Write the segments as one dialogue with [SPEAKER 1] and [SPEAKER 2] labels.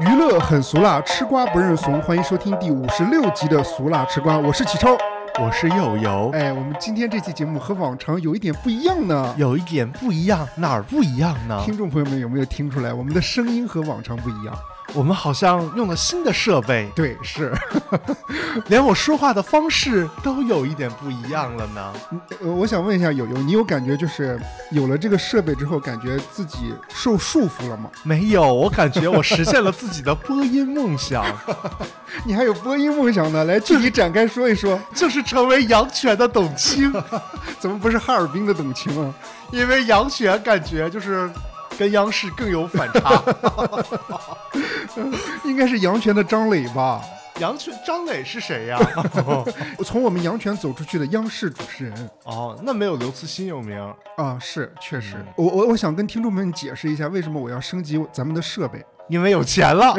[SPEAKER 1] 娱乐很俗辣，吃瓜不认怂。欢迎收听第五十六集的《俗辣吃瓜》，我是启超。
[SPEAKER 2] 我是友友，
[SPEAKER 1] 哎，我们今天这期节目和往常有一点不一样呢。
[SPEAKER 2] 有一点不一样，哪儿不一样呢？
[SPEAKER 1] 听众朋友们有没有听出来，我们的声音和往常不一样？
[SPEAKER 2] 我们好像用了新的设备，
[SPEAKER 1] 对，是，
[SPEAKER 2] 连我说话的方式都有一点不一样了呢。
[SPEAKER 1] 呃，我想问一下友友，你有感觉就是有了这个设备之后，感觉自己受束缚了吗？
[SPEAKER 2] 没有，我感觉我实现了自己的播音梦想，
[SPEAKER 1] 你还有播音梦想呢，来具体展开说一说。
[SPEAKER 2] 就是成为杨泉的董卿，
[SPEAKER 1] 怎么不是哈尔滨的董卿啊？
[SPEAKER 2] 因为杨泉感觉就是跟央视更有反差。
[SPEAKER 1] 应该是阳泉的张磊吧？
[SPEAKER 2] 杨泉张磊是谁呀？
[SPEAKER 1] 从我们阳泉走出去的央视主持人。
[SPEAKER 2] 哦，那没有刘慈欣有名。
[SPEAKER 1] 啊，是，确实，
[SPEAKER 2] 嗯
[SPEAKER 1] 我我我想跟听众们解释一下，为什么我要升级咱们的设备？
[SPEAKER 2] 因为有钱了，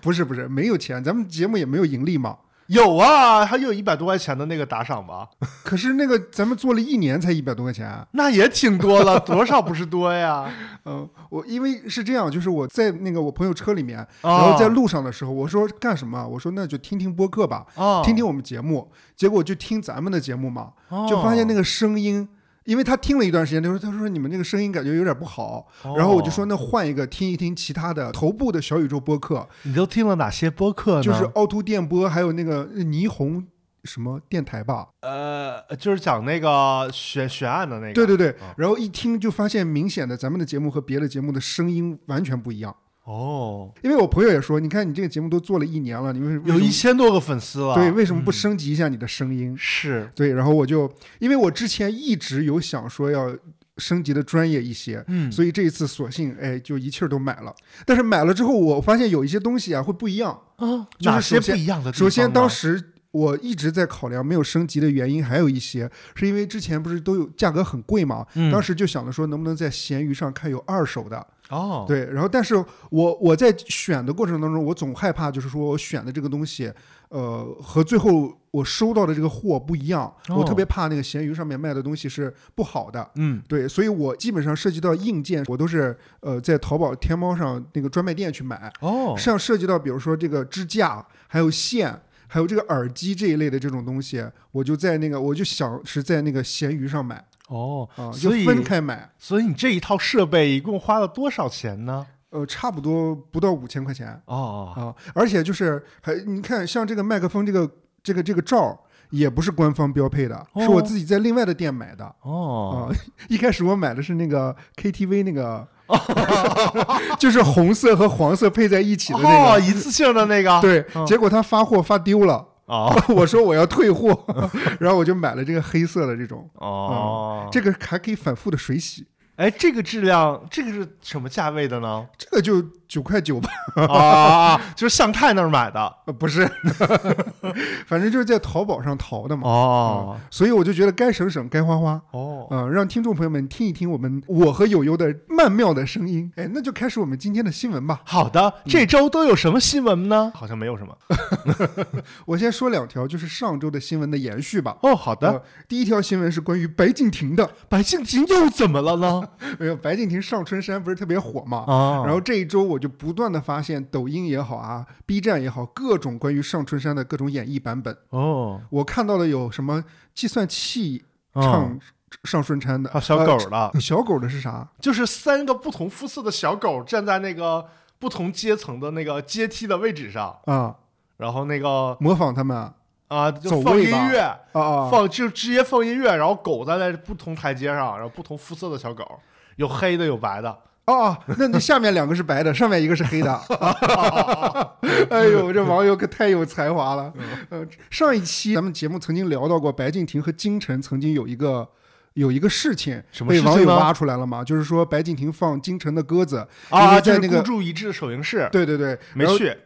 [SPEAKER 1] 不是不是，没有钱，咱们节目也没有盈利嘛。
[SPEAKER 2] 有啊，还有一百多块钱的那个打赏吧，
[SPEAKER 1] 可是那个咱们做了一年才一百多块钱啊，
[SPEAKER 2] 那也挺 多了，多少不是多呀？
[SPEAKER 1] 嗯、我因为是这样，就是我在那个我朋友车里面， 然
[SPEAKER 2] 哦
[SPEAKER 1] 后在路上的时候，我说干什么啊？我说那就听听播客吧，
[SPEAKER 2] 哦，
[SPEAKER 1] 听听我们节目。结果就听咱们的节目嘛，
[SPEAKER 2] 哦，
[SPEAKER 1] 就发现那个声音，因为他听了一段时间，他说他说你们那个声音感觉有点不好，
[SPEAKER 2] 哦
[SPEAKER 1] 然后我就说那换一个听一听其他的头部的小宇宙播客，
[SPEAKER 2] 你都听了哪些播客呢？
[SPEAKER 1] 就是凹凸电波，还有那个霓虹什么电台吧？
[SPEAKER 2] 呃，就是讲那个悬悬案的那个。
[SPEAKER 1] 对对对
[SPEAKER 2] 啊。
[SPEAKER 1] 然后一听就发现，明显的咱们的节目和别的节目的声音完全不一样。
[SPEAKER 2] 哦，
[SPEAKER 1] 因为我朋友也说，你看你这个节目都做了一年了，你为什么
[SPEAKER 2] 有一嗯千多个粉丝了。
[SPEAKER 1] 对为什么不升级一下你的声音？
[SPEAKER 2] 是，
[SPEAKER 1] 对，然后我就因为我之前一直有想说要升级的专业一些，
[SPEAKER 2] 嗯
[SPEAKER 1] 所以这一次索性哎就一气儿都买了。但是买了之后，我发现有一些东西啊会不一样。
[SPEAKER 2] 啊，
[SPEAKER 1] 哦就是
[SPEAKER 2] 哪些
[SPEAKER 1] 首先
[SPEAKER 2] 不一样的地方呢？
[SPEAKER 1] 首先，当时我一直在考量没有升级的原因，还有一些是因为之前不是都有价格很贵嘛，
[SPEAKER 2] 嗯
[SPEAKER 1] 当时就想着说能不能在闲鱼上看有二手的，
[SPEAKER 2] 哦，
[SPEAKER 1] 对。然后，但是我我在选的过程当中，我总害怕就是说我选的这个东西，呃，和最后我收到的这个货不一样，
[SPEAKER 2] 哦
[SPEAKER 1] 我特别怕那个闲鱼上面卖的东西是不好的。
[SPEAKER 2] 嗯，
[SPEAKER 1] 对，所以我基本上涉及到硬件，我都是呃在淘宝、天猫上那个专卖店去买，
[SPEAKER 2] 哦，
[SPEAKER 1] 像涉及到比如说这个支架，还有线，还有这个耳机这一类的这种东西，我就在那个我就想是在那个闲鱼上买
[SPEAKER 2] 哦，
[SPEAKER 1] 啊，就
[SPEAKER 2] 所以
[SPEAKER 1] 分开买，
[SPEAKER 2] 所以你这一套设备一共花了多少钱呢？
[SPEAKER 1] 呃，差不多不到五千块钱
[SPEAKER 2] 哦，
[SPEAKER 1] 啊，而且就是还你看像这个麦克风这个这个这个罩儿也不是官方标配的，是我
[SPEAKER 2] 哦
[SPEAKER 1] 自己在另外的店买的。啊、
[SPEAKER 2] 哦，
[SPEAKER 1] 一开始我买的是那个 KTV 那 个，就是红色和黄色配在一起的那
[SPEAKER 2] 哦，
[SPEAKER 1] 个。
[SPEAKER 2] 一次性的那个，，
[SPEAKER 1] 对，
[SPEAKER 2] 嗯
[SPEAKER 1] 结果他发货发丢了，
[SPEAKER 2] 哦，
[SPEAKER 1] 我说我要退货，然后我就买了这个黑色的这种，
[SPEAKER 2] 哦，
[SPEAKER 1] 这个还可以反复的水洗，
[SPEAKER 2] 哎，这个质量，这个是什么价位的呢？
[SPEAKER 1] 这个就九块九吧，
[SPEAKER 2] 啊，就是向太那儿买的。
[SPEAKER 1] 呃不是， 反正就是在淘宝上淘的嘛，
[SPEAKER 2] 哦
[SPEAKER 1] 所以我就觉得该省省，该花花。
[SPEAKER 2] 哦，
[SPEAKER 1] 嗯，让听众朋友们听一听我们我和友友的曼妙的声音。哎，那就开始我们今天的新闻吧。
[SPEAKER 2] 好的，这周都有什么新闻呢？好像没有什么。
[SPEAKER 1] 我先说两条，就是上周的新闻的延续吧。
[SPEAKER 2] 哦，好的，
[SPEAKER 1] 呃第一条新闻是关于白敬亭的，
[SPEAKER 2] 白敬亭又怎么了呢？
[SPEAKER 1] 没有白敬亭上春山不是特别火嘛？
[SPEAKER 2] 啊
[SPEAKER 1] 然后这一周我就不断的发现，抖音也好啊，B 站也好，各种关于上春山的各种演绎版本，
[SPEAKER 2] 哦，
[SPEAKER 1] 我看到了有什么计算器
[SPEAKER 2] 嗯
[SPEAKER 1] 唱上春山的，
[SPEAKER 2] 还有小
[SPEAKER 1] 呃
[SPEAKER 2] 狗了，
[SPEAKER 1] 小狗的是啥？
[SPEAKER 2] 就是三个不同肤色的小狗站在那个不同阶层的那个阶梯的位置上，
[SPEAKER 1] 啊，
[SPEAKER 2] 然后那个
[SPEAKER 1] 模仿他们啊
[SPEAKER 2] 啊，就
[SPEAKER 1] 走
[SPEAKER 2] 放
[SPEAKER 1] 位
[SPEAKER 2] 音
[SPEAKER 1] 吧
[SPEAKER 2] 乐，
[SPEAKER 1] 啊啊！
[SPEAKER 2] 放就直接放音乐，然后狗站在不同台阶上，然后不同肤色的小狗，有黑的，有白的。
[SPEAKER 1] 哦，啊那那下面两个是白的，上面一个是 黑的。哎呦，这网友可太有才华了。
[SPEAKER 2] 嗯
[SPEAKER 1] 呃，上一期咱们节目曾经聊到过，白敬亭和金晨曾经有一个有一个事情
[SPEAKER 2] 什么
[SPEAKER 1] 被
[SPEAKER 2] 事
[SPEAKER 1] 网
[SPEAKER 2] 情
[SPEAKER 1] 友
[SPEAKER 2] 呢
[SPEAKER 1] 挖出来了嘛，就是说白敬亭放金晨的鸽子，因
[SPEAKER 2] 啊，
[SPEAKER 1] 为
[SPEAKER 2] 就
[SPEAKER 1] 在
[SPEAKER 2] 是
[SPEAKER 1] 那个
[SPEAKER 2] 孤注一掷的首映式，
[SPEAKER 1] 对对对，
[SPEAKER 2] 没
[SPEAKER 1] 然后
[SPEAKER 2] 去。啊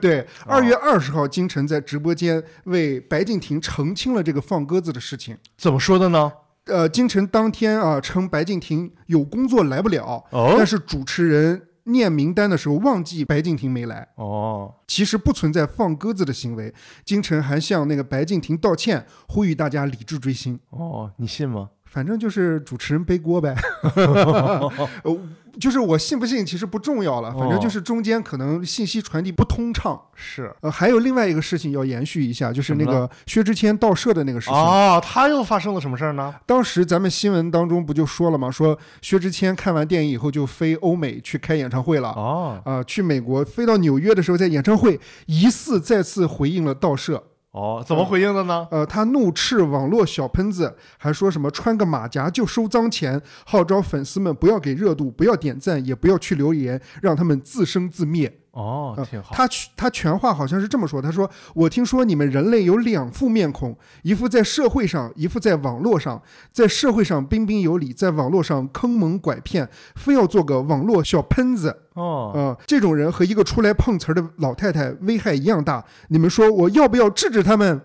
[SPEAKER 1] 对，二月二十号，金晨在直播间为白敬亭澄清了这个放鸽子的事情。
[SPEAKER 2] 怎么说的呢？
[SPEAKER 1] 呃，金晨当天啊称白敬亭有工作来不了，但
[SPEAKER 2] 哦
[SPEAKER 1] 是主持人念名单的时候忘记白敬亭没来。
[SPEAKER 2] 哦，
[SPEAKER 1] 其实不存在放鸽子的行为，金晨还向那个白敬亭道歉，呼吁大家理智追星。
[SPEAKER 2] 哦，你信吗？
[SPEAKER 1] 反正就是主持人背锅呗。呃就是我信不信其实不重要了，反正
[SPEAKER 2] 哦
[SPEAKER 1] 就是中间可能信息传递不通畅。
[SPEAKER 2] 是
[SPEAKER 1] 呃，还有另外一个事情要延续一下，就是那
[SPEAKER 2] 什么
[SPEAKER 1] 个薛之谦盗摄的那个事情。
[SPEAKER 2] 哦，他又发生了什么事儿呢？
[SPEAKER 1] 当时咱们新闻当中不就说了吗？说薛之谦看完电影以后就飞欧美去开演唱会了。
[SPEAKER 2] 哦
[SPEAKER 1] 啊、去美国飞到纽约的时候，在演唱会疑似再次回应了盗摄，
[SPEAKER 2] 哦，怎么回应的呢？
[SPEAKER 1] 呃，他怒斥网络小喷子，还说什么穿个马甲就收脏钱，号召粉丝们不要给热度，不要点赞，也不要去留言，让他们自生自灭。
[SPEAKER 2] 哦，挺好。
[SPEAKER 1] 嗯他去他全话好像是这么说，他说：“我听说你们人类有两副面孔，一副在社会上，一副在网络上。在社会上彬彬有礼，在网络上坑蒙拐骗，非要做个网络小喷子。
[SPEAKER 2] 哦，
[SPEAKER 1] 呃，这种人和一个出来碰瓷儿的老太太危害一样大。你们说我要不要制止他们？”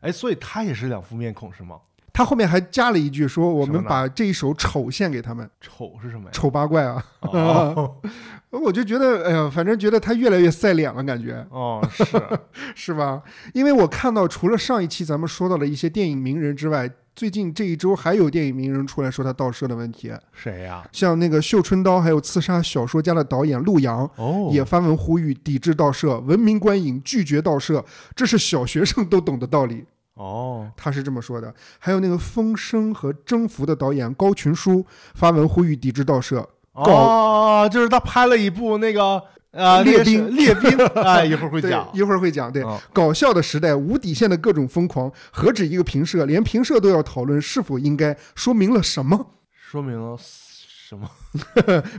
[SPEAKER 2] 哎，所以他也是两副面孔是吗？
[SPEAKER 1] 他后面还加了一句说：“我
[SPEAKER 2] 什么
[SPEAKER 1] 们
[SPEAKER 2] 呢
[SPEAKER 1] 把这一首丑献给他们，
[SPEAKER 2] 丑是什么呀？
[SPEAKER 1] 丑八怪啊。
[SPEAKER 2] 哦
[SPEAKER 1] 我就觉得，哎呀，反正觉得他越来越晒脸了，感觉
[SPEAKER 2] 哦， 是
[SPEAKER 1] 是吧？因为我看到，除了上一期咱们说到了一些电影名人之外，最近这一周还有电影名人出来说他盗摄的问题，
[SPEAKER 2] 谁呀？
[SPEAKER 1] 像那个《绣春刀》还有《刺杀小说家》的导演陆阳。
[SPEAKER 2] 哦，
[SPEAKER 1] 也发文呼吁抵制盗摄，文明观影，拒绝盗摄，这是小学生都懂的道理。
[SPEAKER 2] 哦，
[SPEAKER 1] 他是这么说的。还有那个《风声》和《征服》的导演高群书发文呼吁抵制盗摄。
[SPEAKER 2] 哦，就是他拍了一部那个呃
[SPEAKER 1] 列
[SPEAKER 2] 那个是
[SPEAKER 1] 兵
[SPEAKER 2] 列兵，哎，一会儿会
[SPEAKER 1] 对
[SPEAKER 2] 讲，。
[SPEAKER 1] 一会儿会讲。对，
[SPEAKER 2] 哦
[SPEAKER 1] 搞笑的时代，无底线的各种疯狂，何止一个评社，连评社都要讨论是否应该，说明了什么？
[SPEAKER 2] 说明了什么？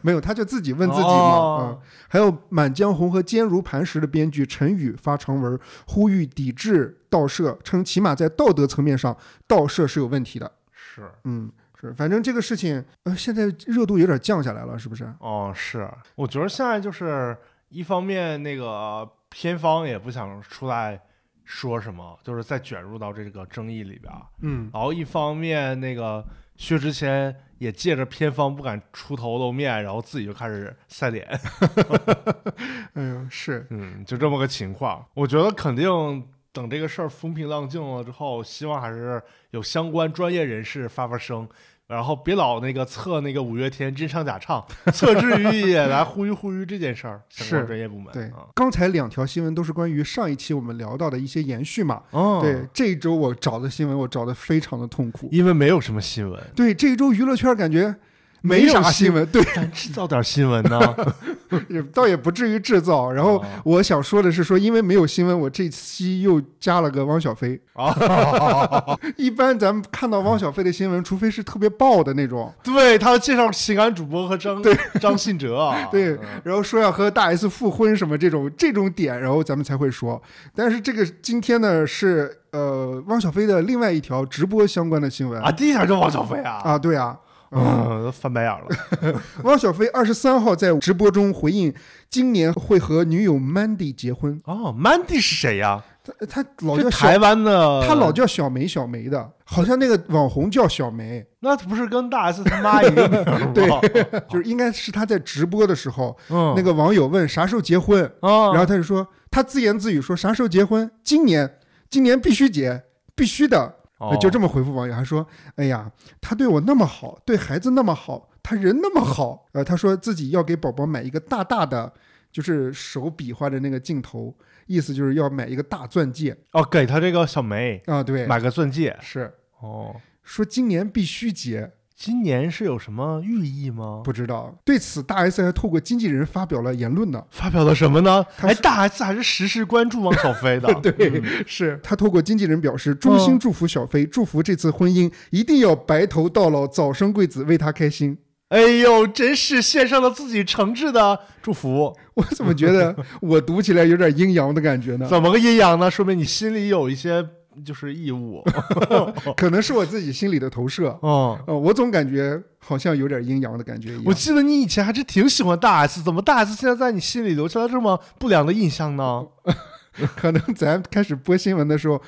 [SPEAKER 1] 没有，他就自己问自己嘛。
[SPEAKER 2] 哦
[SPEAKER 1] 嗯，还有《满江红》和《坚如磐石》的编剧陈宇发长文呼吁抵制盗摄，称起码在道德层面上，盗摄是有问题的。
[SPEAKER 2] 是
[SPEAKER 1] 嗯，是，反正这个事情，呃，现在热度有点降下来了，是不是？
[SPEAKER 2] 哦，是，我觉得现在就是一方面，那个片方也不想出来说什么，就是再卷入到这个争议里边儿。
[SPEAKER 1] 嗯，
[SPEAKER 2] 然后一方面，那个薛之谦也借着片方不敢出头露面，然后自己就开始晒脸。
[SPEAKER 1] 哎呦，是，
[SPEAKER 2] 嗯，就这么个情况。我觉得肯定等这个事儿风平浪静了之后，希望还是有相关专业人士发发声，然后别老那个测那个五月天真唱假唱， 测之于也来呼吁呼吁这件事儿，相关
[SPEAKER 1] 是
[SPEAKER 2] 专业部门。
[SPEAKER 1] 对
[SPEAKER 2] 啊，。
[SPEAKER 1] 刚才两条新闻都是关于上一期我们聊到的一些延续嘛。
[SPEAKER 2] 哦
[SPEAKER 1] 对，，这一周我找的新闻，我找的非常的痛苦。
[SPEAKER 2] 因为没有什么新闻，
[SPEAKER 1] 对，这一周娱乐圈感觉
[SPEAKER 2] 没有
[SPEAKER 1] 啥
[SPEAKER 2] 新
[SPEAKER 1] 新闻，对，
[SPEAKER 2] 咱制造点新闻呢。
[SPEAKER 1] 也倒也不至于制造。 然后
[SPEAKER 2] 啊
[SPEAKER 1] 我想说的是，说因为没有新闻，我这期又加了个汪小菲。
[SPEAKER 2] 哦
[SPEAKER 1] 一般咱们看到汪小菲的新闻，除非是特别爆的那种，
[SPEAKER 2] 对他介绍情感主播和张张信哲啊，
[SPEAKER 1] 对
[SPEAKER 2] 嗯
[SPEAKER 1] 然后说要和大 S 复婚什么这种这种点，然后咱们才会说。但是这个今天呢是呃汪小菲的另外一条直播相关的新闻
[SPEAKER 2] 啊，第一条就王小飞啊，
[SPEAKER 1] 啊，对啊。
[SPEAKER 2] 嗯， 都翻白眼了。
[SPEAKER 1] 汪小菲二十三号在直播中回应，今年会和女友 Mandy 结婚。
[SPEAKER 2] 哦，Mandy 是谁呀？
[SPEAKER 1] 他他老
[SPEAKER 2] 这
[SPEAKER 1] 叫小，
[SPEAKER 2] 台呃湾的，
[SPEAKER 1] 哦他老叫小梅小梅的，好像那个网红叫小梅，
[SPEAKER 2] 那不是跟大 S 他妈一个名儿吗？哦
[SPEAKER 1] 就是应该是他在直播的时候，
[SPEAKER 2] 嗯，
[SPEAKER 1] 那个网友问啥时候结婚，
[SPEAKER 2] 啊，
[SPEAKER 1] 然后他就说他自言自语说啥时候结婚，今年，今年必须结，必须的，
[SPEAKER 2] 哦
[SPEAKER 1] 哎就这么回复网友，还说，哎呀，他对我那么好，对孩子那么好，他人那么好，呃，他说自己要给宝宝买一个大大的，就是手比划的那个镜头，意思就是要买一个大钻戒
[SPEAKER 2] 哦，给他这个小梅
[SPEAKER 1] 啊，对，
[SPEAKER 2] 买个钻戒
[SPEAKER 1] 是
[SPEAKER 2] 哦。
[SPEAKER 1] 说今年必须结。
[SPEAKER 2] 今年是有什么寓意吗？
[SPEAKER 1] 不知道。对此，大 S 还透过经纪人发表了言论呢。
[SPEAKER 2] 发表了什么呢？
[SPEAKER 1] 他
[SPEAKER 2] 哎，大 S 还是时时关注王小飞 的，
[SPEAKER 1] 对
[SPEAKER 2] 嗯
[SPEAKER 1] 是他透过经纪人表示，衷心祝福小飞，祝福这次婚姻一定要白头到老，早生贵子，为他开心。
[SPEAKER 2] 哎呦，真是献上了自己诚挚的祝福，
[SPEAKER 1] 我怎么觉得我读起来有点阴阳的感觉呢？
[SPEAKER 2] 怎么个阴阳呢？说明你心里有一些就是义 务。
[SPEAKER 1] 可能是我自己心里的投射。
[SPEAKER 2] 哦，
[SPEAKER 1] 呃，我总感觉好像有点阴阳的感觉一样。
[SPEAKER 2] 我记得你以前还是挺喜欢大 S，怎么大 S 现在在你心里留下了这么不良的印象呢？
[SPEAKER 1] 可能咱开始播新闻的时候，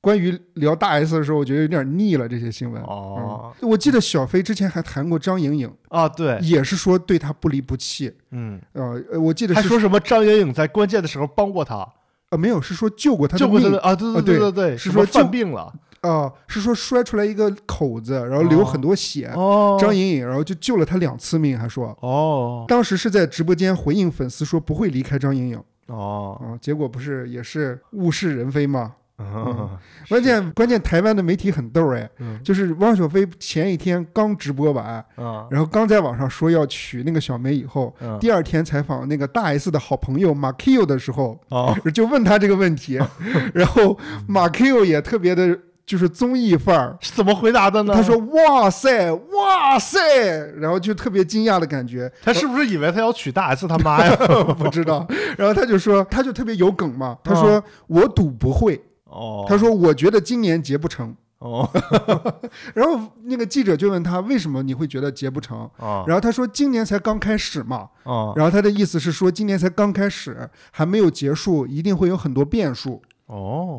[SPEAKER 1] 关于聊大 S 的时候，我觉得有点腻了这些新闻。
[SPEAKER 2] 哦
[SPEAKER 1] 嗯，我记得小飞之前还谈过张莹莹，
[SPEAKER 2] 啊，对，
[SPEAKER 1] 也是说对她不离不弃。
[SPEAKER 2] 嗯，
[SPEAKER 1] 呃，呃我记得
[SPEAKER 2] 还
[SPEAKER 1] 是
[SPEAKER 2] 说什么张元颖在关键的时候帮过他，
[SPEAKER 1] 呃没有是说救过她的
[SPEAKER 2] 救过他
[SPEAKER 1] 命
[SPEAKER 2] 的，啊，对
[SPEAKER 1] 啊
[SPEAKER 2] 对
[SPEAKER 1] 对
[SPEAKER 2] 对对，
[SPEAKER 1] 是
[SPEAKER 2] 什么
[SPEAKER 1] 说
[SPEAKER 2] 犯
[SPEAKER 1] 救
[SPEAKER 2] 病了
[SPEAKER 1] 啊，是说摔出来一个口子，然后流很多血。
[SPEAKER 2] 哦
[SPEAKER 1] 哎张颖颖，然后就救了他两次命，还说
[SPEAKER 2] 哦
[SPEAKER 1] 当时是在直播间回应粉丝说不会离开张颖颖
[SPEAKER 2] 哦，
[SPEAKER 1] 啊，结果不是也是物是人非嘛。
[SPEAKER 2] 嗯
[SPEAKER 1] 关键关键台湾的媒体很逗哎，
[SPEAKER 2] 嗯
[SPEAKER 1] 就是汪小菲前一天刚直播完，
[SPEAKER 2] 嗯
[SPEAKER 1] 然后刚在网上说要娶那个小梅以后，
[SPEAKER 2] 嗯
[SPEAKER 1] 第二天采访那个大 S 的好朋友马 Q 的时候，
[SPEAKER 2] 哦
[SPEAKER 1] 就问他这个问 题，然后
[SPEAKER 2] 嗯
[SPEAKER 1] 马 Q 也特别的就是综艺范儿，
[SPEAKER 2] 是怎么回答的呢？
[SPEAKER 1] 他说哇塞哇塞，然后就特别惊讶的感 觉，
[SPEAKER 2] 他是不是以为他要娶大 S 他 妈呀？
[SPEAKER 1] 不知道，然后他就说他就特别有梗嘛，他说我赌不会，
[SPEAKER 2] 啊哦，
[SPEAKER 1] 他说我觉得今年结不成，
[SPEAKER 2] 哦
[SPEAKER 1] 然后那个记者就问他为什么你会觉得结不成，
[SPEAKER 2] 哦
[SPEAKER 1] 然后他说今年才刚开始嘛，
[SPEAKER 2] 哦
[SPEAKER 1] 然后他的意思是说，今年才刚开始，还没有结束，一定会有很多变数。
[SPEAKER 2] 哦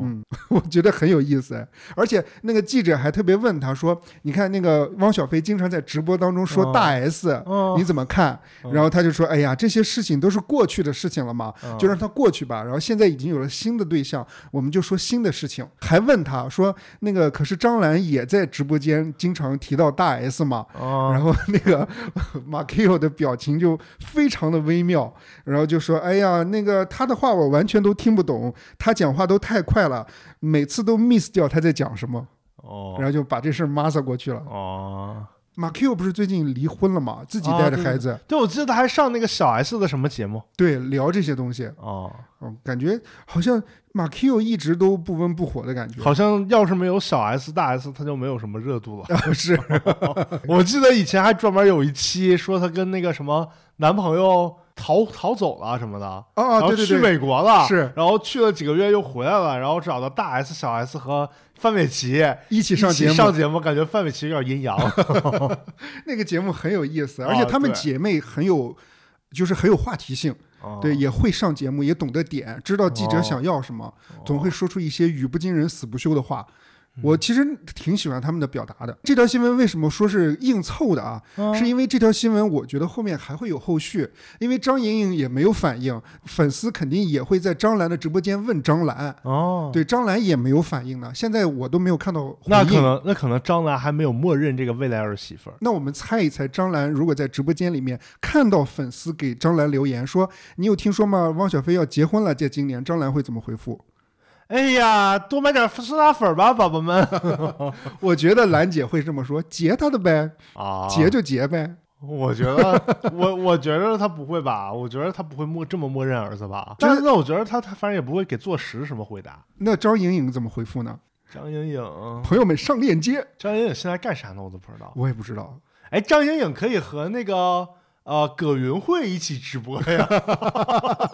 [SPEAKER 1] 我觉得很有意思，哎而且那个记者还特别问他说：“你看那个汪小菲经常在直播当中说
[SPEAKER 2] 哦
[SPEAKER 1] 大 S，、
[SPEAKER 2] 哦
[SPEAKER 1] 你怎么看？”
[SPEAKER 2] 哦
[SPEAKER 1] 然后他就说：“哎呀，这些事情都是过去的事情了嘛，
[SPEAKER 2] 啊
[SPEAKER 1] 就让它过去吧。然后现在已经有了新的对象，我们就说新的事情。”还问他说：“那个可是张兰也在直播间经常提到大 S 嘛？”
[SPEAKER 2] 哦
[SPEAKER 1] 然后那个 马 Q 的表情就非常的微妙，然后就说：“哎呀，那个他的话我完全都听不懂，他讲话都太快了，每次都 miss 掉他在讲什么。”然
[SPEAKER 2] 哦
[SPEAKER 1] 后就把这事儿抹撒过去了。
[SPEAKER 2] 哦。
[SPEAKER 1] 马 Q 不是最近离婚了嘛，自己带着孩子，
[SPEAKER 2] 啊对，我记得他还上那个小 S 的什么节目
[SPEAKER 1] 对聊这些东西，
[SPEAKER 2] 哦，
[SPEAKER 1] 嗯，感觉好像马 Q 一直都不温不火的感觉。
[SPEAKER 2] 好像要是没有小 S 大 S，他就没有什么热度了。
[SPEAKER 1] 啊， 是
[SPEAKER 2] 我记得以前还专门有一期说她跟那个什么男朋友逃逃走了什么的，
[SPEAKER 1] 啊，
[SPEAKER 2] 然
[SPEAKER 1] 对
[SPEAKER 2] 后
[SPEAKER 1] 对
[SPEAKER 2] 去
[SPEAKER 1] 对，
[SPEAKER 2] 美国了，
[SPEAKER 1] 是
[SPEAKER 2] 然后去了几个月又回来了，然后找到大 S、小 S 和范玮琪
[SPEAKER 1] 一起
[SPEAKER 2] 一
[SPEAKER 1] 上
[SPEAKER 2] 起
[SPEAKER 1] 节目，
[SPEAKER 2] 上节目，感觉范玮琪有点 阴阳。
[SPEAKER 1] 那个节目很有意思，
[SPEAKER 2] 啊
[SPEAKER 1] 而且她们
[SPEAKER 2] 对
[SPEAKER 1] 姐妹很有，就是很有话题性。
[SPEAKER 2] 哦
[SPEAKER 1] 对，，也会上节目，也懂得点，知道记者想要什么，
[SPEAKER 2] 哦
[SPEAKER 1] 总会说出一些语不惊人死不休的话。
[SPEAKER 2] 嗯
[SPEAKER 1] 我其实挺喜欢他们的表达的。这条新闻为什么说是硬凑的啊？
[SPEAKER 2] 嗯
[SPEAKER 1] 是因为这条新闻，我觉得后面还会有后续，因为张莹莹也没有反应，粉丝肯定也会在张兰的直播间问张兰，
[SPEAKER 2] 哦，
[SPEAKER 1] 对张兰也没有反应呢。现在我都没有看到回
[SPEAKER 2] 那可
[SPEAKER 1] 应。
[SPEAKER 2] 能那可能张兰还没有默认这个未来儿媳妇儿。
[SPEAKER 1] 那我们猜一猜，张兰如果在直播间里面看到粉丝给张兰留言说：“你有听说吗？汪小菲要结婚了，在今年。”张兰会怎么回复？
[SPEAKER 2] 哎呀，多买点酸辣粉吧，宝宝们
[SPEAKER 1] 我觉得兰姐会这么说，结他的呗，
[SPEAKER 2] 啊！
[SPEAKER 1] 结就结呗。
[SPEAKER 2] 我觉得，我我觉得他不会吧？我觉得他不会默这么默认儿子吧？
[SPEAKER 1] 就是
[SPEAKER 2] 但是那我觉得他他反正也不会给坐实什么回答。
[SPEAKER 1] 那张莹莹怎么回复呢？
[SPEAKER 2] 张莹颖，
[SPEAKER 1] 朋友们上链接，
[SPEAKER 2] 张莹颖现在干啥呢？我都不知道。
[SPEAKER 1] 我也不知道。
[SPEAKER 2] 哎，张莹颖可以和那个呃葛云慧一起直播呀，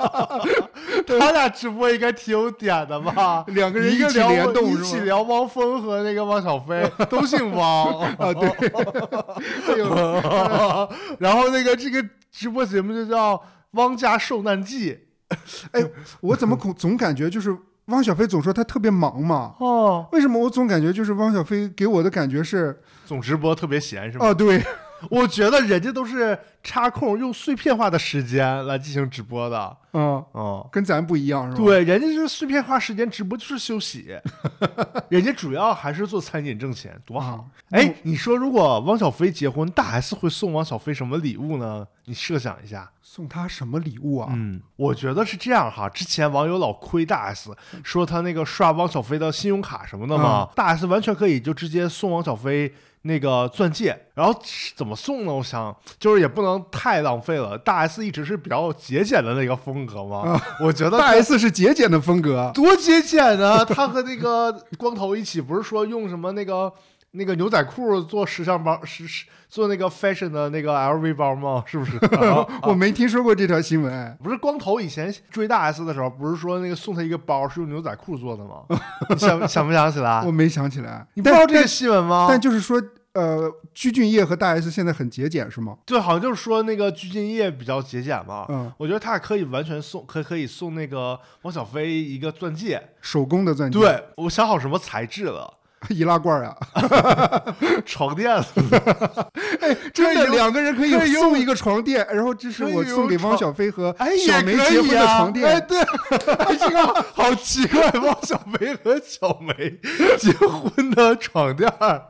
[SPEAKER 2] 他俩直播应该挺有点的 吧？
[SPEAKER 1] 两个人
[SPEAKER 2] 一个
[SPEAKER 1] 起
[SPEAKER 2] 聊
[SPEAKER 1] 联动
[SPEAKER 2] 一起
[SPEAKER 1] 是吗？
[SPEAKER 2] 聊汪峰和那个汪小菲，都姓汪。
[SPEAKER 1] 啊，对，哎呦，
[SPEAKER 2] 然后那个这个直播节目就叫《汪家受难记》
[SPEAKER 1] 我怎么总总感觉就是汪小菲总说他特别忙嘛？
[SPEAKER 2] 哦，
[SPEAKER 1] 为什么我总感觉就是汪小菲给我的感觉是
[SPEAKER 2] 总直播特别闲是吧？
[SPEAKER 1] 啊，对，
[SPEAKER 2] 我觉得人家都是插空用碎片化的时间来进行直播的。
[SPEAKER 1] 啊，
[SPEAKER 2] 哦，
[SPEAKER 1] 跟咱不一样是吧？，
[SPEAKER 2] 对，人家就是碎片化时间直播就是休息，人家主要还是做餐饮挣钱，多好。
[SPEAKER 1] 啊，
[SPEAKER 2] 哎，你说如果汪小菲结婚，大 S 会送汪小菲什么礼物呢？你设想一下。
[SPEAKER 1] 送他什么礼物啊？
[SPEAKER 2] 嗯，我觉得是这样哈。之前网友老亏大 S，说他那个刷汪小菲的信用卡什么的嘛，大 S 完全可以就直接送汪小菲那个钻戒。然后是怎么送呢？我想就是也不能太浪费了。大 S 一直是比较节俭的那个风格嘛， 我觉得
[SPEAKER 1] 大 S 是节俭的风格，
[SPEAKER 2] 多节俭呢。他和那个光头一起，不是说用什么那个。那个牛仔裤做时尚包，时时做那个 fashion 的那个 LV 包吗？是不是？
[SPEAKER 1] 我没听说过这条新闻。哎
[SPEAKER 2] 不是光头以前追大 S 的时候，不是说那个送他一个包是用牛仔裤做的 吗？你想想不想起来
[SPEAKER 1] 我？没想起来，
[SPEAKER 2] 啊你不知
[SPEAKER 1] 但
[SPEAKER 2] 道这个啊新闻吗？
[SPEAKER 1] 但就是说，呃，鞠婧祎和大 S 现在很节俭是吗？
[SPEAKER 2] 对，好像就是说那个鞠婧祎比较节俭嘛。
[SPEAKER 1] 嗯，
[SPEAKER 2] 我觉得他可以完全送，可可以送那个汪小菲一个钻戒。
[SPEAKER 1] 手工的钻戒。
[SPEAKER 2] 对，我想好什么材质了，
[SPEAKER 1] 易拉罐 啊，
[SPEAKER 2] 床垫子，
[SPEAKER 1] 真的两个人可以
[SPEAKER 2] 可以用
[SPEAKER 1] 送一个床垫，然后这是
[SPEAKER 2] 可以
[SPEAKER 1] 我送给
[SPEAKER 2] 用
[SPEAKER 1] 汪
[SPEAKER 2] 床
[SPEAKER 1] 小菲和
[SPEAKER 2] 哎，也
[SPEAKER 1] 小梅
[SPEAKER 2] 可
[SPEAKER 1] 结婚
[SPEAKER 2] 以
[SPEAKER 1] 的
[SPEAKER 2] 啊
[SPEAKER 1] 床
[SPEAKER 2] 哎，
[SPEAKER 1] 垫，
[SPEAKER 2] 对，哎，这个好奇怪，汪小梅和小梅结婚的床垫 儿，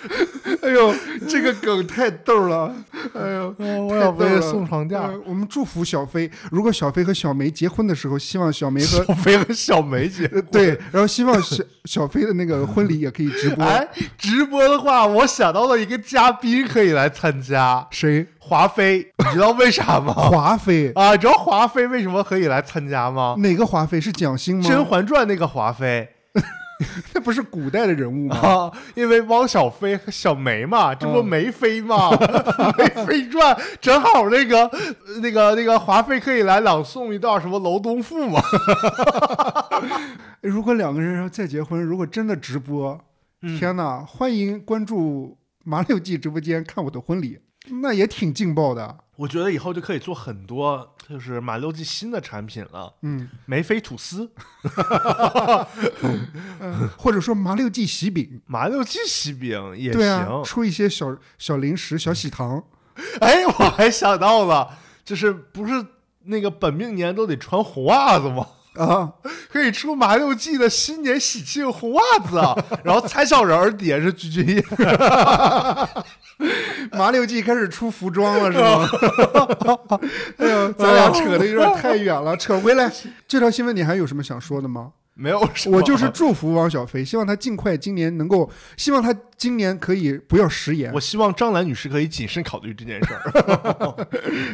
[SPEAKER 1] 哎呦，这个梗太逗了，哎呦。
[SPEAKER 2] 汪
[SPEAKER 1] 太逗了
[SPEAKER 2] 床
[SPEAKER 1] 呃我们祝福小飞。如果小飞和小梅结婚的时候，希望小梅和
[SPEAKER 2] 小梅和小梅结
[SPEAKER 1] 呃
[SPEAKER 2] 婚，
[SPEAKER 1] 对，然后希望小小飞的那个婚礼也可以直播。
[SPEAKER 2] 哎，直播的话，我想到了一个嘉宾可以来参加，
[SPEAKER 1] 谁？
[SPEAKER 2] 华 妃，你知道为啥吗？
[SPEAKER 1] 华妃？
[SPEAKER 2] 啊，你知道华妃为什么可以来参加吗？
[SPEAKER 1] 哪个华妃是蒋欣
[SPEAKER 2] 《
[SPEAKER 1] 吗？
[SPEAKER 2] 甄嬛传》那个华妃
[SPEAKER 1] 那不是古代的人物吗？
[SPEAKER 2] 啊，因为汪小菲和小梅嘛，这不
[SPEAKER 1] 嗯
[SPEAKER 2] 梅妃嘛， 梅妃传》正好那个那个那个华妃可以来朗诵一段什么《楼东赋》嘛，
[SPEAKER 1] 如果两个人要再结婚，如果真的直播，
[SPEAKER 2] 嗯
[SPEAKER 1] 天哪！欢迎关注麻六记直播间看我的婚礼，那也挺劲爆的。
[SPEAKER 2] 我觉得以后就可以做很多就是马六记新的产品了，
[SPEAKER 1] 嗯，
[SPEAKER 2] 梅妃吐司、嗯
[SPEAKER 1] 呃或者说麻六记喜饼，
[SPEAKER 2] 马六记喜饼也
[SPEAKER 1] 对
[SPEAKER 2] 行。
[SPEAKER 1] 啊，出一些小小零食、小喜糖。
[SPEAKER 2] 哎，我还想到了，就是不是那个本命年都得穿红袜子吗？
[SPEAKER 1] 啊，
[SPEAKER 2] 可以出麻六记的新年喜庆红袜子啊，然后蔡小人儿底下是鞠婧祎，
[SPEAKER 1] 麻六记开始出服装了，是吗？
[SPEAKER 2] 哦
[SPEAKER 1] 哎呦，咱俩扯的有点太远了，扯回来。这条新闻你还有什么想说的吗？
[SPEAKER 2] 没有什么
[SPEAKER 1] 我就是祝福汪小菲，希望他尽快今年能够，希望他今年可以不要食言
[SPEAKER 2] 我。希望张兰女士可以谨慎考虑这件事儿。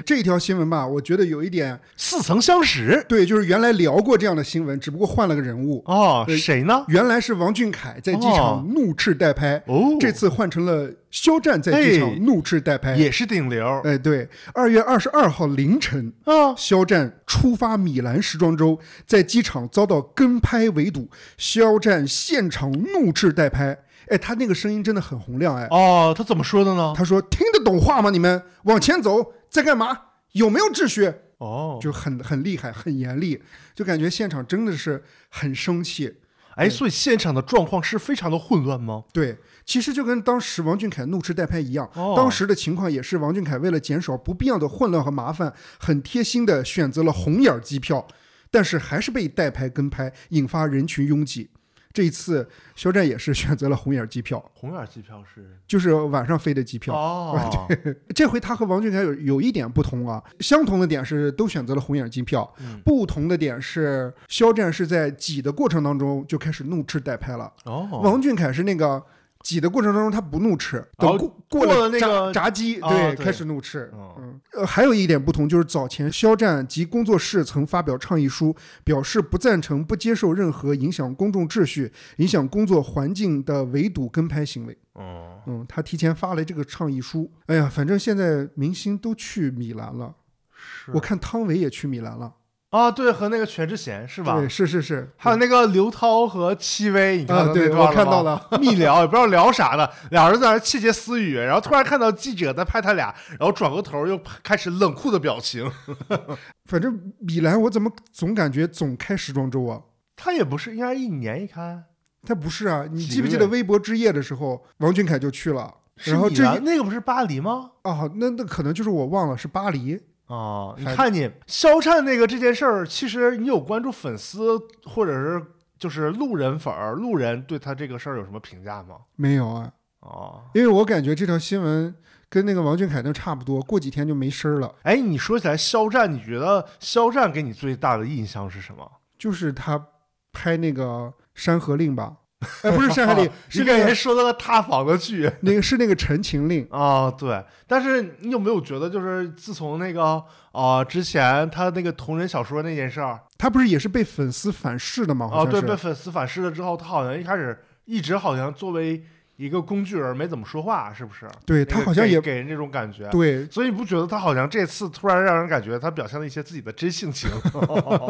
[SPEAKER 1] 这一条新闻吧，我觉得有一点
[SPEAKER 2] 似曾相识
[SPEAKER 1] 对，就是原来聊过这样的新闻，只不过换了个人物。
[SPEAKER 2] 哦，
[SPEAKER 1] 对
[SPEAKER 2] 谁呢？
[SPEAKER 1] 原来是王俊凯在机
[SPEAKER 2] 哦
[SPEAKER 1] 场怒斥代拍，
[SPEAKER 2] 哦，
[SPEAKER 1] 这次换成了肖战在机
[SPEAKER 2] 哎
[SPEAKER 1] 场怒斥代拍。
[SPEAKER 2] 也是顶流
[SPEAKER 1] 哎，对，二月二十二号凌晨，
[SPEAKER 2] 啊！
[SPEAKER 1] 肖战出发米兰时装周，在机场遭到跟拍围堵，肖战现场怒斥代拍。哎，他那个声音真的很洪亮哎。
[SPEAKER 2] 哦，他怎么说的呢？
[SPEAKER 1] 他说：“听得懂话吗？你们往前走，在干嘛？有没有秩序？”
[SPEAKER 2] 哦，
[SPEAKER 1] 就很很厉害，很严厉，就感觉现场真的是很生气。
[SPEAKER 2] 哎，所以现场的状况是非常的混乱吗？
[SPEAKER 1] 对，其实就跟当时王俊凯怒斥代拍一样，
[SPEAKER 2] 哦
[SPEAKER 1] 当时的情况也是王俊凯为了减少不必要的混乱和麻烦，很贴心的选择了红眼儿机票，但是还是被代拍跟拍，引发人群拥挤。这一次，肖战也是选择了红眼儿机票，
[SPEAKER 2] 红眼机票是
[SPEAKER 1] 就是晚上飞的机票。
[SPEAKER 2] 哦，
[SPEAKER 1] 这回他和王俊凯有有一点不同啊，相同的点是都选择了红眼机票，
[SPEAKER 2] 嗯
[SPEAKER 1] 不同的点是肖战是在挤的过程当中就开始怒斥代拍了，
[SPEAKER 2] 哦，
[SPEAKER 1] 王俊凯是那个挤的过程当中他不怒斥，等
[SPEAKER 2] 哦
[SPEAKER 1] 过、
[SPEAKER 2] 过
[SPEAKER 1] 过
[SPEAKER 2] 了那
[SPEAKER 1] 炸
[SPEAKER 2] 个
[SPEAKER 1] 炸鸡，
[SPEAKER 2] 哦对
[SPEAKER 1] 开始怒斥。
[SPEAKER 2] 哦
[SPEAKER 1] 嗯，呃，还有一点不同就是早前肖战及工作室曾发表倡议书，表示不赞成、不接受任何影响公众秩序、影响工作环境的围堵跟拍行为。
[SPEAKER 2] 嗯，
[SPEAKER 1] 嗯，他提前发了这个倡议书。哎呀，反正现在明星都去米兰了，
[SPEAKER 2] 是
[SPEAKER 1] 我看汤唯也去米兰了，
[SPEAKER 2] 啊，对，和那个全智贤是吧
[SPEAKER 1] 对，？是是是，
[SPEAKER 2] 还有那个刘涛和戚薇，你看到
[SPEAKER 1] 啊，
[SPEAKER 2] 那
[SPEAKER 1] 对
[SPEAKER 2] 段
[SPEAKER 1] 我
[SPEAKER 2] 吗
[SPEAKER 1] 看到了，
[SPEAKER 2] 密聊，也不知道聊啥呢，俩人在那儿窃窃私语，然后突然看到记者在拍他俩，然后转过头又拍开始冷酷的表情。
[SPEAKER 1] 反正米兰我怎么总感觉总开时装周啊？
[SPEAKER 2] 他也不是应该一年一开，
[SPEAKER 1] 他不是啊，你
[SPEAKER 2] 几
[SPEAKER 1] 记不
[SPEAKER 2] 个
[SPEAKER 1] 记得
[SPEAKER 2] 月
[SPEAKER 1] 微博之夜的时候，王俊凯就去了，然后
[SPEAKER 2] 是
[SPEAKER 1] 这
[SPEAKER 2] 米兰
[SPEAKER 1] 一
[SPEAKER 2] 那个不是巴黎吗？
[SPEAKER 1] 啊，那那可能就是我忘了是巴黎，
[SPEAKER 2] 啊、你
[SPEAKER 1] 反
[SPEAKER 2] 看你肖战那个这件事儿，其实你有关注粉丝或者是就是路人粉儿、路人对他这个事儿有什么评价吗？
[SPEAKER 1] 没有啊，
[SPEAKER 2] 哦，
[SPEAKER 1] 因为我感觉这条新闻跟那个王俊凯那差不多，过几天就没声儿了。
[SPEAKER 2] 哎，你说起来肖战，你觉得肖战给你最大的印象是什么？，
[SPEAKER 1] 就是他拍那个《山河令》吧？ 哎，不是《山河令》是
[SPEAKER 2] 你
[SPEAKER 1] 那
[SPEAKER 2] 给人
[SPEAKER 1] 个
[SPEAKER 2] 说到了塌房的剧，
[SPEAKER 1] 那个是那个《陈情令》。
[SPEAKER 2] 啊、对，但是你有没有觉得，就是自从那个啊、之前他那个同人小说那件事儿
[SPEAKER 1] 他不是也是被粉丝反噬的吗？
[SPEAKER 2] 啊、
[SPEAKER 1] 好像
[SPEAKER 2] 对，
[SPEAKER 1] 是。
[SPEAKER 2] 被粉丝反噬了之后，他好像一开始一直好像作为一个工具人没怎么说话，是不是？
[SPEAKER 1] 对
[SPEAKER 2] 那
[SPEAKER 1] 他
[SPEAKER 2] 个
[SPEAKER 1] 好像
[SPEAKER 2] 给
[SPEAKER 1] 也
[SPEAKER 2] 给人这种感觉。
[SPEAKER 1] 对，
[SPEAKER 2] 所以你不觉得他好像这次突然让人感觉他表现了一些自己的真性情？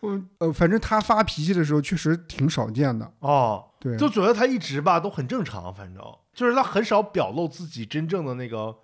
[SPEAKER 1] 我呃，反正他发脾气的时候确实挺少见的。
[SPEAKER 2] 哦，
[SPEAKER 1] 对，
[SPEAKER 2] 就觉得他一直吧都很正常，反正就是他很少表露自己真正的那个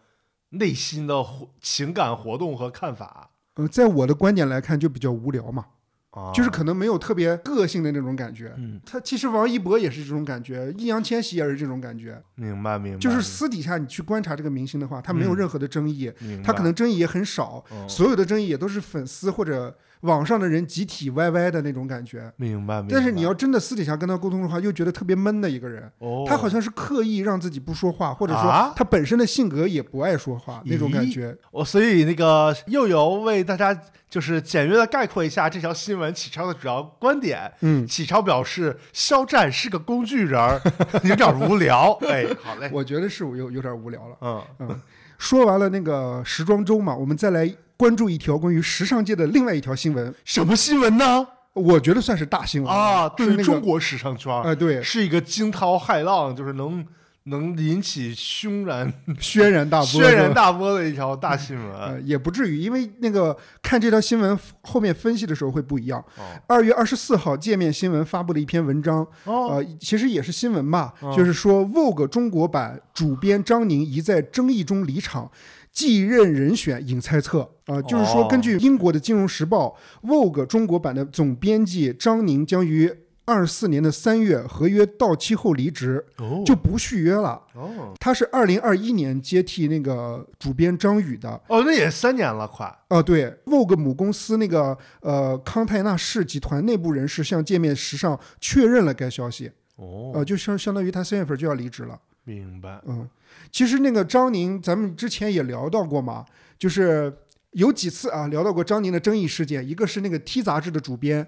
[SPEAKER 2] 内心的活情感活动和看法。
[SPEAKER 1] 呃，在我的观点来看就比较无聊嘛。
[SPEAKER 2] 啊，
[SPEAKER 1] 就是可能没有特别个性的那种感觉。
[SPEAKER 2] 嗯，
[SPEAKER 1] 他其实王一博也是这种感觉，易烊千玺也是这种感觉，
[SPEAKER 2] 明白明白，
[SPEAKER 1] 就是私底下你去观察这个明星的话，他没有
[SPEAKER 2] 嗯
[SPEAKER 1] 任何的争议，
[SPEAKER 2] 明白
[SPEAKER 1] 他可能争议也很少，
[SPEAKER 2] 嗯
[SPEAKER 1] 所有的争议也都是粉丝或者网上的人集体 YY 的那种感觉。
[SPEAKER 2] 明白明白，
[SPEAKER 1] 但是你要真的私底下跟他沟通的话，又觉得特别闷的一个人，
[SPEAKER 2] 哦，
[SPEAKER 1] 他好像是刻意让自己不说话，或者说
[SPEAKER 2] 啊哎
[SPEAKER 1] 他本身的性格也不爱说话那种感觉。
[SPEAKER 2] 我哦所以那个又有为大家就是简约的概括一下这条新闻启超的主要观点。
[SPEAKER 1] 嗯，
[SPEAKER 2] 启超表示，肖战是个工具 人儿，有点无聊。哎，好嘞，
[SPEAKER 1] 我觉得是有有点无聊了。
[SPEAKER 2] 嗯，
[SPEAKER 1] 说完了那个时装周嘛，我们再来关注一条关于时尚界的另外一条新闻，
[SPEAKER 2] 什么新闻呢？
[SPEAKER 1] 我觉得算是大新闻
[SPEAKER 2] 啊，
[SPEAKER 1] 嗯是
[SPEAKER 2] 对
[SPEAKER 1] 那
[SPEAKER 2] 于
[SPEAKER 1] 个
[SPEAKER 2] 中国时尚圈
[SPEAKER 1] 啊、
[SPEAKER 2] 儿、
[SPEAKER 1] 呃对，
[SPEAKER 2] 是一个惊涛骇浪，就是能能引起轩然
[SPEAKER 1] 轩然大波，
[SPEAKER 2] 轩然
[SPEAKER 1] 是吧
[SPEAKER 2] 大波的一条大新闻。
[SPEAKER 1] 呃，也不至于，因为那个看这条新闻后面分析的时候会不一样。
[SPEAKER 2] 哦
[SPEAKER 1] 二月二十四号，界面新闻发布了一篇文章，
[SPEAKER 2] 哦，
[SPEAKER 1] 呃，其实也是新闻吧，
[SPEAKER 2] 嗯
[SPEAKER 1] 就是说 Vogue 中国版主编张宁一在争议中离场，继任人选引猜测。啊、就是说，
[SPEAKER 2] 哦
[SPEAKER 1] 根据英国的《金融时报》，Vogue 中国版的总编辑张宁将于二四年的三月合约到期后离职，
[SPEAKER 2] 哦
[SPEAKER 1] 就不续约了。
[SPEAKER 2] 哦
[SPEAKER 1] 他是二零二一年接替那个主编张宇的。
[SPEAKER 2] 哦，那也三年了，快。
[SPEAKER 1] 啊，对，Vogue 母公司那个呃康泰纳仕集团内部人士向界面时尚确认了该消息。
[SPEAKER 2] 哦，
[SPEAKER 1] 呃，就相相当于他三月份就要离职了。
[SPEAKER 2] 明白。
[SPEAKER 1] 嗯，其实那个张宁，咱们之前也聊到过嘛，就是有几次啊聊到过张宁的争议事件，一个是那个 T 杂志的主编，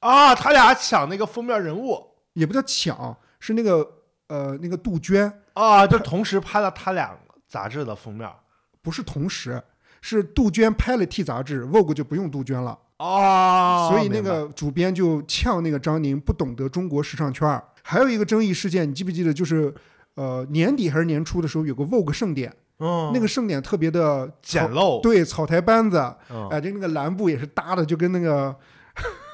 [SPEAKER 2] 啊，他俩抢那个封面人物
[SPEAKER 1] 也不叫抢，是那个呃那个杜鹃，
[SPEAKER 2] 啊，就同时拍了他俩杂志的封面
[SPEAKER 1] 不是同时。是杜鹃拍了 T 杂志，Vogue 就不用杜鹃了，
[SPEAKER 2] 啊
[SPEAKER 1] 所以那个主编就呛那个张宁不懂得中国时尚圈儿。还有一个争议事件，你记不记得？就是呃年底还是年初的时候，有个 Vogue 盛典，
[SPEAKER 2] 嗯
[SPEAKER 1] 那个盛典特别的
[SPEAKER 2] 简陋，
[SPEAKER 1] 对草台班子，
[SPEAKER 2] 嗯
[SPEAKER 1] 哎，这那个蓝布也是搭的，就跟那个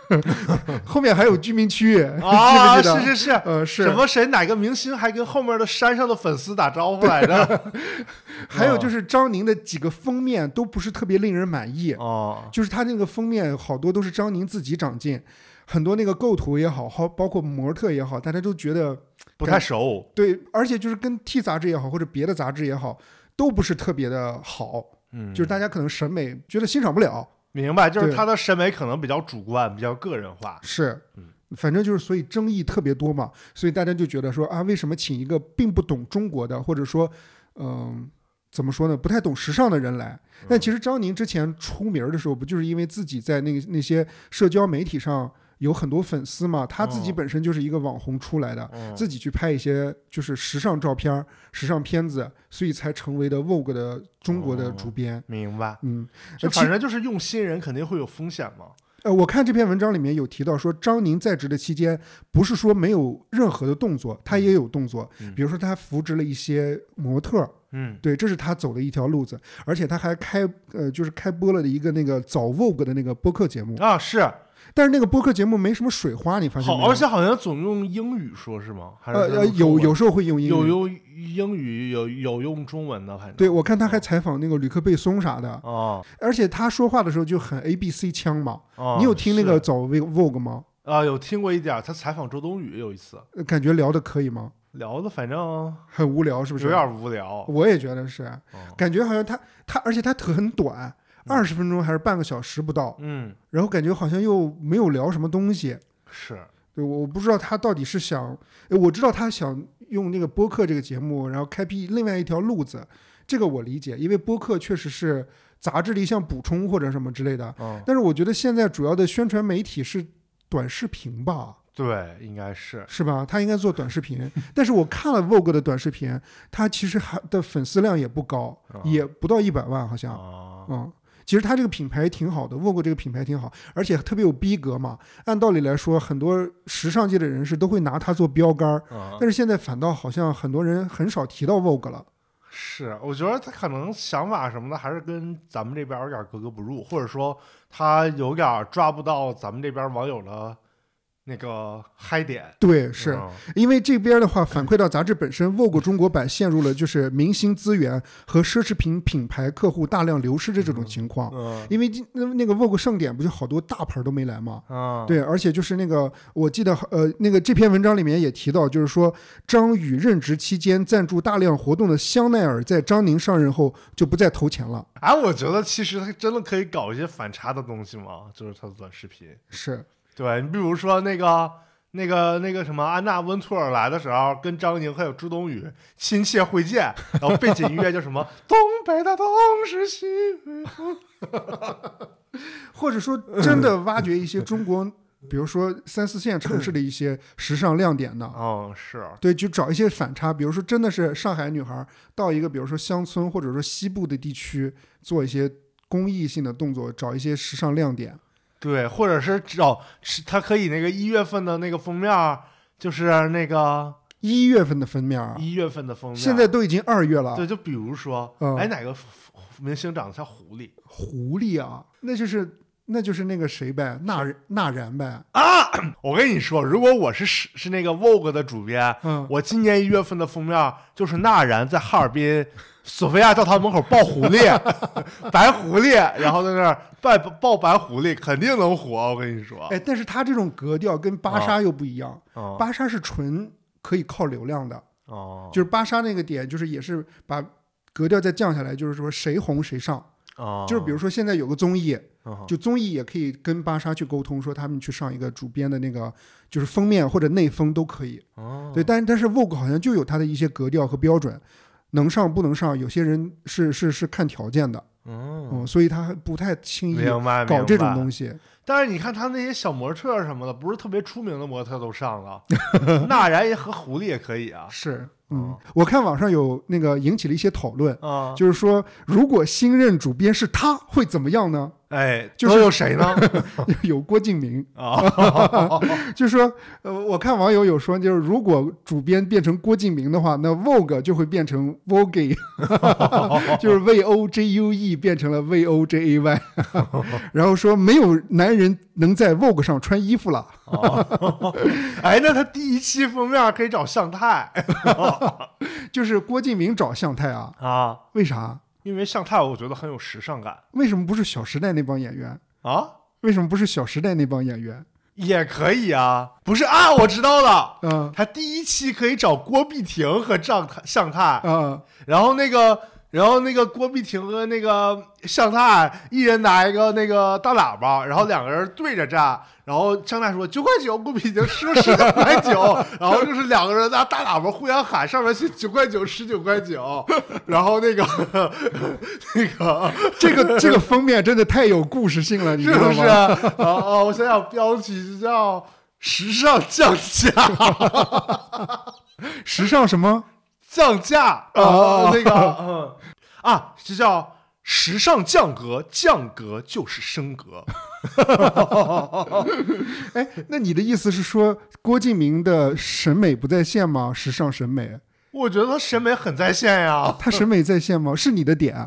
[SPEAKER 1] 后面还有居民区，
[SPEAKER 2] 啊，
[SPEAKER 1] 记不记得？
[SPEAKER 2] 是是是。
[SPEAKER 1] 呃，
[SPEAKER 2] 什
[SPEAKER 1] 是，
[SPEAKER 2] 么谁哪个明星还跟后面的山上的粉丝打招呼来着？
[SPEAKER 1] 还有
[SPEAKER 2] 哦
[SPEAKER 1] 就是张宁的几个封面都不是特别令人满意，
[SPEAKER 2] 哦，
[SPEAKER 1] 就是他那个封面好多都是张宁自己长进，很多那个构图也好，好包括模特也好，大家都觉得
[SPEAKER 2] 不太熟。
[SPEAKER 1] 对，而且就是跟 T 杂志也好，或者别的杂志也好，都不是特别的好，
[SPEAKER 2] 嗯，
[SPEAKER 1] 就是大家可能审美觉得欣赏不了，
[SPEAKER 2] 明白，就是
[SPEAKER 1] 对
[SPEAKER 2] 他的审美可能比较主观，比较个人化。
[SPEAKER 1] 是
[SPEAKER 2] 嗯，
[SPEAKER 1] 反正就是所以争议特别多嘛，所以大家就觉得说啊，为什么请一个并不懂中国的，或者说，嗯、怎么说呢，不太懂时尚的人来？
[SPEAKER 2] 嗯
[SPEAKER 1] 但其实张宁之前出名儿的时候，不就是因为自己在那个那些社交媒体上有很多粉丝嘛？他自己
[SPEAKER 2] 哦
[SPEAKER 1] 本身就是一个网红出来的，
[SPEAKER 2] 嗯
[SPEAKER 1] 自己去拍一些就是时尚照片儿、时尚片子，所以才成为的 Vogue 的中国
[SPEAKER 2] 哦
[SPEAKER 1] 的主编。
[SPEAKER 2] 明白，
[SPEAKER 1] 嗯，
[SPEAKER 2] 就
[SPEAKER 1] 其
[SPEAKER 2] 反正就是用新人肯定会有风险嘛。
[SPEAKER 1] 呃，我看这篇文章里面有提到说，张宁在职的期间，不是说没有任何的动作，他也有动作，
[SPEAKER 2] 嗯
[SPEAKER 1] 比如说他扶植了一些模特儿，
[SPEAKER 2] 嗯，
[SPEAKER 1] 对，这是他走的一条路子，而且他还开呃，就是开播了一个那个早 Vogue 的那个播客节目，
[SPEAKER 2] 啊是，
[SPEAKER 1] 但是那个播客节目没什么水花，你发现
[SPEAKER 2] 好，
[SPEAKER 1] 没有？
[SPEAKER 2] 而且好像总用英语说是吗？还是
[SPEAKER 1] 呃呃，
[SPEAKER 2] 用中
[SPEAKER 1] 有
[SPEAKER 2] 文
[SPEAKER 1] 有时候会用英语，
[SPEAKER 2] 有用英语，有有用中文的，反正
[SPEAKER 1] 对我看他还采访那个吕克贝松啥的，
[SPEAKER 2] 哦
[SPEAKER 1] 而且他说话的时候就很 A B C 腔嘛，
[SPEAKER 2] 哦，
[SPEAKER 1] 你有听那
[SPEAKER 2] 是
[SPEAKER 1] 个早 Vogue 吗？
[SPEAKER 2] 啊、有听过一点儿，他采访周冬雨有一次
[SPEAKER 1] 呃感觉聊的可以吗？
[SPEAKER 2] 聊的，反正
[SPEAKER 1] 很无聊，是不是？
[SPEAKER 2] 有点儿无聊。
[SPEAKER 1] 我也觉得是，
[SPEAKER 2] 哦
[SPEAKER 1] 感觉好像他他，而且他腿很短，二十分钟还是半个小时不到，
[SPEAKER 2] 嗯，
[SPEAKER 1] 然后感觉好像又没有聊什么东西。
[SPEAKER 2] 是
[SPEAKER 1] 对，我我不知道他到底是想，呃我知道他想用那个播客这个节目，然后开辟另外一条路子，这个我理解，因为播客确实是杂志的一项补充或者什么之类的。
[SPEAKER 2] 嗯，
[SPEAKER 1] 但是我觉得现在主要的宣传媒体是短视频吧，
[SPEAKER 2] 对，应该是
[SPEAKER 1] 是吧？他应该做短视频，但是我看了 Vogue 的短视频，他其实还的粉丝量也不高，
[SPEAKER 2] 啊
[SPEAKER 1] 也不到一百万，好像。
[SPEAKER 2] 啊，
[SPEAKER 1] 嗯，其实它这个品牌挺好的，Vogue 这个品牌挺好，而且特别有逼格嘛。按道理来说，很多时尚界的人士都会拿它做标杆儿，
[SPEAKER 2] 嗯
[SPEAKER 1] 但是现在反倒好像很多人很少提到 Vogue 了。
[SPEAKER 2] 是，我觉得他可能想法什么的还是跟咱们这边儿有点儿格格不入，或者说他有点儿抓不到咱们这边儿网友的那个嗨点，
[SPEAKER 1] 对，是
[SPEAKER 2] 嗯
[SPEAKER 1] 因为这边的话反馈到杂志本身，《Vogue》中国版陷入了就是明星资源和奢侈品品牌客户大量流失的这种情况。
[SPEAKER 2] 嗯
[SPEAKER 1] 因为今那那个 Vogue 盛典不就好多大牌都没来吗？
[SPEAKER 2] 啊，
[SPEAKER 1] 对，而且就是那个，我记得呃，那个这篇文章里面也提到，就是说张宇任职期间赞助大量活动的香奈儿，在张宁上任后就不再投钱了。
[SPEAKER 2] 哎、我觉得其实他真的可以搞一些反差的东西嘛，就是他的短视频。
[SPEAKER 1] 是，
[SPEAKER 2] 对你比如说那个那个那个什么安娜温图尔来的时候，跟张宁还有朱冬雨亲切会见，然后背景音乐叫什么？东北的东是西北风。
[SPEAKER 1] 或者说真的挖掘一些
[SPEAKER 2] 嗯
[SPEAKER 1] 中国，比如说三四线城市的一些时尚亮点呢。
[SPEAKER 2] 嗯，是，
[SPEAKER 1] 对，就找一些反差，比如说真的是上海女孩儿到一个比如说乡村或者说西部的地区做一些公益性的动作，找一些时尚亮点。
[SPEAKER 2] 对，或者是找是他可以那个一月份的那个封面儿，就是那个
[SPEAKER 1] 一月份的封面儿，啊
[SPEAKER 2] 一月份的封面儿。
[SPEAKER 1] 现在都已经二月了，
[SPEAKER 2] 对，就比如说，
[SPEAKER 1] 嗯
[SPEAKER 2] 哎，哪个明星长得像狐狸？
[SPEAKER 1] 狐狸啊，那就是那就是那个谁呗，纳纳然呗，
[SPEAKER 2] 我跟你说，如果我是是是那个 Vogue 的主编，
[SPEAKER 1] 嗯，
[SPEAKER 2] 我今年一月份的封面就是纳然在哈尔滨索菲亚教堂门口抱狐狸， 白狐狸，然后在那儿抱抱白狐狸，肯定能火。我跟你说，
[SPEAKER 1] 哎，但是他这种格调跟芭莎又不一样，
[SPEAKER 2] 哦
[SPEAKER 1] 芭莎是纯可以靠流量的，
[SPEAKER 2] 哦
[SPEAKER 1] 就是芭莎那个点就是也是把格调再降下来，就是说谁红谁上，
[SPEAKER 2] 哦
[SPEAKER 1] 就是比如说现在有个综艺。
[SPEAKER 2] 哦
[SPEAKER 1] 就综艺也可以跟芭莎去沟通，说他们去上一个主编的那个，就是封面或者内封都可以。
[SPEAKER 2] 哦
[SPEAKER 1] 对，但但是 Vogue 好像就有它的一些格调和标准，能上不能上，有些人是是是看条件的，
[SPEAKER 2] 嗯，
[SPEAKER 1] 嗯，所以他不太轻易
[SPEAKER 2] 明白
[SPEAKER 1] 搞这种
[SPEAKER 2] 西。
[SPEAKER 1] 东西。
[SPEAKER 2] 但是你看他那些小模特什么的，不是特别出名的模特都上 了，纳然也和狐狸也可以啊。
[SPEAKER 1] 是，嗯
[SPEAKER 2] 哦，
[SPEAKER 1] 我看网上有那个引起了一些讨论，
[SPEAKER 2] 啊，
[SPEAKER 1] 就是说如果新任主编是他会怎么样呢？
[SPEAKER 2] 哎，
[SPEAKER 1] 就是
[SPEAKER 2] 都有谁呢？
[SPEAKER 1] 有郭敬明，
[SPEAKER 2] 啊，
[SPEAKER 1] 就是说，呃，我看网友有说，就是如果主编变成郭敬明的话，那 Vogue 就会变成 Vogue，就是 V O J U E 变成了 V O J A Y，然后说没有男人能在 Vogue 上穿衣服了。
[SPEAKER 2] 哎，那他第一期封面可以找向太
[SPEAKER 1] 就是郭敬明找向太啊？
[SPEAKER 2] 啊，
[SPEAKER 1] 为啥？
[SPEAKER 2] 因为向太我觉得很有时尚感
[SPEAKER 1] 为什么不是《小时代》那帮演员？
[SPEAKER 2] 啊，
[SPEAKER 1] 为什么不是《小时代》那帮演员？
[SPEAKER 2] 也可以啊。不是啊，我知道了，
[SPEAKER 1] 啊
[SPEAKER 2] 他第一期可以找郭碧婷和向太向
[SPEAKER 1] 啊、
[SPEAKER 2] 太，然后那个。然后那个郭碧婷和那个向太，一人拿一个那个大喇叭，然后两个人对着站，然后向太说九块九，郭碧婷说十九块九，然后就是两个人拿大喇叭互相喊，上面写九块九十九块九，然后那个那个
[SPEAKER 1] 这个这个封面真的太有故事性了，你知
[SPEAKER 2] 是
[SPEAKER 1] 道
[SPEAKER 2] 不
[SPEAKER 1] 吗？
[SPEAKER 2] 是？啊啊！我想想，标题叫“时尚降价
[SPEAKER 1] 时尚什么？”，
[SPEAKER 2] 降价
[SPEAKER 1] 哦
[SPEAKER 2] 啊，那个嗯啊，这叫“时尚降格”，降格就是升格。
[SPEAKER 1] 哎，那你的意思是说郭敬明的审美不在线吗？时尚审美，
[SPEAKER 2] 我觉得他审美很在线呀，
[SPEAKER 1] 他审美在线吗？是你的点，啊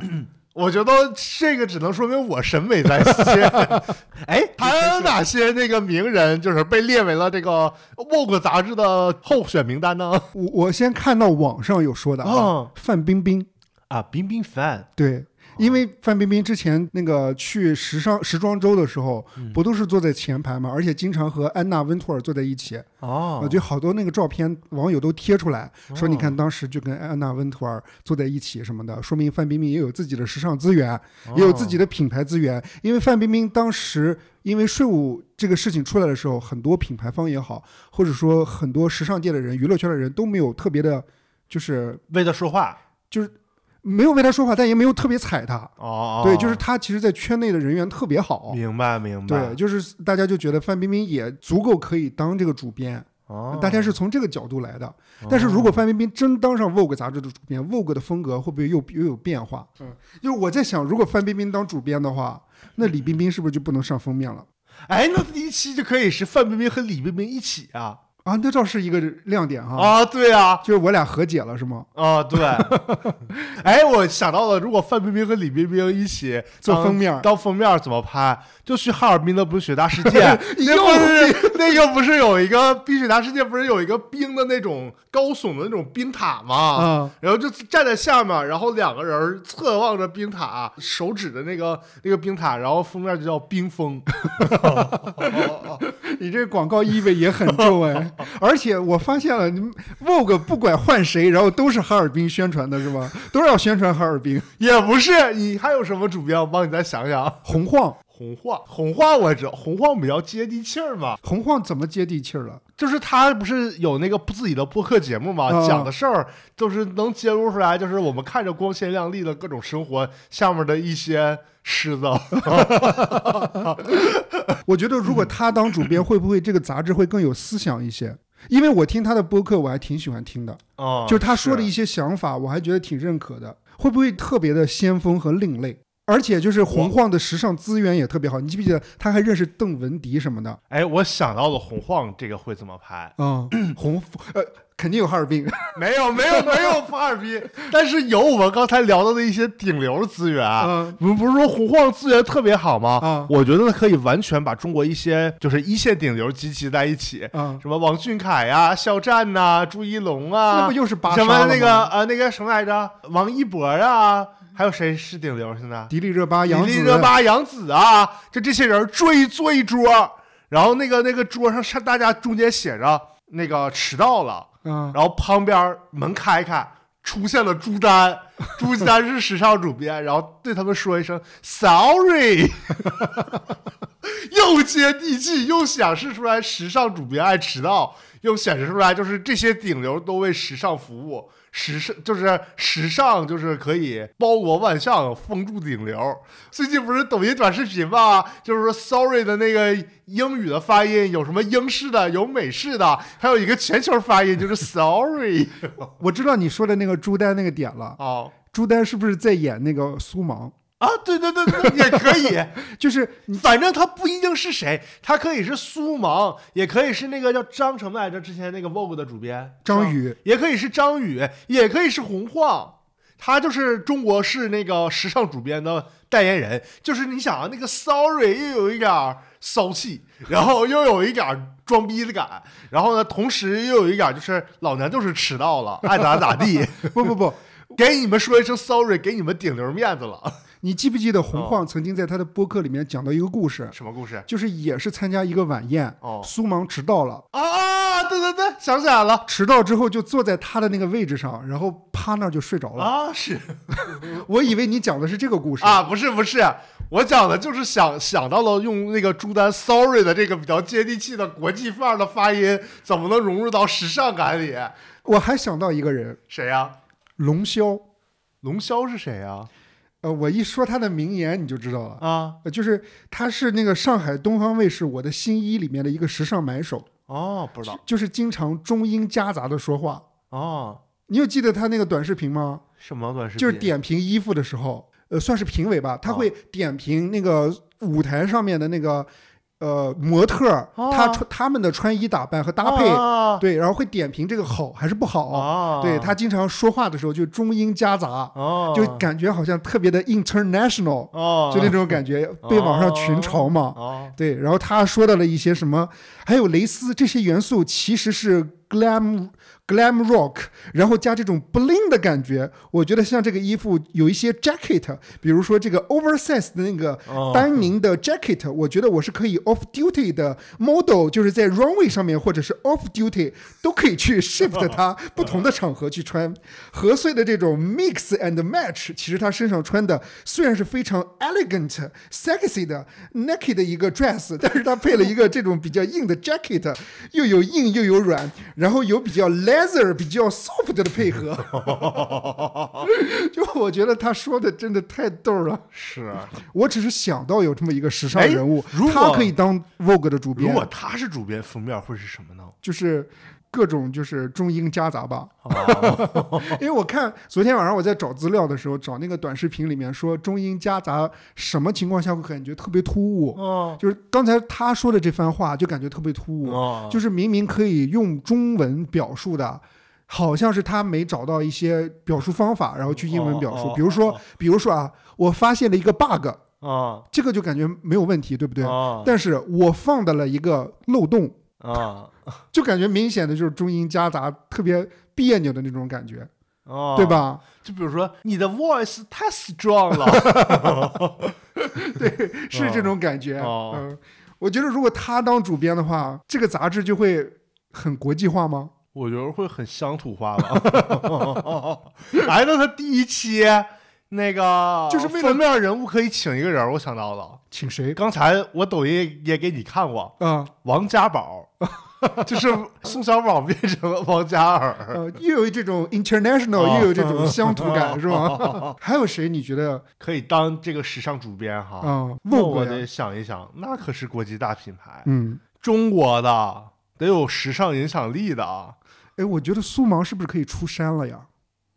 [SPEAKER 2] 我觉得这个只能说明我审美在线。 哎，还有哪些那个名人就是被列为了这个《Vogue》杂志的候选名单呢？
[SPEAKER 1] 我我先看到网上有说的啊，
[SPEAKER 2] 哦
[SPEAKER 1] 范冰冰，
[SPEAKER 2] 啊，冰冰 fan
[SPEAKER 1] 对。因为范冰冰之前那个去时尚时装周的时候，
[SPEAKER 2] 嗯
[SPEAKER 1] 不都是坐在前排嘛，而且经常和安娜温图尔坐在一起。
[SPEAKER 2] 哦
[SPEAKER 1] 我觉得啊好多那个照片，网友都贴出来说，你看当时就跟安娜温图尔坐在一起什么的，说明范冰冰也有自己的时尚资源，
[SPEAKER 2] 哦
[SPEAKER 1] 也有自己的品牌资源。因为范冰冰当时因为税务这个事情出来的时候，很多品牌方也好，或者说很多时尚界的人、娱乐圈的人都没有特别的，就是
[SPEAKER 2] 为他说话
[SPEAKER 1] 没有为他说话，但也没有特别踩他。
[SPEAKER 2] 哦，哦
[SPEAKER 1] 对，就是他其实，在圈内的人缘特别好。
[SPEAKER 2] 明白明白，
[SPEAKER 1] 对，就是大家就觉得范冰冰也足够可以当这个主编，
[SPEAKER 2] 哦，
[SPEAKER 1] 大家是从这个角度来的。但是如果范冰冰真当上 Vogue 杂志的主编，Vogue 的风格会不会又又有变化？嗯，就是我在想，如果范冰冰当主编的话，那李冰冰是不是就不能上封面了？
[SPEAKER 2] 哎，那第一期就可以是范冰冰和李冰冰一起啊，
[SPEAKER 1] 啊，那倒是一个亮点哈。
[SPEAKER 2] 啊，对啊，
[SPEAKER 1] 就是我俩和解了是吗？
[SPEAKER 2] 啊，对。 哎，我想到了，如果范冰冰和李冰冰一起
[SPEAKER 1] 做
[SPEAKER 2] 当
[SPEAKER 1] 封面儿
[SPEAKER 2] 当封面儿怎么拍？就去哈尔滨的冰雪大世界，那
[SPEAKER 1] 又
[SPEAKER 2] 不是 那个不是有一个冰雪大世界，不是有一个冰的那种高耸的那种冰塔吗？
[SPEAKER 1] 啊，
[SPEAKER 2] 然后就站在下面，然后两个人侧望着冰塔，手指着那个那个冰塔，然后封面就叫冰封。
[SPEAKER 1] 你这广告意味也很重 哎。而且我发现了，你们 Vogue 不管换谁，然后都是哈尔滨宣传的是吗？都是要宣传哈尔滨。
[SPEAKER 2] 也不是，你还有什么主编？我帮你再想想。
[SPEAKER 1] 洪晃，
[SPEAKER 2] 红晃，红晃我知道，红晃比较接地气儿嘛，
[SPEAKER 1] 洪晃怎么接地气儿了？
[SPEAKER 2] 就是他不是有那个自己的播客节目嘛，
[SPEAKER 1] 啊
[SPEAKER 2] 讲的事儿就是能揭露出来，就是我们看着光鲜亮丽的各种生活下面的一些狮子。
[SPEAKER 1] 我觉得如果
[SPEAKER 2] 嗯
[SPEAKER 1] 他当主编，会不会这个杂志会更有思想一些？因为我听他的播客，我还挺喜欢听的，
[SPEAKER 2] 啊，
[SPEAKER 1] 哦就是他说的一些想法，我还觉得挺认可的。会不会特别的先锋和另类？而且就是洪晃的时尚资源也特别好，你记不记得他还认识邓文迪什么的？
[SPEAKER 2] 哎，我想到了红晃这个会怎么拍？
[SPEAKER 1] 啊、 洪呃，肯定有哈尔 滨。
[SPEAKER 2] 没有，没有，没有哈尔滨，但是有我们刚才聊到的一些顶流资源。
[SPEAKER 1] 嗯
[SPEAKER 2] 我们不是说红晃资源特别好吗？
[SPEAKER 1] 啊
[SPEAKER 2] 我觉得可以完全把中国一些就是一线顶流集齐在一起，
[SPEAKER 1] 啊，
[SPEAKER 2] 什么王俊凯呀、肖战呐、朱一龙啊，
[SPEAKER 1] 那不又是巴
[SPEAKER 2] 什
[SPEAKER 1] 沙
[SPEAKER 2] 么
[SPEAKER 1] 了吗
[SPEAKER 2] 那个呃那个什么来着，王一博啊，还有谁是顶流现在？
[SPEAKER 1] 迪丽热巴、杨
[SPEAKER 2] 迪丽
[SPEAKER 1] 紫
[SPEAKER 2] 热巴、杨紫啊，就这些人坐一坐一桌，然后那个那个桌上上大家中间写着那个迟到了。
[SPEAKER 1] 啊，
[SPEAKER 2] 然后旁边门开开，出现了朱丹，朱丹是时尚主编，然后对他们说一声 “sorry”，又接地气，又显示出来时尚主编爱迟到，又显示出来就是这些顶流都为时尚服务，时尚就是时尚就是可以包罗万象，封住顶流。最近不是抖音短视频嘛， 就是说 “sorry” 的那个英语的发音有什么英式的，有美式的，还有一个全球发音就是 “sorry”
[SPEAKER 1] 我知道你说的那个朱丹那个点了。
[SPEAKER 2] 哦。
[SPEAKER 1] 朱丹是不是在演那个苏芒？
[SPEAKER 2] 啊，对对对对，也可以，
[SPEAKER 1] 就是
[SPEAKER 2] 反正他不一定是谁，他可以是苏芒，也可以是那个叫张什么来着，之前那个 Vogue 的主编
[SPEAKER 1] 张，宇
[SPEAKER 2] 也可以是张宇，也可以是洪晃，他就是中国式那个时尚主编的代言人。就是你想啊，那个 Sorry 又有一点儿骚气，然后又有一点儿装逼的感，然后呢，同时又有一点儿就是老娘就是迟到了，爱咋咋地，
[SPEAKER 1] 不不不，
[SPEAKER 2] 给你们说一声 Sorry，给你们顶流面子了。
[SPEAKER 1] 你记不记得
[SPEAKER 2] 哦
[SPEAKER 1] 洪晃曾经在他的播客里面讲到一个故事，
[SPEAKER 2] 什么故事？
[SPEAKER 1] 就是也是参加一个晚宴，
[SPEAKER 2] 哦
[SPEAKER 1] 苏芒迟到了，
[SPEAKER 2] 啊，对对对，想起来了
[SPEAKER 1] 迟到之后就坐在他的那个位置上，然后趴那儿就睡着了。
[SPEAKER 2] 啊，是
[SPEAKER 1] 我以为你讲的是这个故事，
[SPEAKER 2] 啊，不是不是，我讲的就是想想到了用那个朱丹 “sorry” 的这个比较接地气的国际范儿的发音，怎么能融入到时尚感里？
[SPEAKER 1] 我还想到一个人，
[SPEAKER 2] 谁啊呀、
[SPEAKER 1] 龙骁。
[SPEAKER 2] 龙骁是谁啊呀、
[SPEAKER 1] 呃，我一说他的名言你就知道了。
[SPEAKER 2] 啊？
[SPEAKER 1] 呃就是他是那个上海东方卫视《我的新衣》里面的一个时尚买手，
[SPEAKER 2] 哦，不知道
[SPEAKER 1] 就是经常中英夹杂的说话。
[SPEAKER 2] 哦，
[SPEAKER 1] 你有记得他那个短视频吗？
[SPEAKER 2] 什么短视频？哦
[SPEAKER 1] 就是点评衣服的时候，呃，算是评委吧，他会点评那个舞台上面的那个呃模特儿，
[SPEAKER 2] 哦
[SPEAKER 1] 他穿他们的穿衣打扮和搭配，
[SPEAKER 2] 啊
[SPEAKER 1] 对，然后会点评这个好还是不好。
[SPEAKER 2] 啊
[SPEAKER 1] 对他经常说话的时候就中英夹杂，
[SPEAKER 2] 哦，
[SPEAKER 1] 就感觉好像特别的 international，、
[SPEAKER 2] 哦，
[SPEAKER 1] 就那种感觉，被网上群嘲嘛。
[SPEAKER 2] 哦
[SPEAKER 1] 对，然后他说到了一些什么，还有蕾丝这些元素其实是 glam glam rock，然后加这种 bling 的感觉。我觉得像这个衣服有一些 jacket，比如说这个 oversize 的那个
[SPEAKER 2] 哦
[SPEAKER 1] 丹宁的 jacket，、我觉得我是可以 off duty 的 model，就是在 runway 上面或者是 off duty 都可以去 shift 它不同的场合去穿。何穗的这种 mix and match，其实她身上穿的虽然是非常 elegant、sexy 的 naked 的一个 dress，但是她配了一个这种比较硬的 jacket，又有硬又有软，然后有比较 leather、比较 soft 的配合。 就我觉得她说的真的太逗了。
[SPEAKER 2] 是。
[SPEAKER 1] 我只是想到有这么一个时尚
[SPEAKER 2] 哎
[SPEAKER 1] 人物
[SPEAKER 2] 如，果
[SPEAKER 1] 他可以当 Vogue 的主编，
[SPEAKER 2] 如果他是主编，封面会是什么呢？
[SPEAKER 1] 就是各种就是中英夹杂吧。
[SPEAKER 2] 哦
[SPEAKER 1] 因为我看昨天晚上我在找资料的时候，找那个短视频里面说中英夹杂什么情况下会感觉特别突兀，
[SPEAKER 2] 哦
[SPEAKER 1] 就是刚才他说的这番话就感觉特别突兀。
[SPEAKER 2] 哦，
[SPEAKER 1] 就是明明可以用中文表述的，好像是他没找到一些表述方法，然后去英文表述。
[SPEAKER 2] 哦
[SPEAKER 1] 比如说
[SPEAKER 2] 哦，
[SPEAKER 1] 比如说啊，我发现了一个 bug，
[SPEAKER 2] 啊
[SPEAKER 1] 这个就感觉没有问题，对不对？
[SPEAKER 2] 啊
[SPEAKER 1] 但是我放的了一个漏洞，
[SPEAKER 2] 啊
[SPEAKER 1] 就感觉明显的就是中英夹杂，特别别扭的那种感觉，
[SPEAKER 2] 啊，
[SPEAKER 1] 对？吧？
[SPEAKER 2] 就比如说你的 voice 太 strong 了，
[SPEAKER 1] 是这种感觉。
[SPEAKER 2] 哦
[SPEAKER 1] 嗯，我觉得如果他当主编的话，这个杂志就会很国际化吗？
[SPEAKER 2] 我觉得会很乡土化吧。 哎，那他第一期那个
[SPEAKER 1] 就是为了
[SPEAKER 2] 封面人物可以请一个人儿，我想到了，
[SPEAKER 1] 请谁？
[SPEAKER 2] 刚才我抖音也给你看过，
[SPEAKER 1] 啊、
[SPEAKER 2] 王 家宝，就是宋小宝变成了王嘉尔。
[SPEAKER 1] 呃，又有这种 international，、
[SPEAKER 2] 哦
[SPEAKER 1] 又有这种乡土 感，是吧？还有谁你觉得
[SPEAKER 2] 可以当这个时尚主编哈。
[SPEAKER 1] 啊？
[SPEAKER 2] 哦那
[SPEAKER 1] 问
[SPEAKER 2] 我
[SPEAKER 1] 过
[SPEAKER 2] 得
[SPEAKER 1] 呀？
[SPEAKER 2] 想一想，那可是国际大品牌，
[SPEAKER 1] 嗯，
[SPEAKER 2] 中国的得有时尚影响力的，啊，
[SPEAKER 1] 哎，我觉得苏芒是不是可以出山了呀？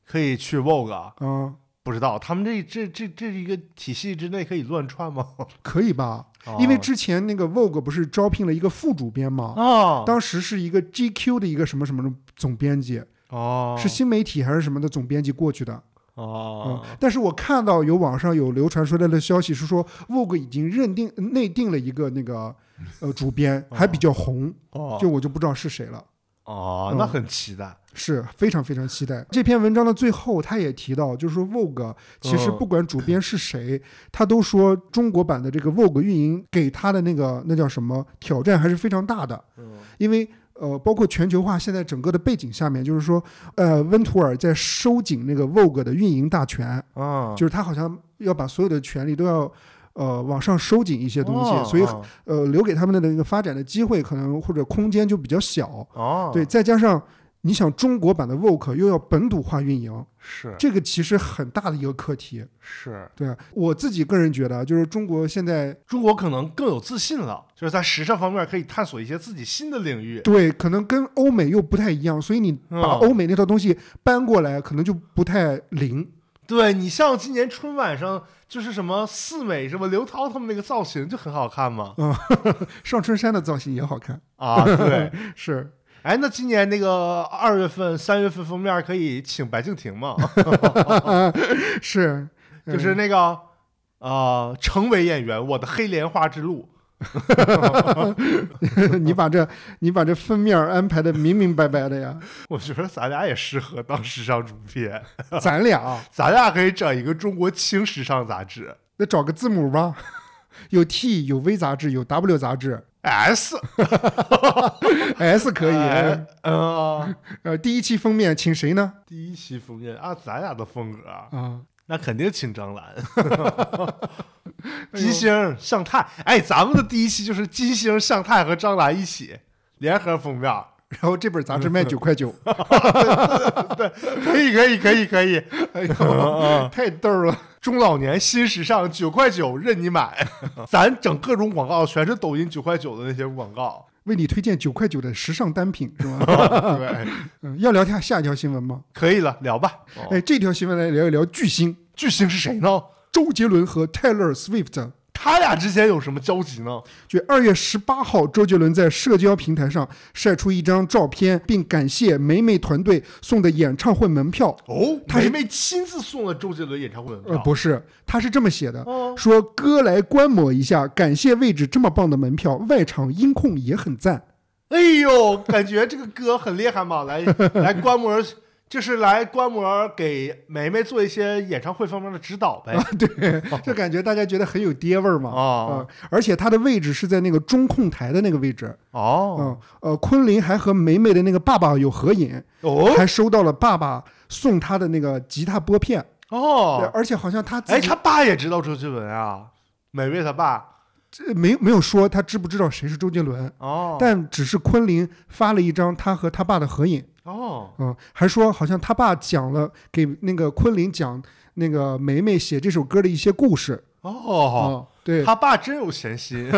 [SPEAKER 2] 可以去 Vogue。
[SPEAKER 1] 啊、
[SPEAKER 2] 不知道他们这这这这一个体系之内可以乱串吗？
[SPEAKER 1] 可以吧？
[SPEAKER 2] 哦
[SPEAKER 1] 因为之前那个 Vogue 不是招聘了一个副主编吗？
[SPEAKER 2] 啊，
[SPEAKER 1] 当时是一个 GQ 的一个什么什么的总编辑，
[SPEAKER 2] 哦
[SPEAKER 1] 是新媒体还是什么的总编辑过去的。嗯
[SPEAKER 2] 哦，
[SPEAKER 1] 但是我看到有网上有流传出来的消息是说，Vogue 已经认定内定了一个那 个呃主编，还比较红，
[SPEAKER 2] 哦
[SPEAKER 1] 就我就不知道是谁了。
[SPEAKER 2] 哦
[SPEAKER 1] 嗯，
[SPEAKER 2] 那很期待。
[SPEAKER 1] 是非常非常期待这篇文章的最后，他也提到，就是说 Vogue 其实
[SPEAKER 2] 嗯
[SPEAKER 1] 不管主编是谁，他都说中国版的这个 Vogue 运营给他的那个那叫什么挑战还是非常大的，
[SPEAKER 2] 嗯
[SPEAKER 1] 因为呃，包括全球化现在整个的背景下面，就是说呃，温图尔在收紧那个 Vogue 的运营大权，
[SPEAKER 2] 啊，
[SPEAKER 1] 就是他好像要把所有的权利都要。呃，往上收紧一些东西，
[SPEAKER 2] 哦
[SPEAKER 1] 所以
[SPEAKER 2] 哦
[SPEAKER 1] 呃，留给他们的那个发展的机会可能或者空间就比较小。
[SPEAKER 2] 哦，
[SPEAKER 1] 对，再加上你想中国版的 Vogue 又要本土化运营，
[SPEAKER 2] 是
[SPEAKER 1] 这个其实很大的一个课题。
[SPEAKER 2] 是，
[SPEAKER 1] 对啊我自己个人觉得，啊就是中国现在
[SPEAKER 2] 中国可能更有自信了，就是在时尚方面可以探索一些自己新的领域。
[SPEAKER 1] 对可能跟欧美又不太一样，所以你
[SPEAKER 2] 嗯
[SPEAKER 1] 把欧美那套东西搬过来，可能就不太灵。
[SPEAKER 2] 对你像今年春晚上就是什么四美什么刘涛他们那个造型就很好看嘛
[SPEAKER 1] 上春山的造型也好 看，
[SPEAKER 2] 啊 对，
[SPEAKER 1] 是
[SPEAKER 2] 哎那今年那个二月份三月份封面可以请白敬亭嘛，
[SPEAKER 1] 是，嗯
[SPEAKER 2] 就是那个啊、呃成为演员我的黑莲花之路
[SPEAKER 1] 你把这你把这封面安排的明明白白的 呀，
[SPEAKER 2] 我觉得咱俩也适合当时尚主编，
[SPEAKER 1] 咱俩
[SPEAKER 2] 咱俩可以整一个中国轻时尚杂志
[SPEAKER 1] 那找个字母吧， 有 T 有 V 杂志有 W 杂志
[SPEAKER 2] S
[SPEAKER 1] S 可以，
[SPEAKER 2] 哎呃
[SPEAKER 1] 呃，第一期封面请谁呢？
[SPEAKER 2] 第一期封面按咱俩的风格啊，
[SPEAKER 1] 啊，
[SPEAKER 2] 那肯定请张 兰。
[SPEAKER 1] 哎
[SPEAKER 2] 金星、向太，哎，咱们的第一期就是金星、向太和张兰一起联合封面，
[SPEAKER 1] 然后这本杂志卖九块 九，
[SPEAKER 2] 可以，可以，可以，可以。
[SPEAKER 1] 哎 呦，太逗了！
[SPEAKER 2] 中老年新时尚，九块九任你买。 咱整各种广告，全是抖音九块九的那些广告。
[SPEAKER 1] 为你推荐九块九的时尚单品是 吗？
[SPEAKER 2] 对，
[SPEAKER 1] 嗯，要聊一下下一条新闻吗？
[SPEAKER 2] 可以了，聊吧。哦
[SPEAKER 1] 哎，这条新闻来聊一聊巨星
[SPEAKER 2] 巨星是谁呢？
[SPEAKER 1] 周杰伦和 Taylor Swift。
[SPEAKER 2] 他俩之间有什么交集呢？
[SPEAKER 1] 就二月十八号，周杰伦在社交平台上晒出一张照片，并感谢梅梅团队送的演唱会门票。
[SPEAKER 2] 哦，
[SPEAKER 1] 他
[SPEAKER 2] 他
[SPEAKER 1] 是
[SPEAKER 2] 梅梅亲自送了周杰伦演唱会门
[SPEAKER 1] 呃，
[SPEAKER 2] 票。
[SPEAKER 1] 不是，他是这么写的，
[SPEAKER 2] 哦
[SPEAKER 1] 说哥来观摩一下，感谢位置这么棒的门票，外场音控也很赞。
[SPEAKER 2] 哎呦，感觉这个歌很厉害 嘛，来来观摩，就是来观摩给梅梅做一些演唱会方面的指导 呗。
[SPEAKER 1] 就感觉大家觉得很有爹味儿嘛。
[SPEAKER 2] 哦
[SPEAKER 1] 呃而且他的位置是在那个中控台的那个位置。
[SPEAKER 2] 哦
[SPEAKER 1] 嗯，呃，昆凌还和梅梅的那个爸爸有合影，
[SPEAKER 2] 哦
[SPEAKER 1] 还收到了爸爸送他的那个吉他拨片。对
[SPEAKER 2] 哦，
[SPEAKER 1] 而且好像他自
[SPEAKER 2] 哎，
[SPEAKER 1] 己
[SPEAKER 2] 他爸也知道周杰伦啊，梅梅他爸
[SPEAKER 1] 这没没有说他知不知道谁是周杰伦，
[SPEAKER 2] 哦
[SPEAKER 1] 但只是昆凌发了一张他和他爸的合影。
[SPEAKER 2] 哦
[SPEAKER 1] 嗯，还说好像他爸讲了给那个昆凌讲那个梅梅写这首歌的一些故事。
[SPEAKER 2] 哦，
[SPEAKER 1] 嗯对，
[SPEAKER 2] 他爸真有闲心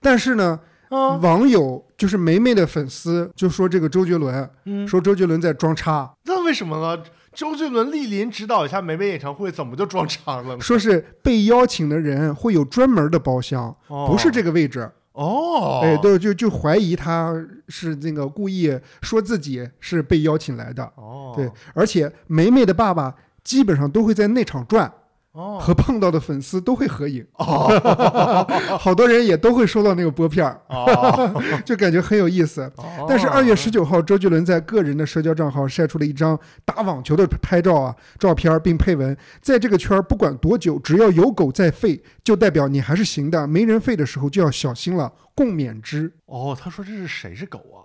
[SPEAKER 1] 但是呢，
[SPEAKER 2] 啊，
[SPEAKER 1] 网友就是梅梅的粉丝就说这个周杰伦，
[SPEAKER 2] 嗯，
[SPEAKER 1] 说周杰伦在装叉，
[SPEAKER 2] 那为什么呢？周杰伦莅临指导一下梅梅演唱会，怎么就撞场了呢？
[SPEAKER 1] 说是被邀请的人会有专门的包厢，
[SPEAKER 2] 哦
[SPEAKER 1] 不是这个位置，
[SPEAKER 2] 哦，
[SPEAKER 1] 哎，都就就怀疑他是那个故意说自己是被邀请来的，
[SPEAKER 2] 哦，
[SPEAKER 1] 对，而且梅梅的爸爸基本上都会在那场转，
[SPEAKER 2] 哦，
[SPEAKER 1] 和碰到的粉丝都会合影， 好多人也都会收到那个拨片儿，
[SPEAKER 2] 哦，
[SPEAKER 1] 就感觉很有意思。 但是二月十九号，周杰伦在个人的社交账号晒出了一张打网球的拍照啊照片儿，并配文：在这个圈儿，不管多久，只要有狗在吠，就代表你还是行的；没人吠的时候，就要小心了，共勉之。
[SPEAKER 2] 哦，他说这是谁是狗啊？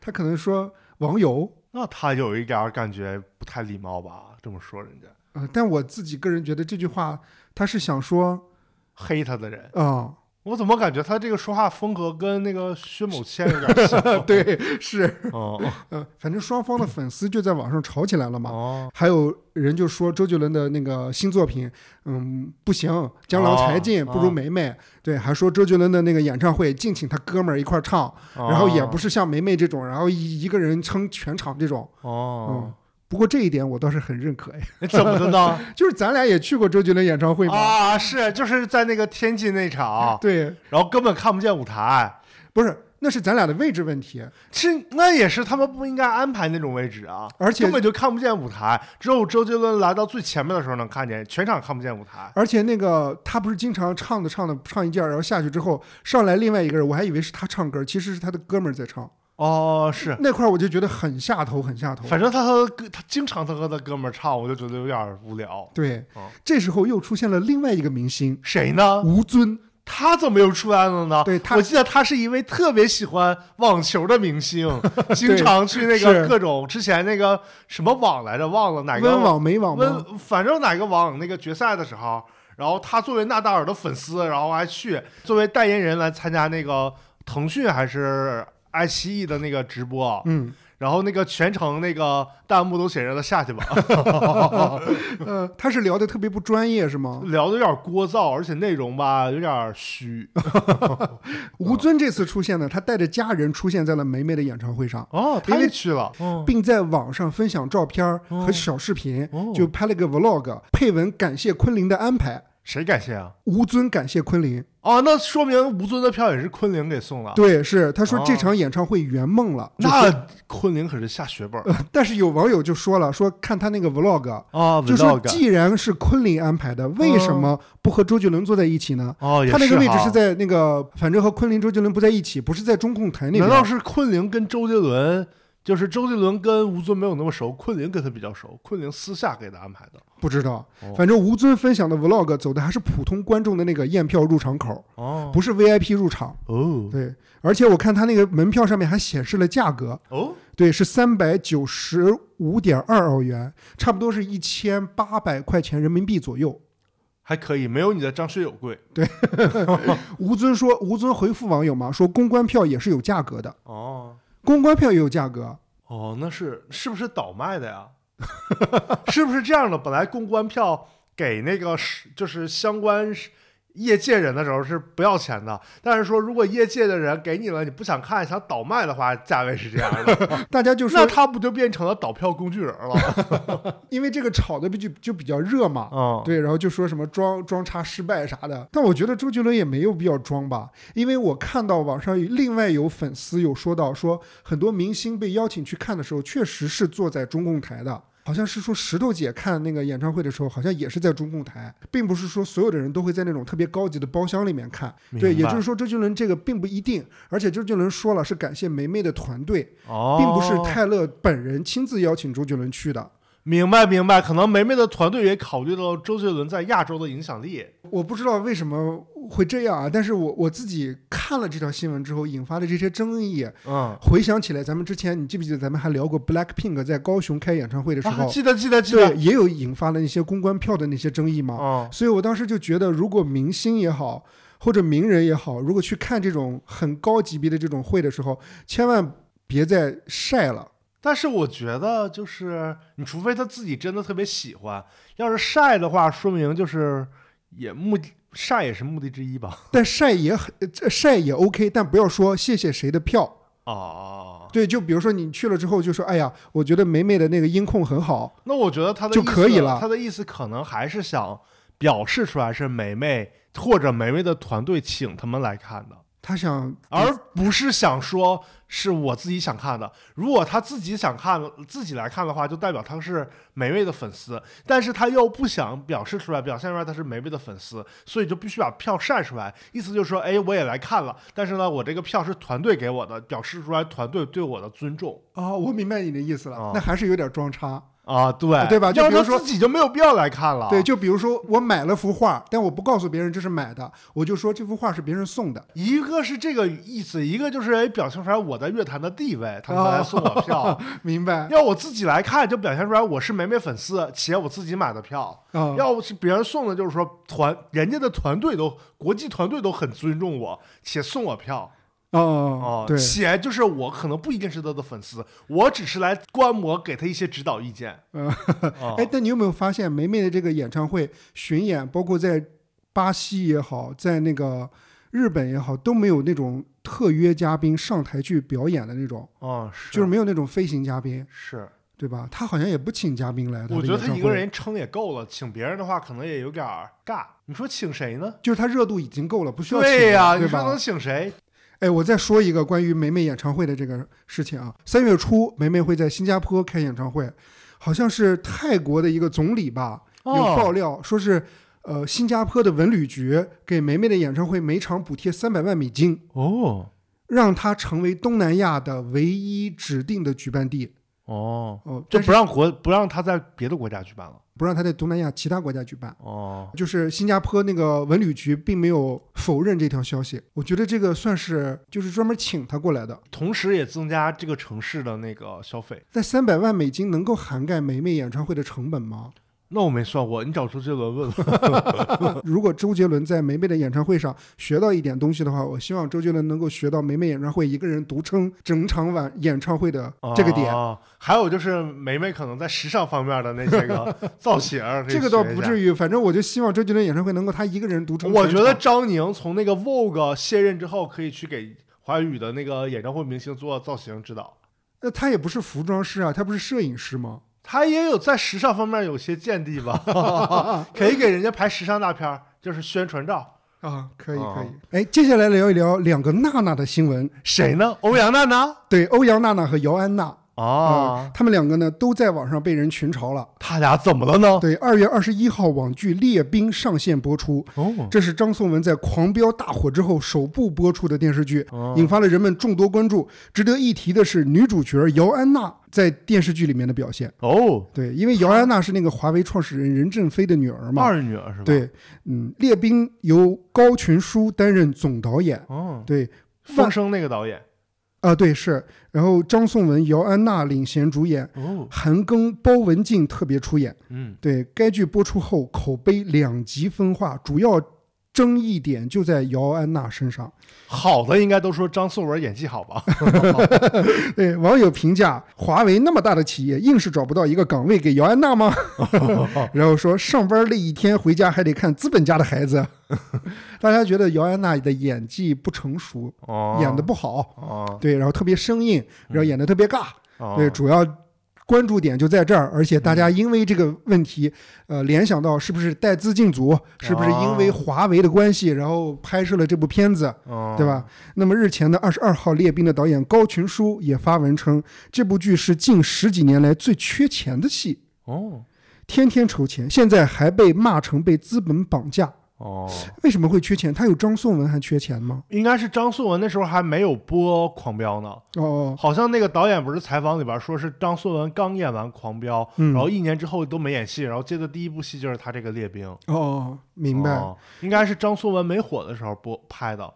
[SPEAKER 1] 他可能说网友，
[SPEAKER 2] 那他有一点儿感觉不太礼貌吧？这么说人家
[SPEAKER 1] 呃，但我自己个人觉得这句话他是想说
[SPEAKER 2] 黑他的人，
[SPEAKER 1] 啊、
[SPEAKER 2] 我怎么感觉他这个说话风格跟那个薛某谦有点像？
[SPEAKER 1] 对，是，
[SPEAKER 2] 哦
[SPEAKER 1] 呃，反正双方的粉丝就在网上吵起来了嘛。
[SPEAKER 2] 哦，
[SPEAKER 1] 还有人就说周杰伦的那个新作品，嗯，不行，江郎才尽，
[SPEAKER 2] 哦
[SPEAKER 1] 不如梅梅。对，还说周杰伦的那个演唱会，敬请他哥们儿一块儿唱，
[SPEAKER 2] 哦
[SPEAKER 1] 然后也不
[SPEAKER 2] 是
[SPEAKER 1] 是像梅梅这种，然后一一个人撑全场这种。
[SPEAKER 2] 哦
[SPEAKER 1] 嗯，，不过这一点我倒是很认可，哎，
[SPEAKER 2] 哎怎么的呢？
[SPEAKER 1] 就是咱俩也去过周杰伦演 唱会嘛，
[SPEAKER 2] 啊，是就是在那个天津那场，
[SPEAKER 1] 对，
[SPEAKER 2] 然后根本看不见舞台。
[SPEAKER 1] 不是，那是咱俩的位置问题，
[SPEAKER 2] 其实那也是他们不应该安排那种位置啊，
[SPEAKER 1] 而且
[SPEAKER 2] 根本就看不见舞台。只有周杰伦来到最前面的时候能看见，全场看不见舞台。
[SPEAKER 1] 而且那个他不是经常唱的唱的唱一件儿，然后下去之后上来另外一个人，我还以为是他唱歌，其实是他的哥们儿在唱，
[SPEAKER 2] 哦，是，
[SPEAKER 1] 那块儿我就觉得很下头，很下头。
[SPEAKER 2] 反正他和哥他经常他和他哥们儿唱，我就觉得有点无聊。
[SPEAKER 1] 对
[SPEAKER 2] 哦，
[SPEAKER 1] 这时候又出现了另外一个明星
[SPEAKER 2] 谁呢？
[SPEAKER 1] 吴尊，
[SPEAKER 2] 他怎么又出来了呢？
[SPEAKER 1] 嗯对他
[SPEAKER 2] 我记得他是一位特别喜欢网球的明 星，经
[SPEAKER 1] 对
[SPEAKER 2] 常去那
[SPEAKER 1] 是
[SPEAKER 2] 个各种之前那个什么网来着，忘了哪个
[SPEAKER 1] 温网没网吗？
[SPEAKER 2] 温，反正哪个网那个决赛的时候，然后他作为纳达尔的粉丝，然后还去作为代言人来参加那个腾讯还是爱奇艺的那个直播，
[SPEAKER 1] 嗯，
[SPEAKER 2] 然后那个全程那个弹幕都写着他下去吧，
[SPEAKER 1] 呃，他是聊的特别不专业是吗？
[SPEAKER 2] 聊的有点聒噪，而且内容吧有点虚。
[SPEAKER 1] 吴尊这次出现呢，他带着家人出现在了梅梅的演唱会上，
[SPEAKER 2] 哦，
[SPEAKER 1] 因
[SPEAKER 2] 他
[SPEAKER 1] 为
[SPEAKER 2] 也去了，嗯
[SPEAKER 1] 并在网上分享照片儿和小视频，
[SPEAKER 2] 哦
[SPEAKER 1] 就拍了个 vlog，配文感谢昆凌的安排。
[SPEAKER 2] 谁感谢啊？
[SPEAKER 1] 吴尊感谢昆凌，
[SPEAKER 2] 哦，那说明吴尊的票也是昆凌给送了。
[SPEAKER 1] 对，是他说
[SPEAKER 2] 哦
[SPEAKER 1] 这场演唱会圆梦了。
[SPEAKER 2] 那昆凌可是下血本儿
[SPEAKER 1] 但是有网友就说了，说看他那个 vlog，
[SPEAKER 2] 啊，
[SPEAKER 1] 就说
[SPEAKER 2] vlog
[SPEAKER 1] 既然是昆凌安排的，为什么不和周杰伦坐在一起呢？
[SPEAKER 2] 嗯哦，也
[SPEAKER 1] 他那个位置
[SPEAKER 2] 哈
[SPEAKER 1] 是在那个，反正和昆凌、周杰伦不在一起，不是在中控台哎那边。
[SPEAKER 2] 难道是昆凌跟周杰伦？就是周杰伦跟吴尊没有那么熟，昆凌跟他比较熟，昆凌私下给他安排的。
[SPEAKER 1] 不知道
[SPEAKER 2] 哦？
[SPEAKER 1] 反正吴尊分享的 vlog 走的还是普通观众的那个验票入场口，
[SPEAKER 2] 哦
[SPEAKER 1] 不是 VIP 入场。
[SPEAKER 2] 哦
[SPEAKER 1] 对，而且我看他那个门票上面还显示了价格，
[SPEAKER 2] 哦
[SPEAKER 1] 对，是三百九十五点二澳元，差不多是一千八百块钱人民币左右。
[SPEAKER 2] 还可以，没有你的张学友贵。
[SPEAKER 1] 吴尊说，吴尊回复网友嘛，说公关票也是有价格的，
[SPEAKER 2] 哦
[SPEAKER 1] 公关票也有价格，
[SPEAKER 2] 哦，那是是不是倒卖的呀？ 是不是这样的？本来公关票给那个是就是相关是业界人的时候是不要钱的，但是说如果业界的人给你了，你不想看想倒卖的话，价位是这样 的，
[SPEAKER 1] 大家就
[SPEAKER 2] 那
[SPEAKER 1] 说，
[SPEAKER 2] 他不就变成了倒票工具人了？
[SPEAKER 1] 因为这个炒的就就比较热嘛，
[SPEAKER 2] 嗯，
[SPEAKER 1] 对，然后就说什么装装叉失败啥的，但我觉得周杰伦也没有必要装吧，因为我看到网上有另外有粉丝有说到说，很多明星被邀请去看的时候，确实是坐在中控台的，好像是说石头姐看那个演唱会的时候，好像也是在中控台，并不是说所有的人都会在那种特别高级的包厢里面看，对，也就是说周杰伦这个并不一定，而且周杰伦说了是感谢梅梅的团队，
[SPEAKER 2] 哦，
[SPEAKER 1] 并不是泰勒本人亲自邀请周杰伦去的。
[SPEAKER 2] 明白明白，可能梅梅的团队也考虑到周杰伦在亚洲的影响力。
[SPEAKER 1] 我不知道为什么会这样啊，但是我我自己看了这条新闻之后引发的这些争议，
[SPEAKER 2] 嗯，
[SPEAKER 1] 回想起来，咱们之前你记不记得咱们还聊过 Blackpink 在高雄开演唱会的时候，
[SPEAKER 2] 啊、记得记得记得
[SPEAKER 1] 对，，也有引发了那些公关票的那些争议嘛。
[SPEAKER 2] 嗯，
[SPEAKER 1] 所以我当时就觉得，如果明星也好，或者名人也好，如果去看这种很高级别的这种会的时候，千万别再晒了。
[SPEAKER 2] 但是我觉得就是，你除非他自己真的特别喜欢，要是晒的话，说明就是也目的晒也是目的之一吧？
[SPEAKER 1] 但晒也很呃这晒也 OK，但不要说谢谢谁的票。
[SPEAKER 2] 哦，
[SPEAKER 1] 对，就比如说你去了之后就说，哎呀，我觉得梅梅的那个音控很好，
[SPEAKER 2] 那我觉得他的
[SPEAKER 1] 就
[SPEAKER 2] 意思
[SPEAKER 1] 可以了
[SPEAKER 2] 他的意思可能还是想表示出来是梅梅或者梅梅的团队请他们来看的，
[SPEAKER 1] 她想
[SPEAKER 2] 而不是想说是我自己想看的。如果他自己想看，自己来看的话，就代表他是梅梅的粉丝，但是他又不想表示出来，表现出来他是梅梅的粉丝，所以就必须把票晒出来。意思就是说，哎，我也来看了，但是呢，我这个票是团队给我的，表示出来团队对我的尊重。
[SPEAKER 1] 哦，我明白你的意思了，
[SPEAKER 2] 哦
[SPEAKER 1] 那还是有点装叉。
[SPEAKER 2] 啊，对
[SPEAKER 1] 对吧就
[SPEAKER 2] 要
[SPEAKER 1] 比如
[SPEAKER 2] 他
[SPEAKER 1] 说
[SPEAKER 2] 自己就没有必要来看了。
[SPEAKER 1] 对，就比如说我买了幅画，但我不告诉别人这是买的，我就说这幅画是别人送的。
[SPEAKER 2] 一个是这个意思，一个就是哎，表现出来我在乐坛的地位，他们才来 送我票。
[SPEAKER 1] 明白？
[SPEAKER 2] 要我自己来看，就表现出来我是梅梅粉丝，且我自己买的票。
[SPEAKER 1] 啊、
[SPEAKER 2] 要是别人送的，就是说团人家的团队都国际团队都很尊重我，且送我票
[SPEAKER 1] 哦
[SPEAKER 2] 哦，，
[SPEAKER 1] 对，
[SPEAKER 2] 且就是我可能不一定是他的粉丝，我只是来观摩，给他一些指导意见。
[SPEAKER 1] 嗯
[SPEAKER 2] 哦
[SPEAKER 1] 哎，但你有没有发现梅梅的这个演唱会巡演，包括在巴西也好，在那个日本也好，都没有那种特约嘉宾上台去表演的那种，
[SPEAKER 2] 哦，
[SPEAKER 1] 就是没有那种飞行嘉宾，
[SPEAKER 2] 是。
[SPEAKER 1] 对
[SPEAKER 2] 对
[SPEAKER 1] 吧？他好像也不请嘉宾来，
[SPEAKER 2] 我
[SPEAKER 1] 的
[SPEAKER 2] 觉
[SPEAKER 1] 演
[SPEAKER 2] 得他
[SPEAKER 1] 唱
[SPEAKER 2] 一个
[SPEAKER 1] 会
[SPEAKER 2] 人撑也够了，请别人的话可能也有点儿尬。你说请谁呢？
[SPEAKER 1] 就是他热度已经够了，不需要请
[SPEAKER 2] 对呀、
[SPEAKER 1] 了
[SPEAKER 2] 你
[SPEAKER 1] 对
[SPEAKER 2] 说
[SPEAKER 1] 吧
[SPEAKER 2] 能？请谁？
[SPEAKER 1] 哎，我再说一个关于梅梅演唱会的这个事情啊。三月初，梅梅会在新加坡开演唱会，好像是泰国的一个总理吧，
[SPEAKER 2] 哦
[SPEAKER 1] 有爆料说是，呃，新加坡的文旅局给梅梅的演唱会每场补贴三百万美金，
[SPEAKER 2] 哦
[SPEAKER 1] 让她成为东南亚的唯一指定的举办地。
[SPEAKER 2] 哦，
[SPEAKER 1] 哦、
[SPEAKER 2] 就
[SPEAKER 1] 但是
[SPEAKER 2] 不让国不让他在别的国家举办了。
[SPEAKER 1] 不让她在东南亚其他国家举办。
[SPEAKER 2] 哦，
[SPEAKER 1] 就是新加坡那个文旅局并没有否认这条消息，我觉得这个算是就是专门请她过来的。
[SPEAKER 2] 同时也增加这个城市的那个消费。
[SPEAKER 1] 但三百万美金能够涵盖梅梅演唱会的成本吗？
[SPEAKER 2] 那我没算过，你找周杰伦问问。
[SPEAKER 1] 呃如果周杰伦在梅梅的演唱会上学到一点东西的话，我希望周杰伦能够学到梅梅演唱会一个人独撑整场晚演唱会的这个点。
[SPEAKER 2] 哦还有就是梅梅可能在时尚方面的那些个 造型儿，
[SPEAKER 1] 这个倒不
[SPEAKER 2] 于。
[SPEAKER 1] 至于，反正我就希望周杰伦演唱会能够他一个人独撑整场。
[SPEAKER 2] 我觉得张宁从那个 Vogue 卸任之后，可以去给华语的那个演唱会明星做造型指导。
[SPEAKER 1] 那他也不是服装师啊，他不是摄影师吗？
[SPEAKER 2] 他也有在时尚方面有些见地 吧，可以给人家拍时尚大片儿，就是宣传照。
[SPEAKER 1] 啊，可以
[SPEAKER 2] 哦
[SPEAKER 1] 可以。哎，接下来聊一聊两个娜娜的新闻。
[SPEAKER 2] 谁呢？欧阳娜娜
[SPEAKER 1] 对，欧阳娜娜和姚安娜呃
[SPEAKER 2] 啊，
[SPEAKER 1] 她们两个呢都在网上被人群嘲了。
[SPEAKER 2] 他俩怎么了呢？
[SPEAKER 1] 对，二月二十一号网剧《列兵》上线播出，
[SPEAKER 2] 哦，
[SPEAKER 1] 这是张颂文在《狂飙》大火之后首部播出的电视剧，
[SPEAKER 2] 哦
[SPEAKER 1] 引发了人们众多关注。值得一提的是，女主角姚安娜在电视剧里面的表现。
[SPEAKER 2] 哦，
[SPEAKER 1] 对，因为姚安娜是那个华为创始人任正非的女儿嘛。
[SPEAKER 2] 二女儿是吧？，
[SPEAKER 1] 对，嗯，《列兵》由高群书担任总导演。
[SPEAKER 2] 哦，
[SPEAKER 1] 对，
[SPEAKER 2] 风声那个导演，
[SPEAKER 1] 啊，对是，然后张颂文、姚安娜领衔主演，
[SPEAKER 2] 哦，
[SPEAKER 1] 韩庚、包文婧特别出演。
[SPEAKER 2] 嗯，
[SPEAKER 1] 对该剧播出后，口碑两极分化，主要争议点就在姚安娜身上。
[SPEAKER 2] 好的应该都说张颂文演技好吧？
[SPEAKER 1] 对网友评价：华为那么大的企业，硬是找不到一个岗位给姚安娜吗？ 然后说上班累一天，回家还得看资本家的孩子。 大家觉得姚安娜的演技不成熟，
[SPEAKER 2] 哦
[SPEAKER 1] 演的不好，
[SPEAKER 2] 哦，
[SPEAKER 1] 对，然后特别生硬，然后演的特别尬，
[SPEAKER 2] 哦
[SPEAKER 1] 对，，主要。关注点就在这儿，而且大家
[SPEAKER 2] 嗯
[SPEAKER 1] 因为这个问题，呃，联想到是不是带资进组，是不是因
[SPEAKER 2] 啊
[SPEAKER 1] 为华为的关系，然后拍摄了这部片子，
[SPEAKER 2] 哦
[SPEAKER 1] 对？吧？那么日前的二十二号列兵的导演高群书也发文称，这部剧是近十几年来最缺钱的戏，
[SPEAKER 2] 哦
[SPEAKER 1] 天天筹钱，现在还被骂成被资本绑架。
[SPEAKER 2] 哦，
[SPEAKER 1] 为什么会缺钱？他有张颂文还缺钱吗？
[SPEAKER 2] 应该是张颂文那时候还没有播《狂飙》呢，
[SPEAKER 1] 哦，
[SPEAKER 2] 好像那个导演不是采访里边说是张颂文刚演完《狂飙》，
[SPEAKER 1] 嗯，
[SPEAKER 2] 然后一年之后都没演戏，然后接的第一部戏就是他这个列兵。
[SPEAKER 1] 哦，明白啊、
[SPEAKER 2] 哦应该是张颂文没火的时候播拍的。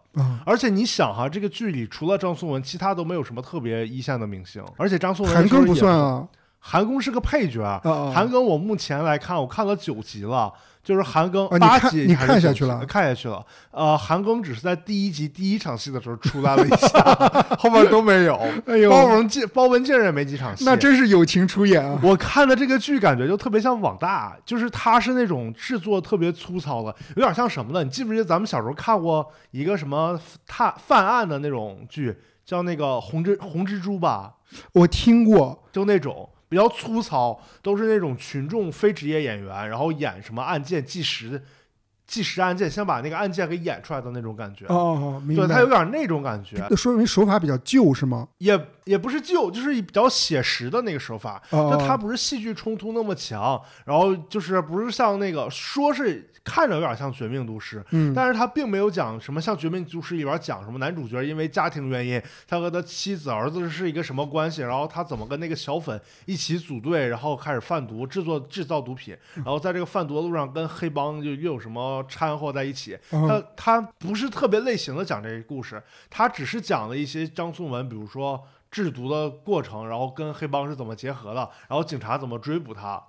[SPEAKER 2] 而且你想哈，这个剧里除了张颂文，其他都没有什么特别一线的明星，而且张颂文
[SPEAKER 1] 韩
[SPEAKER 2] 那时候
[SPEAKER 1] 庚不
[SPEAKER 2] 也
[SPEAKER 1] 算，啊，
[SPEAKER 2] 韩庚是个配角。
[SPEAKER 1] 哦，
[SPEAKER 2] 韩庚我目前来看，我看了九集了，就是韩庚
[SPEAKER 1] 哦你
[SPEAKER 2] 八
[SPEAKER 1] 看
[SPEAKER 2] 集
[SPEAKER 1] 你
[SPEAKER 2] 还是
[SPEAKER 1] 看下
[SPEAKER 2] 九
[SPEAKER 1] 去
[SPEAKER 2] 集
[SPEAKER 1] 了
[SPEAKER 2] 看下去了。呃，韩庚只是在第一集第一场戏的时候出来了一 下，后面都没有。
[SPEAKER 1] 哎呦，
[SPEAKER 2] 包文进包文婧也没几场戏。
[SPEAKER 1] 那真是友情出演 啊！
[SPEAKER 2] 我看的这个剧感觉就特别像网大，就是它是那种制作特别粗糙的，有点像什么呢？你记不记得咱们小时候看过一个什么探犯案的那种剧，叫那个红蜘红蜘蛛吧？
[SPEAKER 1] 我听过，
[SPEAKER 2] 就那种比较粗糙，都是那种群众非职业演员，然后演什么案件计时、计时案件，先把那个案件给演出来的那种感觉。
[SPEAKER 1] 哦哦，哦明
[SPEAKER 2] 啊对，
[SPEAKER 1] 白
[SPEAKER 2] 它有。啊点那种感觉，
[SPEAKER 1] 那说明手法比较旧是吗？
[SPEAKER 2] 也也不是旧，就是比较写实的那个手法。
[SPEAKER 1] 哦，
[SPEAKER 2] 但它不是戏剧冲突那么强，然后就是不是像那个说是看着有点像《绝命毒师》，
[SPEAKER 1] 嗯，
[SPEAKER 2] 但是他并没有讲什么像《绝命毒师》里边讲什么男主角因为家庭原因，他和他妻子儿子是一个什么关系，然后他怎么跟那个小粉一起组队，然后开始贩毒，制作制造毒品，
[SPEAKER 1] 嗯
[SPEAKER 2] 然后在这个贩毒的路上跟黑帮就又有什么掺和在一起，
[SPEAKER 1] 哦
[SPEAKER 2] 他他不是特别类型的讲这个故事，他只是讲了一些张颂文，比如说制毒的过程，然后跟黑帮是怎么结合的，然后警察怎么追捕他，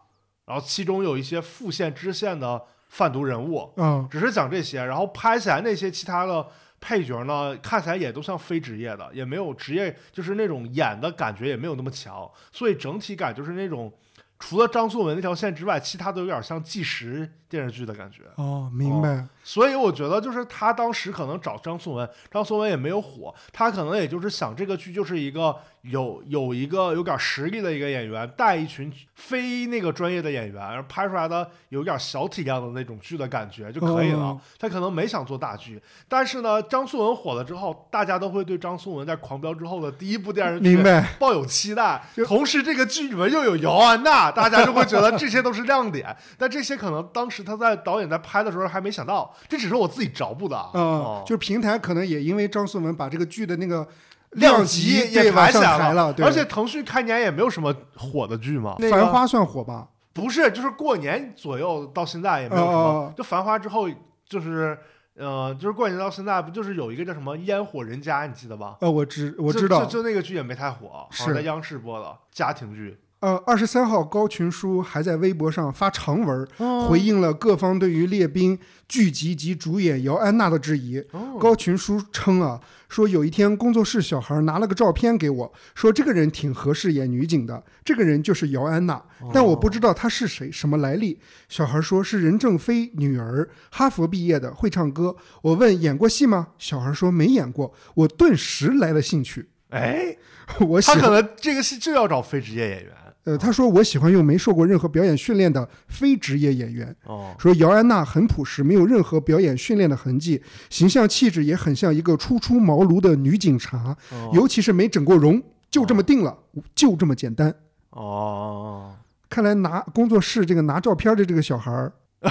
[SPEAKER 2] 然后其中有一些副线、支线的贩毒人物，
[SPEAKER 1] 嗯
[SPEAKER 2] 只是讲这些，然后拍起来那些其他的配角呢，看起来也都像非职业的，也没有职业，就是那种演的感觉也没有那么强，所以整体感就是那种除了张颂文那条线之外，其他都有点像纪实电视剧的感觉。
[SPEAKER 1] 哦，明白。
[SPEAKER 2] 所以我觉得，就是他当时可能找张颂文，张颂文也没有火，他可能也就是想这个剧就是一个有有一个有点实力的一个演员带一群非那个专业的演员，而拍出来的有点小体量的那种剧的感觉就可以了。
[SPEAKER 1] 哦
[SPEAKER 2] 他可能没想做大剧，但是呢，张颂文火了之后，大家都会对张颂文在《狂飙》之后的第一部电视剧
[SPEAKER 1] 明白，
[SPEAKER 2] 抱有期待
[SPEAKER 1] 就，
[SPEAKER 2] 同时这个剧里面又有姚安娜，大家就会觉得这些都是 亮点。但这些可能当时他在导演在拍的时候还没想到，这只是我自己着补的啊。
[SPEAKER 1] 嗯，
[SPEAKER 2] 哦
[SPEAKER 1] 就是平台可能也因为张颂文把这个剧的那个
[SPEAKER 2] 量
[SPEAKER 1] 级
[SPEAKER 2] 级
[SPEAKER 1] 对
[SPEAKER 2] 也
[SPEAKER 1] 往
[SPEAKER 2] 排起
[SPEAKER 1] 上
[SPEAKER 2] 来
[SPEAKER 1] 抬了，啊对
[SPEAKER 2] 而且腾讯开年也没有什么火的剧嘛。
[SPEAKER 1] 《
[SPEAKER 2] 那个
[SPEAKER 1] 繁花》算火吧？
[SPEAKER 2] 不是，就是过年左右到现在也没有什么。
[SPEAKER 1] 哦哦哦
[SPEAKER 2] 就《繁花》之后，就是呃，就是过年到现在，不就是有一个叫什么《烟火人家》，你记得吧？
[SPEAKER 1] 呃，我知我
[SPEAKER 2] 就
[SPEAKER 1] 知道
[SPEAKER 2] 就，就那个剧也没太火，好
[SPEAKER 1] 是
[SPEAKER 2] 像在央视播的家庭剧。
[SPEAKER 1] 呃，二十三号高群书还在微博上发长文，回
[SPEAKER 2] 回
[SPEAKER 1] 应了各方对于列宾剧集及主演姚安娜的质疑。
[SPEAKER 2] 哦，
[SPEAKER 1] 高群书称啊，说有一天工作室小孩拿了个照片给我，说这个人挺合适演女警的，这个人就是姚安
[SPEAKER 2] 哦
[SPEAKER 1] 娜，但我不知道她是谁，什么来历。小孩说是任正非女儿，哈佛毕业的，会唱歌。我问演过戏吗？小孩说没演过，我顿时来了兴趣。
[SPEAKER 2] 哎，
[SPEAKER 1] 我喜
[SPEAKER 2] 他
[SPEAKER 1] 欢
[SPEAKER 2] 可能这个戏就要找非职业演员。
[SPEAKER 1] 呃，他说我喜欢用没受过任何表演训练的非职业演员。
[SPEAKER 2] 哦，
[SPEAKER 1] 说姚安娜很朴实，没有任何表演训练的痕迹，形象气质也很像一个初出茅庐的女警察，尤其是没整过容，就这么定了，就这么简单。
[SPEAKER 2] 哦，
[SPEAKER 1] 看来拿工作室这个拿照片的这个小孩儿，哦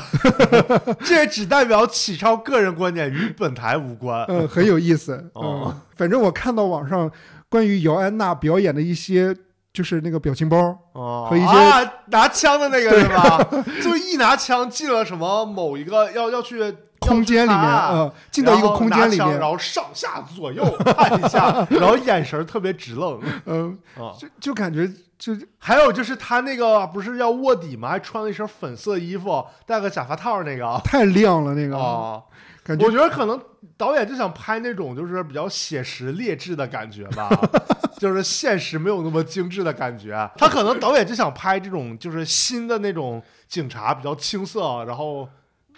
[SPEAKER 2] 这也只代表启超个人观点，与本台无关。
[SPEAKER 1] 呃，很有意 思。
[SPEAKER 2] 哦
[SPEAKER 1] 嗯，反正我看到网上关于姚安娜表演的一些，就是那个表情包，
[SPEAKER 2] 哦，
[SPEAKER 1] 和一些
[SPEAKER 2] 啊拿枪的那个是吧？ 就一拿枪进了什么某一个要要去
[SPEAKER 1] 空间里面，
[SPEAKER 2] 要去看
[SPEAKER 1] 呃，进到一个空间里
[SPEAKER 2] 然后拿枪
[SPEAKER 1] 面，
[SPEAKER 2] 然后上下左右看 一下，然后眼神特别直愣
[SPEAKER 1] 嗯、
[SPEAKER 2] 啊。
[SPEAKER 1] 就就感觉就
[SPEAKER 2] 还有就是他那个不是要卧底吗？还穿了一身粉色衣服，戴个假发套那个啊。
[SPEAKER 1] 太亮了那个，
[SPEAKER 2] 哦
[SPEAKER 1] 感觉
[SPEAKER 2] 我觉得可能导演就想拍那种就是比较写实劣质的感觉吧， 就是现实没有那么精致的感觉。啊他可能导演就想拍这种就是新的那种警察比较青涩，啊然后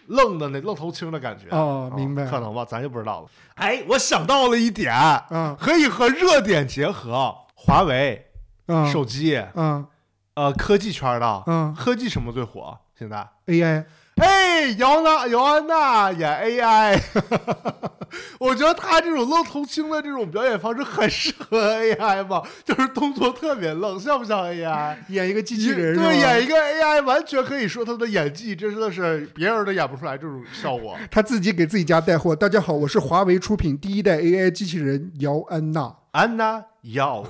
[SPEAKER 2] 愣的那愣头青的感觉。啊
[SPEAKER 1] 哦明白
[SPEAKER 2] 可能吧，咱就不知道了。哎，我想到了一点，
[SPEAKER 1] 啊
[SPEAKER 2] 可以和热点结合，华为
[SPEAKER 1] 啊
[SPEAKER 2] 手机，
[SPEAKER 1] 啊
[SPEAKER 2] 呃，科技圈的，
[SPEAKER 1] 啊
[SPEAKER 2] 科技什么最火？现在？
[SPEAKER 1] AI
[SPEAKER 2] 哎，姚娜、姚安娜演 AI，我觉得她这种愣头青的这种表演方式很适合 AI 嘛，就是动作特别愣，像不像 AI？
[SPEAKER 1] 演一个机器人是吧，
[SPEAKER 2] 对，演一个 AI，完全可以说她的演技真的是别人都演不出来这种效果。
[SPEAKER 1] 他自己给自己家带货。大家好，我是华为出品第一代 AI 机器人姚安娜。
[SPEAKER 2] 安娜要，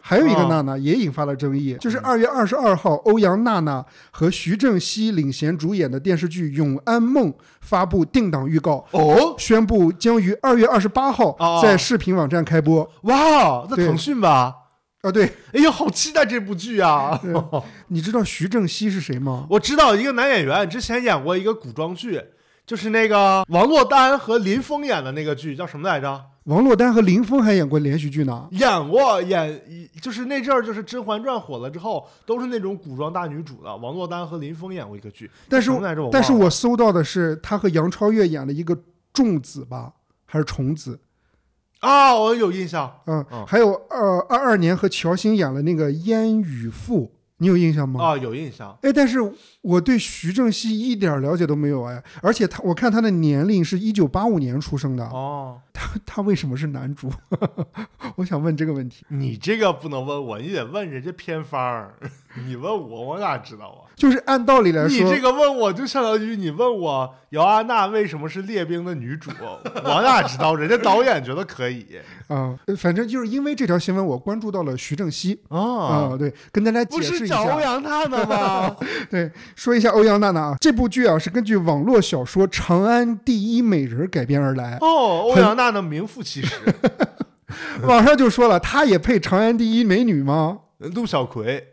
[SPEAKER 1] 还有一个娜
[SPEAKER 2] 啊
[SPEAKER 1] 娜也引发了争议，就是二月二十二号，欧阳娜娜和徐正熙领衔主演的电视剧《永安梦》发布定档预告，
[SPEAKER 2] 哦，
[SPEAKER 1] 宣布将于二月二十八号
[SPEAKER 2] 哦
[SPEAKER 1] 在视频网站开播。
[SPEAKER 2] 哇，那
[SPEAKER 1] 对
[SPEAKER 2] 腾讯吧，
[SPEAKER 1] 啊，对，
[SPEAKER 2] 哎呦，好期待这部剧啊！
[SPEAKER 1] 你知道徐正熙是谁吗？
[SPEAKER 2] 我知道一个男演员之前演过一个古装剧，就是那个王珞丹和林峰演的那个剧，叫什么来着？
[SPEAKER 1] 王珞丹和林峰还演过连续剧呢。
[SPEAKER 2] 演过演，就是那阵儿就是《甄嬛传》火了之后，都是那种古装大女主的。王珞丹和林峰演过一个剧，
[SPEAKER 1] 但是
[SPEAKER 2] 什么来着？我忘了
[SPEAKER 1] 但是我搜到的是他和杨超越演了一个仲子吧，还是虫子？
[SPEAKER 2] 啊，我有印象。
[SPEAKER 1] 嗯，
[SPEAKER 2] 嗯
[SPEAKER 1] 还有呃，二二年和乔欣演了那个《烟雨赋》，你有印象吗？
[SPEAKER 2] 啊，有印象。
[SPEAKER 1] 哎，但是我对徐正熙一点了解都没有哎，而且他，我看他的年龄是一九八五年出生的，
[SPEAKER 2] 哦，
[SPEAKER 1] 他为什么是男主？ 我想问这个问题，
[SPEAKER 2] 你这个不能问我，你得问人家片方儿。 你问我，我哪知道啊？
[SPEAKER 1] 就是按道理来
[SPEAKER 2] 你
[SPEAKER 1] 说，
[SPEAKER 2] 这个问我就相当于你问我姚安娜为什么是列兵的 女主，我哪知道？人家导演觉得可以
[SPEAKER 1] 啊、呃反正就是因为这条新闻，我关注到了徐正熙啊、
[SPEAKER 2] 啊，
[SPEAKER 1] 对，跟大家解
[SPEAKER 2] 不
[SPEAKER 1] 释
[SPEAKER 2] 是
[SPEAKER 1] 一
[SPEAKER 2] 找欧
[SPEAKER 1] 下，
[SPEAKER 2] 阳娜娜吗？
[SPEAKER 1] 对，说一下欧阳娜娜啊，这部剧啊是根据网络小说《长安第一美人》改编而来，
[SPEAKER 2] 哦，欧阳娜娜名副其 实，
[SPEAKER 1] 网上就说了，她也配长安第一美女吗？
[SPEAKER 2] 陆小葵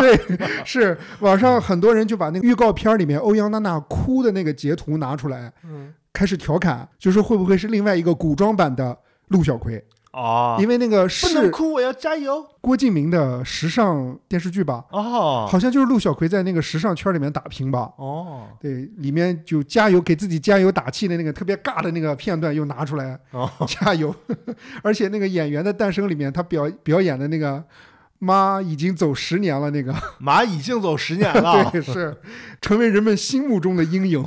[SPEAKER 1] 对，是网上很多人就把那个预告片里面欧阳娜娜哭的那个截图拿出来，
[SPEAKER 2] 嗯
[SPEAKER 1] 开始调侃，就说会不会是另外一个古装版的陆小葵？
[SPEAKER 2] 啊，
[SPEAKER 1] 因为那个
[SPEAKER 2] 不能
[SPEAKER 1] 是
[SPEAKER 2] 哭，我要加油
[SPEAKER 1] 郭敬明的时尚电视剧吧，
[SPEAKER 2] 哦
[SPEAKER 1] 好像就是陆小葵在那个时尚圈里面打拼吧。
[SPEAKER 2] 哦
[SPEAKER 1] 对，里面就加油给自己加油打气的那个特别尬的那个片段又拿出来，
[SPEAKER 2] 哦
[SPEAKER 1] 加油！ 而且那个演员的诞生里面，他表表演的那个妈已经走十年了那个，
[SPEAKER 2] 蚂蚁竞走十 年了，
[SPEAKER 1] 对，是成为人们心目中的阴影。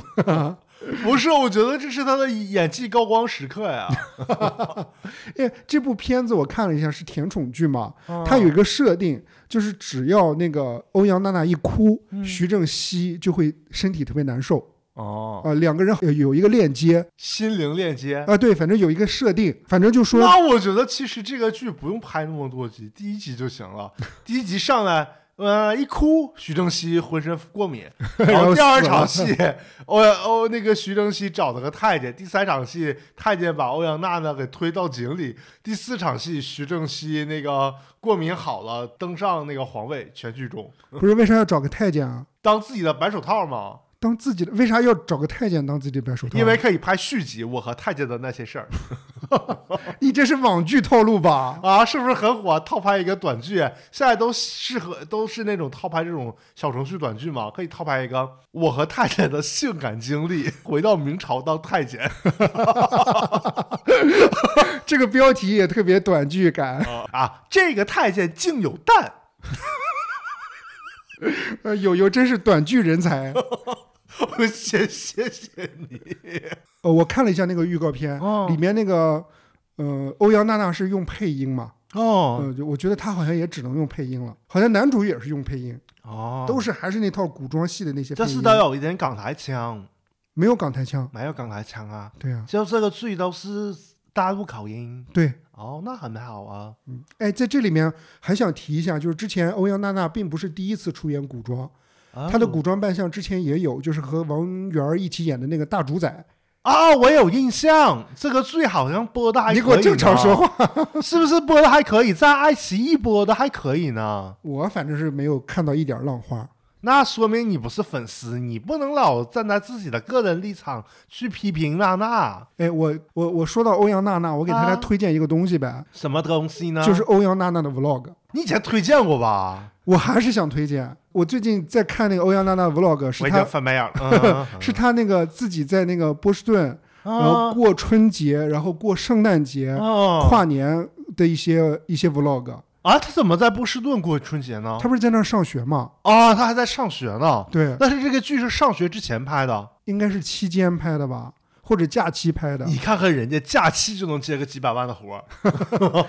[SPEAKER 2] 不是？我觉得这是他的演技高光时刻 呀。
[SPEAKER 1] 哎，这部片子我看了一下，是甜宠剧嘛？
[SPEAKER 2] 嗯
[SPEAKER 1] 它有一个设定，就是只要那个欧阳娜娜一哭，
[SPEAKER 2] 嗯
[SPEAKER 1] 徐正熙就会身体特别难受啊、
[SPEAKER 2] 哦，
[SPEAKER 1] 呃两个人有有一个链接
[SPEAKER 2] 心灵链接
[SPEAKER 1] 啊、。对，反正有一个设定，反正就说
[SPEAKER 2] 那我觉得其实这个剧不用拍那么多集，第一集就行了。第一集上来，呃，一哭，徐正熙浑身过 敏，然后第二场戏，欧阳欧那个徐正熙找了个太监，第三场戏太监把欧阳娜娜给推到井里，第四场戏徐正熙那个过敏好了，登上那个皇位，全剧终，
[SPEAKER 1] 不是为啥要找个太监啊？
[SPEAKER 2] 当自己的白手套嘛，
[SPEAKER 1] 当自己的为啥要找个太监当自己的白手套？啊
[SPEAKER 2] 因为可以拍续集《我和太监的那些事儿》。
[SPEAKER 1] 你这是网剧套路吧？
[SPEAKER 2] 啊，是不是很火？套拍一个短剧，现在都适合都是那种套拍这种小程序短剧嘛，可以套拍一个我和太监的性感经历，回到明朝当太监
[SPEAKER 1] 这个标题也特别短剧感，
[SPEAKER 2] 啊，这个太监竟有蛋。
[SPEAKER 1] 呃，友友真是短剧人才。
[SPEAKER 2] 我谢谢谢你
[SPEAKER 1] 呃，我看了一下那个预告片，
[SPEAKER 2] 哦
[SPEAKER 1] 里面那个呃，欧阳娜娜是用配音嘛？
[SPEAKER 2] 哦
[SPEAKER 1] 呃，就我觉得她好像也只能用配音了，好像男主也是用配音，
[SPEAKER 2] 哦
[SPEAKER 1] 嗯都是还是那套古装戏的那些配
[SPEAKER 2] 这
[SPEAKER 1] 音
[SPEAKER 2] 是，都有一点港台腔，
[SPEAKER 1] 没有港台腔。
[SPEAKER 2] 没有港台腔啊，
[SPEAKER 1] 对啊，
[SPEAKER 2] 就这个剧都是大陆口音
[SPEAKER 1] 对，
[SPEAKER 2] 哦，那很好啊。
[SPEAKER 1] 嗯，哎，在这里面还想提一下，就是之前欧阳娜娜并不是第一次出演古装，她的
[SPEAKER 2] 哦
[SPEAKER 1] 古装扮相之前也有，就是和王源儿一起演的那个大主宰。
[SPEAKER 2] 啊，我有印象，这个剧好像播啊的还可
[SPEAKER 1] 你
[SPEAKER 2] 以呢。
[SPEAKER 1] 给我正常说话，
[SPEAKER 2] 是不是播的还可以？在爱奇艺播的还可以呢？
[SPEAKER 1] 我反正是没有看到一点浪花。
[SPEAKER 2] 那说明你不是粉丝，你不能老站在自己的个人立场去批评娜娜
[SPEAKER 1] 哎，我我我说到欧阳娜娜，我给大家
[SPEAKER 2] 啊
[SPEAKER 1] 推荐一个东西呗，
[SPEAKER 2] 什么东西呢？
[SPEAKER 1] 就是欧阳娜娜的 vlog。
[SPEAKER 2] 你以前推荐过吧？
[SPEAKER 1] 我还是想推荐，我最近在看那个欧阳娜娜 vlog，
[SPEAKER 2] 我
[SPEAKER 1] 是
[SPEAKER 2] 已经
[SPEAKER 1] 她
[SPEAKER 2] 翻白眼了。嗯
[SPEAKER 1] 是她那个自己在那个波士顿，然后
[SPEAKER 2] 啊
[SPEAKER 1] 过春节，然后过圣诞 节、
[SPEAKER 2] 啊
[SPEAKER 1] 跨年的一些一些 vlog。
[SPEAKER 2] 啊！他怎么在波士顿过春节呢
[SPEAKER 1] 她？不是在那儿上学吗？
[SPEAKER 2] 啊，他还在上学呢。
[SPEAKER 1] 对，
[SPEAKER 2] 但是这个剧是上学之前拍的，
[SPEAKER 1] 应该是期间拍的吧，或者假期拍的，
[SPEAKER 2] 你看看人家假期就能接个几百万的活儿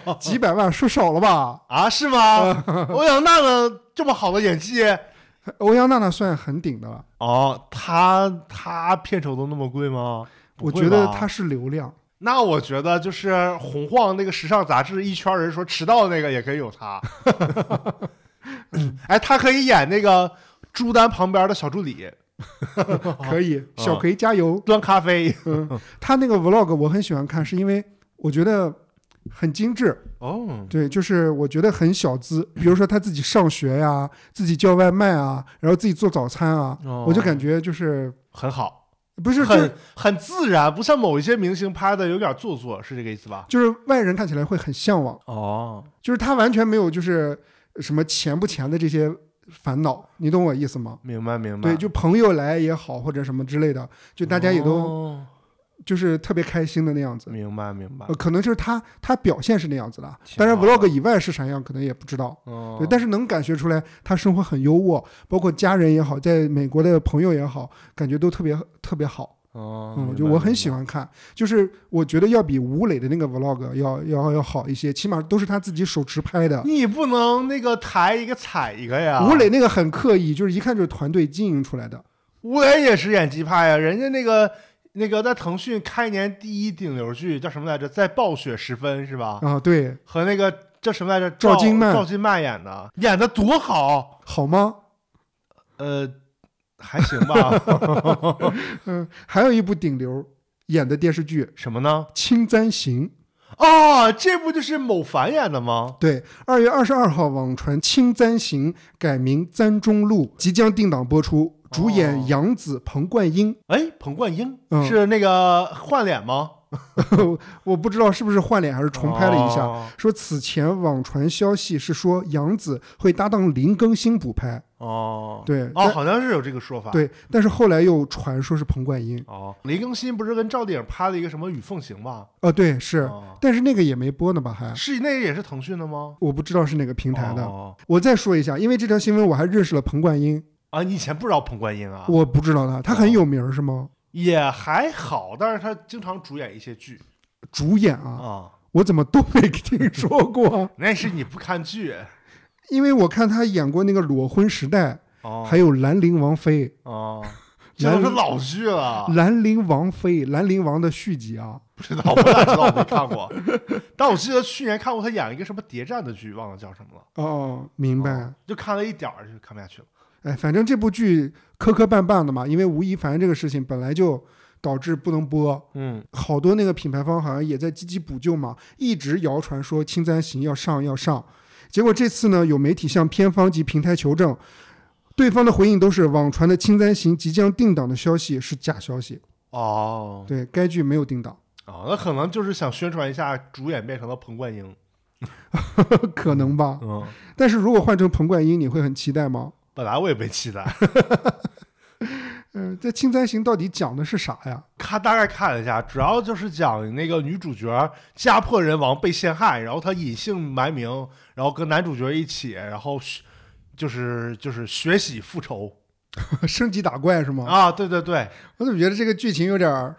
[SPEAKER 2] 哦
[SPEAKER 1] 几百万说少了吧？
[SPEAKER 2] 啊，是吗？欧阳娜娜这么好的演技，
[SPEAKER 1] 欧阳娜娜算很顶的了，
[SPEAKER 2] 哦，他他片酬都那么贵吗？不
[SPEAKER 1] 我
[SPEAKER 2] 会
[SPEAKER 1] 觉得
[SPEAKER 2] 吧
[SPEAKER 1] 她是流 量。
[SPEAKER 2] 那我觉得就是红晃那个时尚杂志一圈人说迟到那个也可以 有他，哎，他可以演那个朱丹旁边的小助理
[SPEAKER 1] 可
[SPEAKER 2] 啊
[SPEAKER 1] 以，小葵加油！
[SPEAKER 2] 端咖啡，
[SPEAKER 1] 嗯，他那个 vlog 我很喜欢看，是因为我觉得很精致。
[SPEAKER 2] 哦，
[SPEAKER 1] 对，就是我觉得很小资，比如说他自己上学呀、自己叫外卖啊，然后自己做早餐啊，
[SPEAKER 2] 哦
[SPEAKER 1] 我就感觉就是
[SPEAKER 2] 很好，
[SPEAKER 1] 不是就是
[SPEAKER 2] 很很自然，不像某一些明星拍的有点做作，是这个意思吧？
[SPEAKER 1] 就是外人看起来会很向往，
[SPEAKER 2] 哦，
[SPEAKER 1] 就是他完全没有就是什么钱不钱的这些烦恼，你懂我意思吗？
[SPEAKER 2] 明白明白。
[SPEAKER 1] 对，就朋友来也好，或者什么之类的，就大家也都
[SPEAKER 2] 哦
[SPEAKER 1] 就是特别开心的那样子。
[SPEAKER 2] 明白明白
[SPEAKER 1] 呃，。可能就是他他表现是那样子的，
[SPEAKER 2] 挺
[SPEAKER 1] 当然
[SPEAKER 2] 好的
[SPEAKER 1] vlog 以外是啥样，可能也不知道。呃
[SPEAKER 2] 哦
[SPEAKER 1] 对，但是能感觉出来他生活很优渥，包括家人也好，在美国的朋友也好，感觉都特别特别好。
[SPEAKER 2] 哦，
[SPEAKER 1] 嗯，
[SPEAKER 2] 明
[SPEAKER 1] 就
[SPEAKER 2] 白
[SPEAKER 1] 我很
[SPEAKER 2] 明
[SPEAKER 1] 喜
[SPEAKER 2] 白
[SPEAKER 1] 欢看，就是我觉得要比吴磊的那个 vlog 要要要好一些，起码都是他自己手持拍的。
[SPEAKER 2] 你不能那个抬一个踩一个呀。
[SPEAKER 1] 吴磊那个很刻意，就是一看就是团队经营出来的。
[SPEAKER 2] 吴磊也是演技派呀，人家那个那个在腾讯开年第一顶流剧叫什么来着？在暴雪时分是吧？
[SPEAKER 1] 啊，对，
[SPEAKER 2] 和那个叫什么来着？
[SPEAKER 1] 赵
[SPEAKER 2] 赵
[SPEAKER 1] 今麦
[SPEAKER 2] 赵今麦演的，演的多好。
[SPEAKER 1] 好吗？
[SPEAKER 2] 呃，还行 吧。
[SPEAKER 1] 嗯，还有一部顶流演的电视剧《
[SPEAKER 2] 什么呢？
[SPEAKER 1] 青簪行》，
[SPEAKER 2] 哦，这不就是某凡演的吗？
[SPEAKER 1] 对，二月二十二号网传《青簪行》改名《簪中路》，即将定档播出，主
[SPEAKER 2] 哦
[SPEAKER 1] 演杨紫、彭冠英。
[SPEAKER 2] 哎，彭冠英、
[SPEAKER 1] 嗯
[SPEAKER 2] 是那个换脸吗？
[SPEAKER 1] 我不知道是不是换脸还是重拍了一下。
[SPEAKER 2] 哦
[SPEAKER 1] 说此前网传消息是说杨紫会搭档林更新补拍，
[SPEAKER 2] 哦
[SPEAKER 1] 对，
[SPEAKER 2] 哦，
[SPEAKER 1] 但
[SPEAKER 2] 好像是有这个说法。
[SPEAKER 1] 对，但是后来又传说是彭冠英，
[SPEAKER 2] 哦，林更新不是跟赵丽颖拍了一个什么《与凤行》吗？
[SPEAKER 1] 啊，对，是，
[SPEAKER 2] 哦
[SPEAKER 1] 但是那个也没播呢吧？还
[SPEAKER 2] 是那个也是腾讯的吗？
[SPEAKER 1] 我不知道是哪个平台的。
[SPEAKER 2] 哦
[SPEAKER 1] 我再说一下，因为这条新闻我还认识了彭冠英，
[SPEAKER 2] 啊，你以前不知道彭冠英啊？
[SPEAKER 1] 我不知道他，他很有名儿是吗？
[SPEAKER 2] 也还好，但是他经常主演一些剧
[SPEAKER 1] 主演啊，
[SPEAKER 2] 啊。
[SPEAKER 1] 我怎么都没听 说过？
[SPEAKER 2] 那是你不看剧
[SPEAKER 1] 因为我看他演过那个《裸婚时代》，
[SPEAKER 2] 哦
[SPEAKER 1] 还有《兰陵王妃》。
[SPEAKER 2] 哦，这都是老剧了，
[SPEAKER 1] 兰陵王妃，兰陵王的续集啊，
[SPEAKER 2] 不知道我哪知道我没看过？ 但我记得去年看过他演了一个什么谍战的剧，忘了叫什么了，
[SPEAKER 1] 哦，明白。
[SPEAKER 2] 哦就看了一点儿就看不下去了。
[SPEAKER 1] 哎，反正这部剧呃磕磕绊绊的嘛，因为吴亦凡这个事情本来就导致不能播，
[SPEAKER 2] 嗯，
[SPEAKER 1] 好多那个品牌方好像也在积极补救嘛，一直谣传说《青簪行》要上要上，结果这次呢，有媒体向片方及平台求证，对方的回应都是网传的《青簪行》即将定档的消息是假消息，
[SPEAKER 2] 哦
[SPEAKER 1] 对该剧没有定档，
[SPEAKER 2] 哦，那可能就是想宣传一下主演变成了彭冠英。
[SPEAKER 1] 可能吧。
[SPEAKER 2] 嗯，
[SPEAKER 1] 但是如果换成彭冠英，你会很期待吗？
[SPEAKER 2] 本来我也没期待，
[SPEAKER 1] 嗯、这《青簪行》到底讲的是啥呀？
[SPEAKER 2] 看大概看了一下，主要就是讲那个女主角家破人亡被陷害，然后她隐姓埋名，然后跟男主角一起，然后学就是就是血洗复仇
[SPEAKER 1] 升级打怪是吗？
[SPEAKER 2] 啊！对对对，
[SPEAKER 1] 我怎么觉得这个剧情有点儿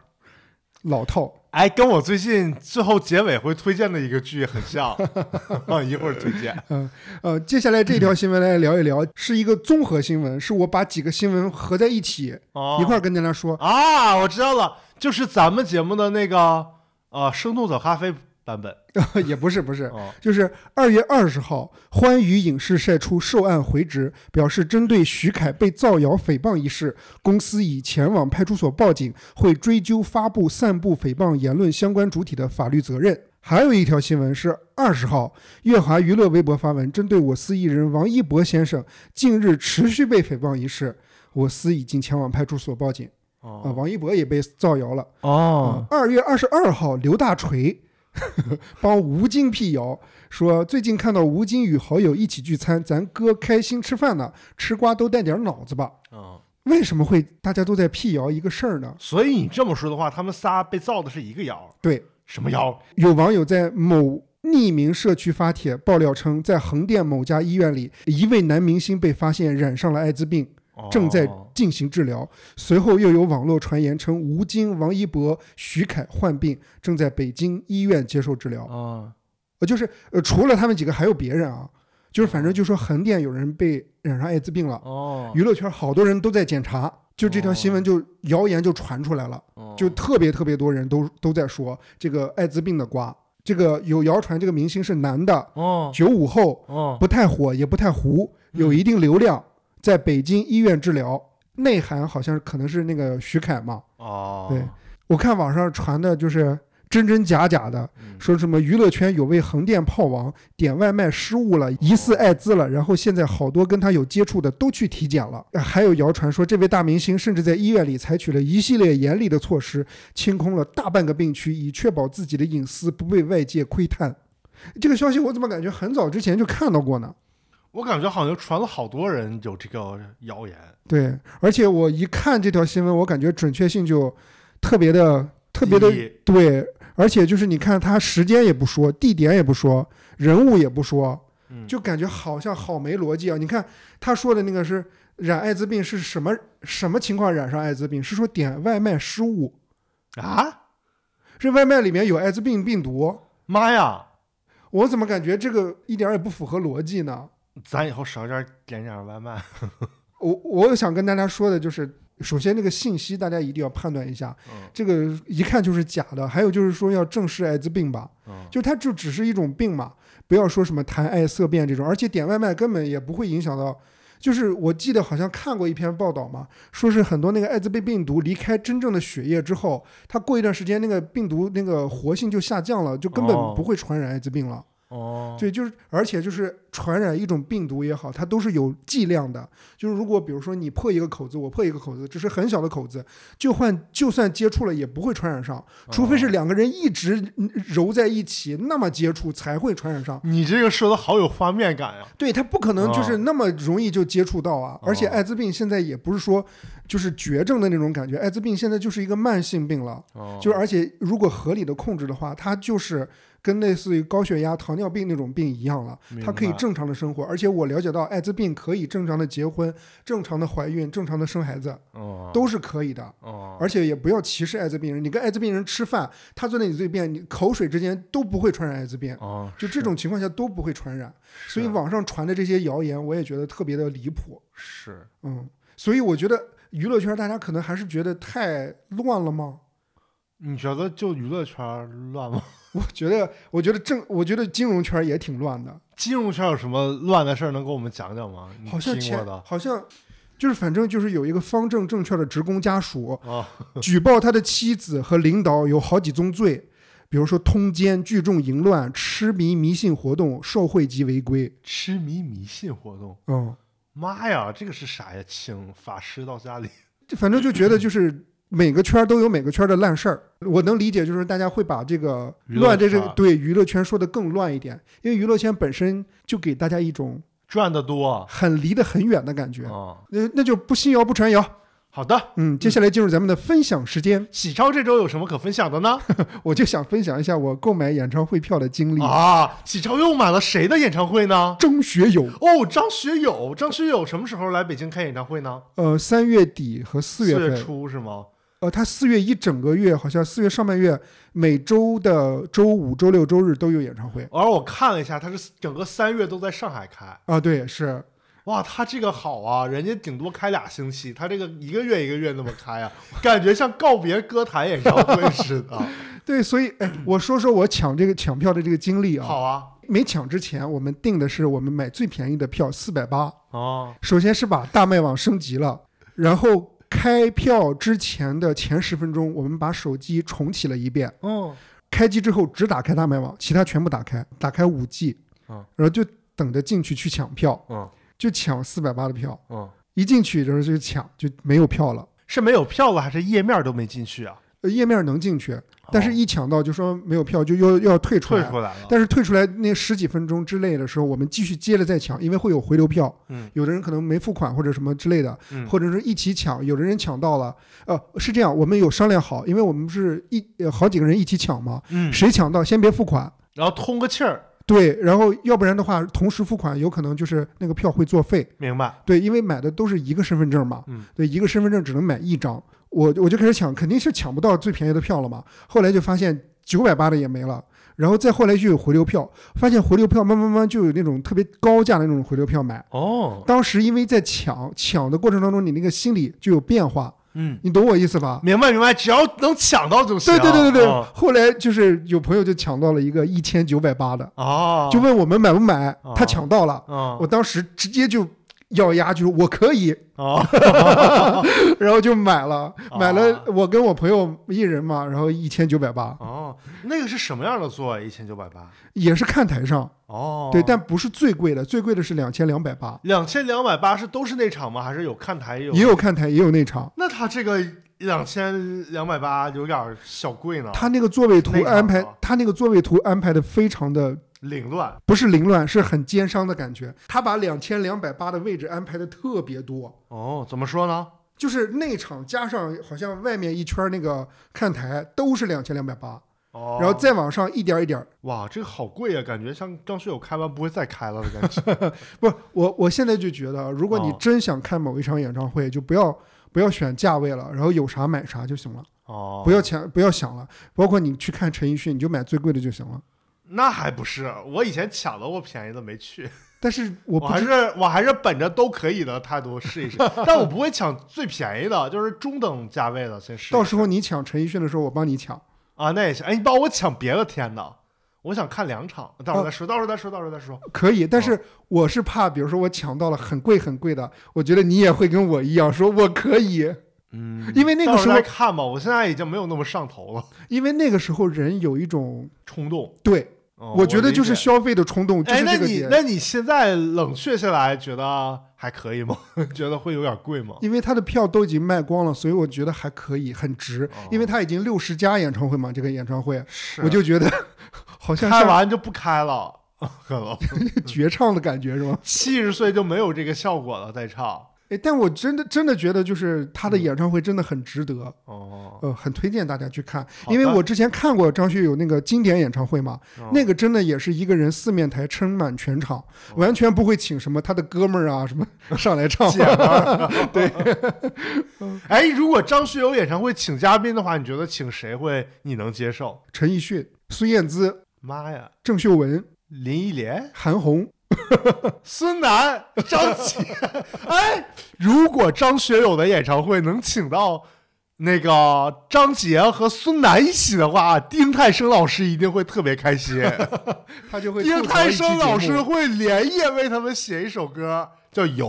[SPEAKER 1] 老套？
[SPEAKER 2] 哎，跟我最近最后结尾会推荐的一个剧很像， 啊一会儿推荐。
[SPEAKER 1] 呃，接下来这条新闻来聊一聊，是一个综合新闻，是我把几个新闻合在一起、
[SPEAKER 2] 哦、
[SPEAKER 1] 一块儿跟大家说。
[SPEAKER 2] 啊，我知道了，就是咱们节目的那个呃生动早咖啡版本。
[SPEAKER 1] 也不是不是，
[SPEAKER 2] 哦
[SPEAKER 1] 就是二月二十号，欢娱影视晒出受案回执，表示针对徐凯被造谣诽谤一事，公司已前往派出所报警，会追究发布、散布诽谤言论相关主体的法律责任。还有一条新闻是二十号，乐华娱乐微博发文，针对我司艺人王一博先生近日持续被诽谤一事，我司已经前往派出所报警。啊、
[SPEAKER 2] 哦
[SPEAKER 1] 王一博也被造谣了。
[SPEAKER 2] 哦
[SPEAKER 1] 二月二十二号，刘大锤帮吴京辟谣，说最近看到吴京与好友一起聚餐，咱哥开心吃饭呢，吃瓜都带点脑子吧。
[SPEAKER 2] 哦，
[SPEAKER 1] 为什么会大家都在辟谣一个事儿呢？
[SPEAKER 2] 所以你这么说的话，他们仨被造的是一个谣，
[SPEAKER 1] 对，
[SPEAKER 2] 什么谣？
[SPEAKER 1] 有网友在某匿名社区发帖爆料称，在横店某家医院里，一位男明星被发现染上了艾滋病，正在
[SPEAKER 2] 哦
[SPEAKER 1] 进行治疗。随后又有网络传言称，吴京、王一博、徐凯患病，正在北京医院接受治疗。
[SPEAKER 2] 啊，
[SPEAKER 1] 呃，就是呃，除了他们几个还有别人啊，就是反正就说横店有人被染上艾滋病了，
[SPEAKER 2] 哦，
[SPEAKER 1] 娱乐圈好多人都在检查，就这条新闻就谣言就传出来了，
[SPEAKER 2] 哦嗯
[SPEAKER 1] 就特别特别多人都都在说这个艾滋病的瓜，这个有谣传这个明星是男的，
[SPEAKER 2] 哦
[SPEAKER 1] 九五后，
[SPEAKER 2] 哦嗯
[SPEAKER 1] 不太火也不太糊，有一定流量，在北京医院治疗，内涵好像可能是那个徐凯嘛，
[SPEAKER 2] 哦，
[SPEAKER 1] 对我看网上传的就是真真假假的，说什么娱乐圈有位横店炮王点外卖失误了，疑似艾滋了，然后现在好多跟他有接触的都去体检了。呃还有谣传说，这位大明星甚至在医院里采取了一系列严厉的措施，清空了大半个病区，以确保自己的隐私不被外界窥探。这个消息我怎么感觉很早之前就看到过呢？
[SPEAKER 2] 我感觉好像传了好多人有这个谣言，
[SPEAKER 1] 对，而且我一看这条新闻，我感觉准确性就特别的、特别的
[SPEAKER 2] 第一
[SPEAKER 1] 对，而且就是你看他时间也不说，地点也不说，人物也不说，
[SPEAKER 2] 嗯
[SPEAKER 1] 就感觉好像好没逻辑啊！你看他说的那个是染艾滋病是什么什么情况染上艾滋病？是说点外卖失误，
[SPEAKER 2] 啊，
[SPEAKER 1] 这外卖里面有艾滋病病毒，
[SPEAKER 2] 妈呀！
[SPEAKER 1] 我怎么感觉这个一点儿也不符合逻辑呢？
[SPEAKER 2] 咱以后少点点点外卖，
[SPEAKER 1] 我我想跟大家说的就是，首先这个信息大家一定要判断一下，
[SPEAKER 2] 嗯
[SPEAKER 1] 这个一看就是假的。还有就是说要正视艾滋病吧，
[SPEAKER 2] 嗯
[SPEAKER 1] 就它就只是一种病嘛，不要说什么谈爱色变这种，而且点外卖根本也不会影响到。就是我记得好像看过一篇报道嘛，说是很多那个艾滋病病毒离开真正的血液之后，它过一段时间那个病毒那个活性就下降了，就根本
[SPEAKER 2] 哦
[SPEAKER 1] 不会传染艾滋病了。
[SPEAKER 2] 哦，
[SPEAKER 1] 对，就是而且就是传染一种病毒也好，它都是有剂量的。就是如果比如说你破一个口子，我破一个口子，只是很小的口子，就换就算接触了也不会传染上，
[SPEAKER 2] 嗯
[SPEAKER 1] 除非是两个人一直嗯揉在一起，那么接触才会传染上。
[SPEAKER 2] 你这个说的好有画面感啊呀、
[SPEAKER 1] 对，它不可能就是那么容易就接触到啊。而且
[SPEAKER 2] 哦
[SPEAKER 1] 艾滋病现在也不是说就是绝症的那种感觉，艾滋病现在就是一个慢性病了。
[SPEAKER 2] 哦
[SPEAKER 1] 就是而且如果合理的控制的话，它就是跟类似于高血压、糖尿病那种病一样了
[SPEAKER 2] 明，
[SPEAKER 1] 它可以
[SPEAKER 2] 白
[SPEAKER 1] 正常的生活。而且我了解到，艾滋病可以正常的结婚、正常的怀孕、正常的生孩子，
[SPEAKER 2] 哦
[SPEAKER 1] 都是可以的。
[SPEAKER 2] 哦，
[SPEAKER 1] 而且也不要歧视艾滋病人，你跟艾滋病人吃饭，他坐在你对面，你口水之间都不会传染艾滋病，
[SPEAKER 2] 哦
[SPEAKER 1] 就这种情况下都不会传染。
[SPEAKER 2] 是，
[SPEAKER 1] 所
[SPEAKER 2] 啊
[SPEAKER 1] 以网上传的这些谣言，我也觉得特别的离谱。
[SPEAKER 2] 是
[SPEAKER 1] 嗯，所以我觉得娱乐圈大家可能还是觉得太乱了吗？
[SPEAKER 2] 你觉得就娱乐圈乱吗？
[SPEAKER 1] 我觉得，我觉得政，我觉得金融圈也挺乱的，
[SPEAKER 2] 金融圈有什么乱的事儿能给我们讲讲吗？你
[SPEAKER 1] 好像
[SPEAKER 2] 嗯听过
[SPEAKER 1] 前
[SPEAKER 2] 的
[SPEAKER 1] 好像就是反正就是有一个方正证券的职工家属
[SPEAKER 2] 哦
[SPEAKER 1] 举报他的妻子和领导有好几宗罪，比如说通奸、聚众淫乱、痴迷迷信活动、受贿及违规。
[SPEAKER 2] 痴迷迷信活动，
[SPEAKER 1] 嗯，
[SPEAKER 2] 妈呀，这个是啥呀？请法师到家里，
[SPEAKER 1] 就反正就觉得就是。每个圈儿都有每个圈儿的烂事儿，我能理解，就是大家会把这个
[SPEAKER 2] 娱乐
[SPEAKER 1] 乱这
[SPEAKER 2] 圈
[SPEAKER 1] 这
[SPEAKER 2] 儿
[SPEAKER 1] 个对娱乐圈说的更乱一点，因为娱乐圈本身就给大家一种
[SPEAKER 2] 赚的多啊、
[SPEAKER 1] 很离得很远的感觉。
[SPEAKER 2] 嗯
[SPEAKER 1] 那那就不信谣不传谣。
[SPEAKER 2] 好的，
[SPEAKER 1] 嗯，接下来进入咱们的分享时间，
[SPEAKER 2] 喜超这周有什么可分享 的呢？
[SPEAKER 1] 我就想分享一下我购买演唱会票的经历。
[SPEAKER 2] 啊，喜超又买了谁的演唱会呢？
[SPEAKER 1] 张学友，
[SPEAKER 2] 哦，张学友，张学友什么时候来北京开演唱会呢？
[SPEAKER 1] 呃，三月底和四月份，
[SPEAKER 2] 初是吗？
[SPEAKER 1] 呃，他四月一整个月，好像四月上半月，每周的周五、周六、周日都有演唱会。
[SPEAKER 2] 而我看了一下，他是整个三月都在上海开。
[SPEAKER 1] 啊，对，是
[SPEAKER 2] 哇，他这个好啊，人家顶多开俩星期，他这个一个月一个月那么开啊， 感觉像告别歌坛演唱会似 的。
[SPEAKER 1] 对，所以，哎，我说说我抢这个抢票的这个经历啊。
[SPEAKER 2] 好啊，
[SPEAKER 1] 没抢之前，我们定的是我们买最便宜的票，四百八。
[SPEAKER 2] 哦，
[SPEAKER 1] 首先是把大麦网升级了，然后开票之前的前十分钟，我们把手机重启了一遍。
[SPEAKER 2] 嗯，
[SPEAKER 1] 开机之后只打开大麦网，其他全部打开，打开五 G，
[SPEAKER 2] 嗯
[SPEAKER 1] 然后就等着进去去抢票，
[SPEAKER 2] 嗯
[SPEAKER 1] 就抢四百八的票。
[SPEAKER 2] 嗯，
[SPEAKER 1] 一进去然后就抢，就没有票了。
[SPEAKER 2] 是没有票了，还是页面都没进去啊？
[SPEAKER 1] 呃页面能进去，但是一抢到就说没有票，就又又要退出
[SPEAKER 2] 退
[SPEAKER 1] 来。
[SPEAKER 2] 出来了。
[SPEAKER 1] 啊但是退出来那十几分钟之内的时候，我们继续接着再抢，因为会有回流票。
[SPEAKER 2] 嗯
[SPEAKER 1] 有的人可能没付款或者什么之类的，
[SPEAKER 2] 嗯
[SPEAKER 1] 或者是一起抢，有的人抢到了。呃，是这样，我们有商量好，因为我们是一、呃好几个人一起抢嘛，
[SPEAKER 2] 嗯，
[SPEAKER 1] 谁抢到先别付款。
[SPEAKER 2] 然后通个气儿，
[SPEAKER 1] 对，然后要不然的话，同时付款有可能就是那个票会作废。
[SPEAKER 2] 明白？
[SPEAKER 1] 对，因为买的都是一个身份证嘛，
[SPEAKER 2] 嗯
[SPEAKER 1] 对，一个身份证只能买一张。我我就开始抢，肯定是抢不到最便宜的票了嘛。后来就发现九百八的也没了，然后再后来就有回流票，发现回流票慢慢慢慢就有那种特别高价的那种回流票买。
[SPEAKER 2] 哦，
[SPEAKER 1] 当时因为在抢抢的过程当中，你那个心理就有变化，
[SPEAKER 2] 嗯，
[SPEAKER 1] 你懂我意思吧？
[SPEAKER 2] 明白明白，只要能抢到就行。
[SPEAKER 1] 对对对对对。
[SPEAKER 2] 哦
[SPEAKER 1] 后来就是有朋友就抢到了一个一千九百八的，
[SPEAKER 2] 哦，
[SPEAKER 1] 就问我们买不买，他
[SPEAKER 2] 哦
[SPEAKER 1] 抢到了。
[SPEAKER 2] 啊
[SPEAKER 1] 我当时直接就咬牙，就是我可以，
[SPEAKER 2] 啊，
[SPEAKER 1] 然后就买了，买了
[SPEAKER 2] 啊。
[SPEAKER 1] 我跟我朋友一人嘛，然后一千九百八。
[SPEAKER 2] 哦，那个是什么样的座啊位？一千九百八
[SPEAKER 1] 也是看台上，
[SPEAKER 2] 哦，
[SPEAKER 1] 对，但不是最贵的，最贵的是两千两百八，
[SPEAKER 2] 两千两百八是都是那场吗？还是有看台也有？
[SPEAKER 1] 也有看台，也有内场。
[SPEAKER 2] 那他这个两千两百八有点儿小贵呢，
[SPEAKER 1] 他那个座位图
[SPEAKER 2] 啊内场
[SPEAKER 1] 安排
[SPEAKER 2] 啊，
[SPEAKER 1] 他那个座位图安排的非常的
[SPEAKER 2] 凌乱。
[SPEAKER 1] 不是凌乱，是很奸商的感觉。他把两千两百八的位置安排的特别多，
[SPEAKER 2] 哦，怎么说呢？
[SPEAKER 1] 就是内场加上好像外面一圈那个看台都是两千两百八，
[SPEAKER 2] 哦，
[SPEAKER 1] 然后再往上一点儿一点儿。
[SPEAKER 2] 哇，这个好贵啊，感觉像张学友开完不会再开了的感觉。
[SPEAKER 1] 不是我，我现在就觉得，啊如果你
[SPEAKER 2] 哦
[SPEAKER 1] 真想看某一场演唱会，就不要不要选价位了，然后有啥买啥就行了，
[SPEAKER 2] 哦，
[SPEAKER 1] 不要钱不要想了。包括你去看陈奕迅，你就买最贵的就行了。
[SPEAKER 2] 那还不是，我以前抢到过便宜的没去，
[SPEAKER 1] 但是我
[SPEAKER 2] 我
[SPEAKER 1] 不
[SPEAKER 2] 哦还
[SPEAKER 1] 知
[SPEAKER 2] 是我还是本着都可以的态度试 一试，但我不会抢最便宜的，就是中等价位的先试一
[SPEAKER 1] 到
[SPEAKER 2] 试
[SPEAKER 1] 时候你抢陈奕迅的时候，我帮你抢。
[SPEAKER 2] 啊，那也行。哎，你帮我抢别的天呐，我想看两场，到时候再说，到时候再说，到时候再说。
[SPEAKER 1] 可以，但是我是怕，比如说我抢到了很贵很贵的，我觉得你也会跟我一样说我可以，
[SPEAKER 2] 嗯
[SPEAKER 1] 因为那个
[SPEAKER 2] 到时
[SPEAKER 1] 时
[SPEAKER 2] 候
[SPEAKER 1] 候
[SPEAKER 2] 再，看吧，我现在已经没有那么上头了，
[SPEAKER 1] 因为那个时候人有一种
[SPEAKER 2] 冲动。
[SPEAKER 1] 对，
[SPEAKER 2] 嗯
[SPEAKER 1] 我觉得就
[SPEAKER 2] 理
[SPEAKER 1] 是
[SPEAKER 2] 解
[SPEAKER 1] 消费的冲动，就
[SPEAKER 2] 哎
[SPEAKER 1] 是，
[SPEAKER 2] 那
[SPEAKER 1] 这个
[SPEAKER 2] 你
[SPEAKER 1] 点，
[SPEAKER 2] 那你现在冷却下来，觉得还可以吗？ 觉得会有点贵吗？
[SPEAKER 1] 因为他的票都已经卖光了，所以我觉得还可以，很值
[SPEAKER 2] 哦，
[SPEAKER 1] 因为他已经六十家演唱会嘛，这个演唱会，
[SPEAKER 2] 是啊
[SPEAKER 1] 我就觉得 好像
[SPEAKER 2] 开
[SPEAKER 1] 像
[SPEAKER 2] 完就不开了， 可能
[SPEAKER 1] 绝唱的感觉 是吗？
[SPEAKER 2] 七十岁就没有这个效果了，再唱。
[SPEAKER 1] 哎，但我真的真的觉得就是他的
[SPEAKER 2] 嗯
[SPEAKER 1] 演唱会真的很值得，
[SPEAKER 2] 哦，
[SPEAKER 1] 呃，很推荐大家去看，
[SPEAKER 2] 好
[SPEAKER 1] 因为
[SPEAKER 2] 的
[SPEAKER 1] 我之前看过张学友那个经典演唱会嘛，那个真的也是一个人四面台撑满全场，
[SPEAKER 2] 哦
[SPEAKER 1] 完全不会请什么他的哥们儿啊什么 上来 唱。
[SPEAKER 2] 姐们儿，对。 哎，如果张学友演唱会请嘉宾的话，你觉得请谁会你能接受？
[SPEAKER 1] 陈奕迅、孙燕姿、
[SPEAKER 2] 妈呀，
[SPEAKER 1] 郑秀文、
[SPEAKER 2] 林忆莲、
[SPEAKER 1] 韩红，
[SPEAKER 2] 孙楠、张琪。 哎，如果张学友的演唱会能请到那个张杰和孙楠一起的话，丁太升老师一定会特别开心。
[SPEAKER 1] 他就 会
[SPEAKER 2] 丁
[SPEAKER 1] 吐槽
[SPEAKER 2] 太
[SPEAKER 1] 一期
[SPEAKER 2] 升老
[SPEAKER 1] 节
[SPEAKER 2] 师
[SPEAKER 1] 目
[SPEAKER 2] 会连夜为他们写一首歌，叫《游》。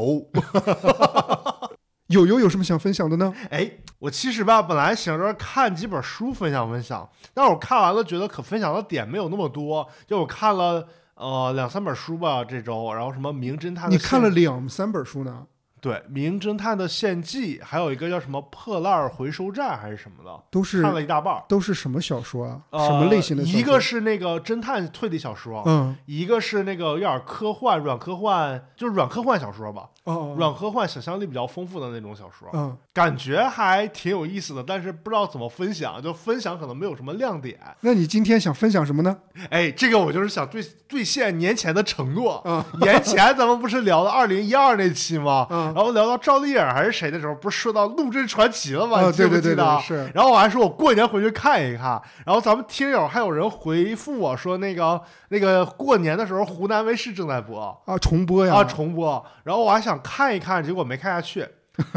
[SPEAKER 1] 友友有什么想分享的呢？
[SPEAKER 2] 哎，我其实吧，本来想着看几本书分享分享，但是我看完了觉得可分享的点没有那么多，就我看了呃两三本书吧，这周，然后什么《名侦探的
[SPEAKER 1] 你
[SPEAKER 2] 献》
[SPEAKER 1] 看了两三本书呢？
[SPEAKER 2] 对《名侦探的献祭》，还有一个叫什么《破烂回收站》还是什么的，
[SPEAKER 1] 都是
[SPEAKER 2] 看了一大半儿。
[SPEAKER 1] 都是什么小说啊？
[SPEAKER 2] 呃
[SPEAKER 1] 什么类型的小说？
[SPEAKER 2] 一个是那个侦探推理小说，
[SPEAKER 1] 嗯
[SPEAKER 2] 一个是那个有点科幻、软科幻，就是软科幻小说吧，
[SPEAKER 1] 哦
[SPEAKER 2] 软科幻想象力比较丰富的那种小说。
[SPEAKER 1] 嗯，
[SPEAKER 2] 感觉还挺有意思的，但是不知道怎么分享，就分享可能没有什么亮点。
[SPEAKER 1] 那你今天想分享什么呢？
[SPEAKER 2] 哎，这个我就是想兑兑现年前的承诺。
[SPEAKER 1] 啊
[SPEAKER 2] 年前咱们不是聊了二零一二那期吗？
[SPEAKER 1] 嗯
[SPEAKER 2] 然后聊到赵丽颖还是谁的时候，不是说到《陆贞传奇》了吗？
[SPEAKER 1] 啊，
[SPEAKER 2] 你记
[SPEAKER 1] 对
[SPEAKER 2] 不
[SPEAKER 1] 对
[SPEAKER 2] 记
[SPEAKER 1] 对
[SPEAKER 2] 得啊？
[SPEAKER 1] 对，是
[SPEAKER 2] 然后我还说我过年回去看一看，然后咱们听友还有人回复我说那个那个过年的时候湖南卫视正在播，
[SPEAKER 1] 啊，重播呀
[SPEAKER 2] 啊，重播，然后我还想看一看，结果没看下去。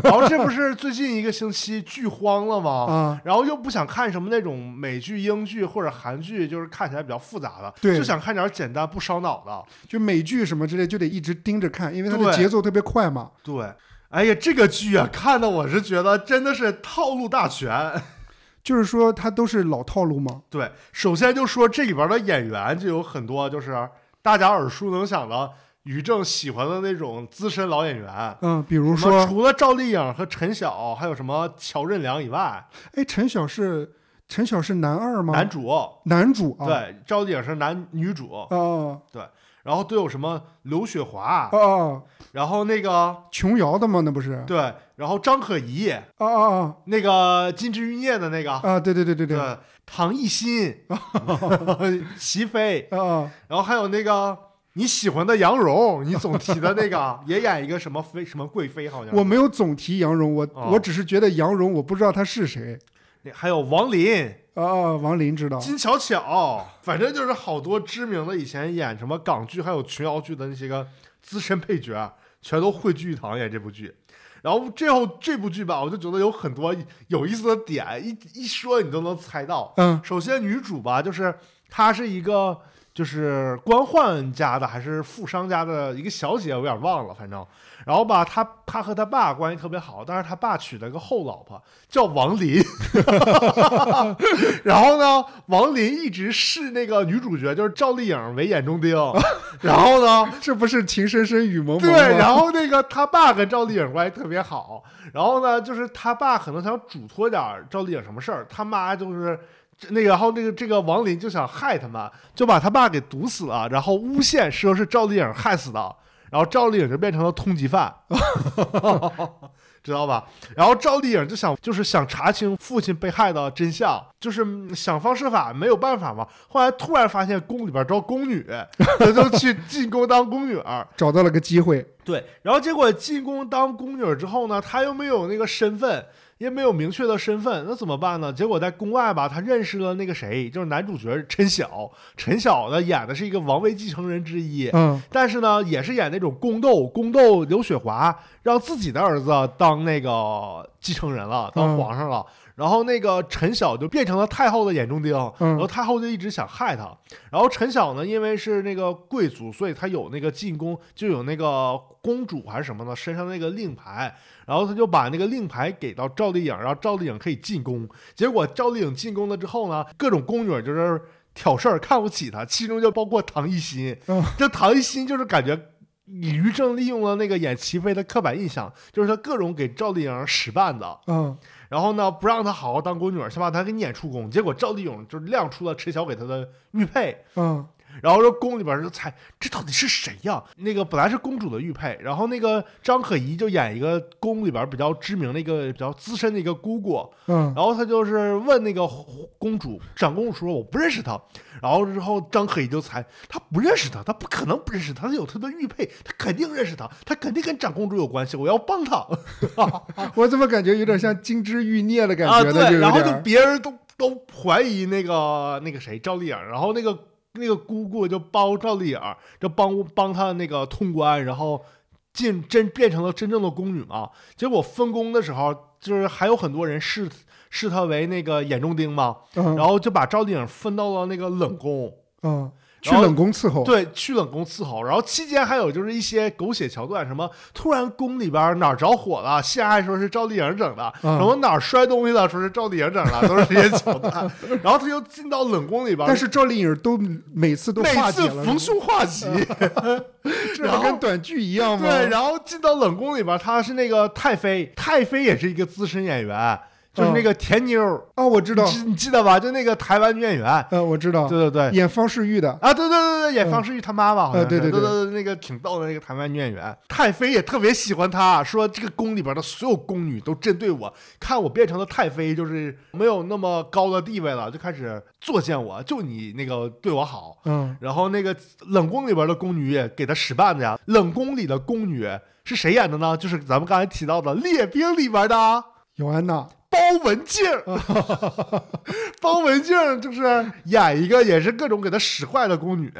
[SPEAKER 2] 然后这不是最近一个星期剧荒了吗？
[SPEAKER 1] 啊
[SPEAKER 2] 然后又不想看什么那种美剧、英剧或者韩剧，就是看起来比较复杂的，
[SPEAKER 1] 对
[SPEAKER 2] 就想看点简单不烧脑的。
[SPEAKER 1] 就美剧什么之类，就得一直盯着看，因为它的
[SPEAKER 2] 对
[SPEAKER 1] 节奏特别快嘛。
[SPEAKER 2] 对，哎呀，这个剧啊，看的我是觉得真的是套路大全。
[SPEAKER 1] 就是说，它都是老套路嘛。
[SPEAKER 2] 对，首先就说这里边的演员就有很多，就是大家耳熟能详的于正喜欢的那种资深老演员。
[SPEAKER 1] 嗯，比如
[SPEAKER 2] 什么
[SPEAKER 1] 说，
[SPEAKER 2] 除了赵丽颖和陈晓，还有什么乔任梁以外，
[SPEAKER 1] 哎，陈晓是陈晓是男二吗？
[SPEAKER 2] 男主、
[SPEAKER 1] 男主啊，
[SPEAKER 2] 对，赵丽颖是男女主，
[SPEAKER 1] 哦
[SPEAKER 2] 然后都有什么刘雪华
[SPEAKER 1] 哦，哦，
[SPEAKER 2] 然后那个
[SPEAKER 1] 琼瑶的吗？那不是？啊
[SPEAKER 2] 对，然后张可颐，
[SPEAKER 1] 啊啊
[SPEAKER 2] 那个《金枝欲孽》的那个，
[SPEAKER 1] 啊！对对对对对，啊
[SPEAKER 2] 对，唐 艺昕，齐飞，
[SPEAKER 1] 啊
[SPEAKER 2] 然后还有那个你喜欢的杨蓉，你总提的那个也演一个什么妃什么贵妃好像是，
[SPEAKER 1] 我没有总提杨蓉，我
[SPEAKER 2] 哦
[SPEAKER 1] 我只是觉得杨蓉我不知道她是谁。
[SPEAKER 2] 那还有王林、
[SPEAKER 1] 啊啊，王林知道。
[SPEAKER 2] 金巧巧，反正就是好多知名的以前演什么港剧还有琼瑶剧的那些个资深配角，全都汇聚一堂演这部剧。然后最后这部剧吧，我就觉得有很多有意思的点，一一说你都能猜到。
[SPEAKER 1] 嗯
[SPEAKER 2] 首先女主吧，就是她是一个就是官宦家的还是富商家的一个小姐，我有点忘了，反正。然后吧，她她和她爸关系特别好，但是她爸娶了个后老婆叫王林，然后呢，王林一直视那个女主角就是赵丽颖为眼中钉，然后呢，
[SPEAKER 1] 这不是情深深雨蒙蒙啊
[SPEAKER 2] 对，
[SPEAKER 1] 吗
[SPEAKER 2] 然后那个他爸跟赵丽颖关系特别好，然后呢，就是他爸可能想嘱托点儿赵丽颖什么事儿，他妈就是这那个，然后那个这个王林就想害他们，就把他爸给毒死了，然后诬陷说是赵丽颖害死的，然后赵丽颖就变成了通缉犯，知道吧？然后赵丽颖就想就是想查清父亲被害的真相，就是嗯想方设法，没有办法嘛。后来突然发现宫里边招宫女，她就去进宫当宫女儿，
[SPEAKER 1] 找到了个机会，
[SPEAKER 2] 对，然后结果进宫当宫女儿之后呢，她又没有那个身份，也没有明确的身份，那怎么办呢？结果在宫外吧，她认识了那个谁，就是男主角陈晓。陈晓呢演的是一个王位继承人之一，
[SPEAKER 1] 嗯，
[SPEAKER 2] 但是呢也是演那种宫斗，宫斗刘雪华让自己的儿子当那个继承人了，当
[SPEAKER 1] 嗯
[SPEAKER 2] 皇上了。然后那个陈晓就变成了太后的眼中钉，
[SPEAKER 1] 嗯
[SPEAKER 2] 然后太后就一直想害他。然后陈晓呢，因为是那个贵族，所以他有那个进宫就有那个公主还是什么呢，身上那个令牌。然后他就把那个令牌给到赵丽颖，然后赵丽颖可以进宫。结果赵丽颖进宫了之后呢，各种宫女儿就是挑事儿，看不起她，其中就包括唐艺昕。
[SPEAKER 1] 嗯
[SPEAKER 2] 这唐艺昕就是感觉。于正利用了那个演齐飞的刻板印象，就是他各种给赵丽颖使绊子，
[SPEAKER 1] 嗯，
[SPEAKER 2] 然后呢，不让她好好当宫女儿，想把她给撵出宫。结果赵丽颖就亮出了陈晓给她的玉佩，
[SPEAKER 1] 嗯，
[SPEAKER 2] 然后说宫里边就猜这到底是谁呀？那个本来是公主的玉佩，然后那个张可颐就演一个宫里边比较知名的一个比较资深的一个姑姑，
[SPEAKER 1] 嗯，
[SPEAKER 2] 然后她就是问那个公主，长公主说我不认识她，然后之后张可颐就猜她不认识她，她不可能不认识她，她有她的玉佩，她肯定认识她，她肯定跟长公主有关系，我要帮她。
[SPEAKER 1] 我怎么感觉有点像金枝欲孽的感觉呢？
[SPEAKER 2] 哦啊、对，
[SPEAKER 1] 有
[SPEAKER 2] 然后
[SPEAKER 1] 点
[SPEAKER 2] 就
[SPEAKER 1] 儿
[SPEAKER 2] 别人都都怀疑那个那个谁赵丽颖，然后那个那个姑姑就帮赵丽颖，就帮帮她那个通关，然后进真变成了真正的宫女嘛。结果分宫的时候，就是还有很多人视视她为那个眼中钉嘛，
[SPEAKER 1] 嗯
[SPEAKER 2] 然后就把赵丽颖分到了那个冷宫。
[SPEAKER 1] 嗯，去
[SPEAKER 2] 然后
[SPEAKER 1] 冷宫伺候，
[SPEAKER 2] 对，去冷宫伺候，然后期间还有就是一些狗血桥段，什么突然宫里边哪儿着火了，陷害说是赵丽颖整的，
[SPEAKER 1] 嗯
[SPEAKER 2] 什么哪儿摔东西了，说是赵丽颖整的，都是这些桥 段。然后他又进到冷宫里边，
[SPEAKER 1] 但是赵丽颖都每次都化解
[SPEAKER 2] 每次
[SPEAKER 1] 了，
[SPEAKER 2] 逢凶化吉，
[SPEAKER 1] 这
[SPEAKER 2] 然
[SPEAKER 1] 不
[SPEAKER 2] 后
[SPEAKER 1] 跟短剧一 样吗？
[SPEAKER 2] 对，然后进到冷宫里边，他是那个太妃，太妃也是一个资深演员，就是那个甜妞儿，
[SPEAKER 1] 哦，嗯我知道
[SPEAKER 2] 你，记你记得吧？就那个台湾女演员，
[SPEAKER 1] 嗯，我知道，
[SPEAKER 2] 对对对，
[SPEAKER 1] 演方世玉的，
[SPEAKER 2] 啊，对对对对，演
[SPEAKER 1] 嗯
[SPEAKER 2] 方世玉他妈妈好像是，
[SPEAKER 1] 呃对
[SPEAKER 2] 对
[SPEAKER 1] 对对
[SPEAKER 2] 对，那个挺逗的那个台湾女演员，太妃也特别喜欢她，说这个宫里边的所有宫女都针对我，看我变成了太妃，就是没有那么高的地位了，就开始作践我，就你那个对我好。
[SPEAKER 1] 嗯，
[SPEAKER 2] 然后那个冷宫里边的宫女也给她使绊子呀，冷宫里的宫女是谁演的呢？就是咱们刚才提到的《列兵》里边的。啊
[SPEAKER 1] 姚安娜，
[SPEAKER 2] 包文婧 儿，包文婧儿就是演一个也是各种给她使坏的宫女，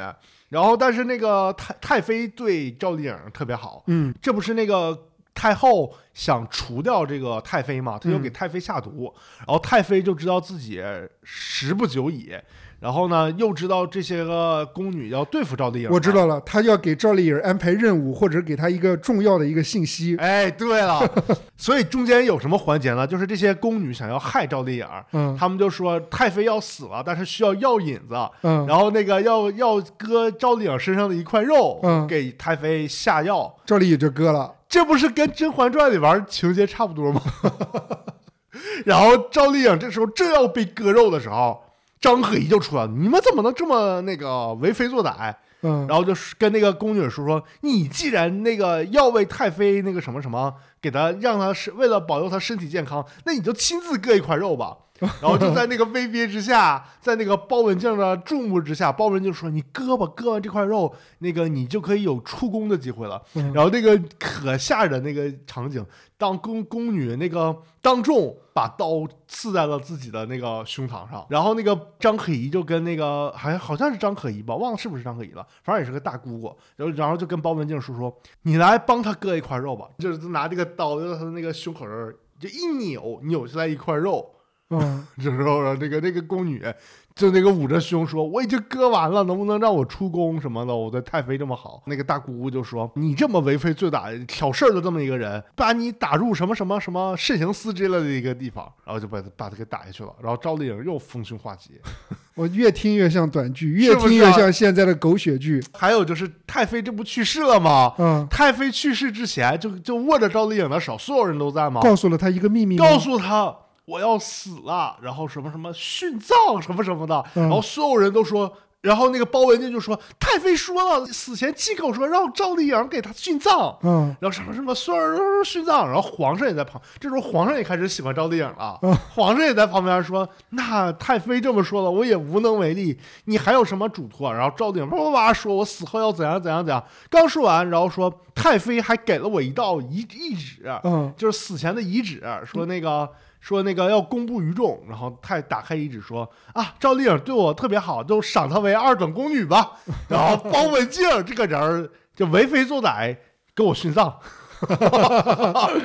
[SPEAKER 2] 然后但是那个太太妃对赵丽颖特别好，
[SPEAKER 1] 嗯
[SPEAKER 2] 这不是那个太后想除掉这个太妃嘛，她就给太妃下毒，然后太妃就知道自己时不久矣，然后呢又知道这些个宫女要对付赵丽颖，啊
[SPEAKER 1] 我知。道了，她要给赵丽颖安排任务，或者给她一个重要的一个信息，
[SPEAKER 2] 哎，对了，所以中间有什么环节呢？就是这些宫女想要害赵丽颖，
[SPEAKER 1] 嗯
[SPEAKER 2] 他们就说太妃要死了，但是需要药引子，
[SPEAKER 1] 嗯，
[SPEAKER 2] 然后那个要要割赵丽颖身上的一块肉，
[SPEAKER 1] 嗯
[SPEAKER 2] 给太妃下药，
[SPEAKER 1] 赵丽颖就割了，
[SPEAKER 2] 这不是跟《甄嬛传》里边情节差不多吗？ 然后赵丽颖这时候正要被割肉的时候，张可颐就出来了，你们怎么能这么那个为非作歹？
[SPEAKER 1] 嗯，
[SPEAKER 2] 然后就是跟那个宫女说说，你既然那个要为太妃那个什么什么，给她让她是为了保佑她身体健康，那你就亲自割一块 肉吧。然后就在那个威逼之下，在那个包文婧的注目之下，包文婧说：“你割吧，割完这块肉，那个你就可以有出宫的机会了。”
[SPEAKER 1] 嗯
[SPEAKER 2] 然后那个可吓人那个场景，当宫宫女那个当众把刀刺在了自己的那个胸膛上，然后那个张可颐就跟那个好像好像是张可颐吧，忘了是不是张可颐了，反正也是个大姑姑，然后然后就跟包文婧说说，你来帮他割一块肉吧，就是拿这个刀就在他那个胸口这儿就一扭，扭下来一块肉，
[SPEAKER 1] 嗯，
[SPEAKER 2] 这时候啊呢，那个那个宫女就那个捂着胸说：“我已经割完了，能不能让我出宫什么的？我对太妃这么好。”那个大姑姑就说：“你这么为非作歹、挑事儿的这么一个人，把你打入什么什么什么慎刑司之类的一个地方，然后就把他把他给打下去了。”然后赵丽颖又逢凶化吉。
[SPEAKER 1] 我越听越像短剧，
[SPEAKER 2] 是
[SPEAKER 1] 越
[SPEAKER 2] 不是
[SPEAKER 1] 听越
[SPEAKER 2] 啊
[SPEAKER 1] 像现在的狗血剧。
[SPEAKER 2] 还有就是太妃这不去世了吗？
[SPEAKER 1] 嗯，
[SPEAKER 2] 太妃去世之前就就握着赵丽颖的手，所有人都在吗？
[SPEAKER 1] 告诉了他一个秘密吗，
[SPEAKER 2] 告诉他我要死了，然后什么什么殉葬什么什么的，
[SPEAKER 1] 嗯
[SPEAKER 2] 然后所有人都说，然后那个包文婧就说太妃说了，死前亲口说让赵丽颖给她殉葬，
[SPEAKER 1] 嗯，
[SPEAKER 2] 然后什么什么所有人都说殉葬，然后皇上也在旁，这时候皇上也开始喜欢赵丽颖了，
[SPEAKER 1] 嗯
[SPEAKER 2] 皇上也在旁边说那太妃这么说了，我也无能为力，你还有什么嘱托？然后赵丽颖叭叭叭说我死后要怎样怎样怎样，刚说完，然后说太妃还给了我一道遗遗旨，
[SPEAKER 1] 嗯，
[SPEAKER 2] 就是死前的遗旨，说那个说那个要公布于众，然后太打开遗旨说啊，赵丽颖对我特别好，就赏她为二等宫女吧。然后包文婧儿这个人儿就为非作歹，给我殉葬。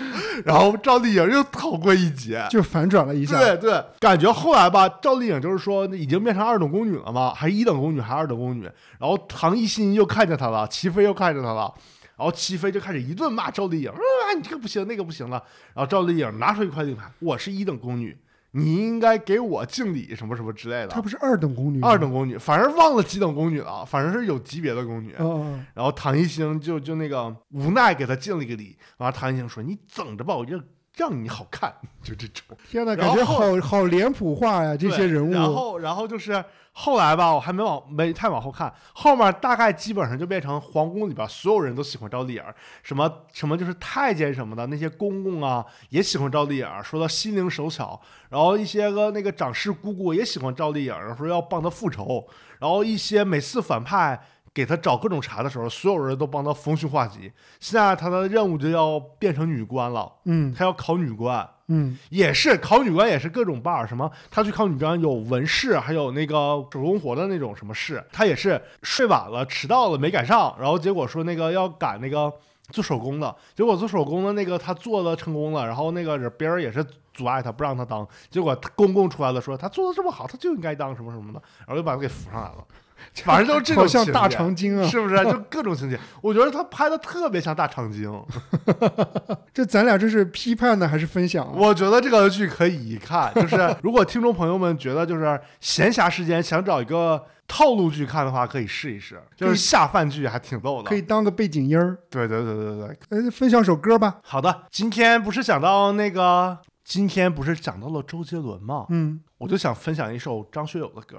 [SPEAKER 2] 然后赵丽颖又逃过一劫，
[SPEAKER 1] 就反转了一下。
[SPEAKER 2] 对对，感觉后来吧，赵丽颖就是说已经变成二等宫女了嘛，还是一等宫女，还是二等宫女。然后唐艺昕又看见她了，齐飞又看见她了，然后齐飞就开始一顿骂赵丽颖，啊，你这个不行，那个不行了。然后赵丽颖拿出一块令牌，我是一等宫女，你应该给我敬礼什么什么之类
[SPEAKER 1] 她
[SPEAKER 2] 的。
[SPEAKER 1] 不是二等宫女吗，
[SPEAKER 2] 二等宫女，反正忘了几等宫女了，反正是有级别的宫女。
[SPEAKER 1] 哦，哦
[SPEAKER 2] 然后唐艺昕就就那个无奈给她敬了一个礼，完了唐艺昕说：“你等着吧，我让让你好看。”就这种。
[SPEAKER 1] 天哪，
[SPEAKER 2] 然
[SPEAKER 1] 感
[SPEAKER 2] 后
[SPEAKER 1] 觉好好脸谱化呀，这些
[SPEAKER 2] 对
[SPEAKER 1] 人物。
[SPEAKER 2] 然后，然后就是后来吧，我还没往没太往后看，后面大概基本上就变成皇宫里边所有人都喜欢赵丽颖，什么什么就是太监什么的那些公公啊也喜欢赵丽颖，说她心灵手巧，然后一些个那个长侍姑姑也喜欢赵丽颖，说要帮她复仇，然后一些每次反派。给她找各种茬的时候，所有人都帮她逢凶化吉。现在她的任务就要变成女官了，
[SPEAKER 1] 嗯
[SPEAKER 2] 她要考女官。
[SPEAKER 1] 嗯
[SPEAKER 2] 也是考女官，也是各种 bar，什么他去考女官有文试，还有那个手工活的那种什么试，他也是睡晚了，迟到了没赶上，然后结果说那个要赶那个做手工的，结果做手工的那个他做的成功了，然后那个人别人也是阻碍他不让他当，结果公公出来了说他做的这么好，他就应该当什么什么的，然后就把他给扶上来了， 反正就是这种
[SPEAKER 1] 好像
[SPEAKER 2] 情
[SPEAKER 1] 大
[SPEAKER 2] 节
[SPEAKER 1] 长今啊！
[SPEAKER 2] 是不是？就各种情节，我觉得他拍的特别像大长今，
[SPEAKER 1] 这咱俩这是批判呢还是分享啊？
[SPEAKER 2] 我觉得这个剧可以一看，就是如果听众朋友们觉得就是闲暇时间想找一个套路剧看的话，可以试一试，就是下饭剧还挺逗的。
[SPEAKER 1] 可以，当个背景音儿。
[SPEAKER 2] 对对对对对。
[SPEAKER 1] 哎，分享首歌吧。
[SPEAKER 2] 好的，今天不是讲到那个，今天不是讲到了周杰伦 吗？
[SPEAKER 1] 嗯，
[SPEAKER 2] 我就想分享一首张学友的 歌，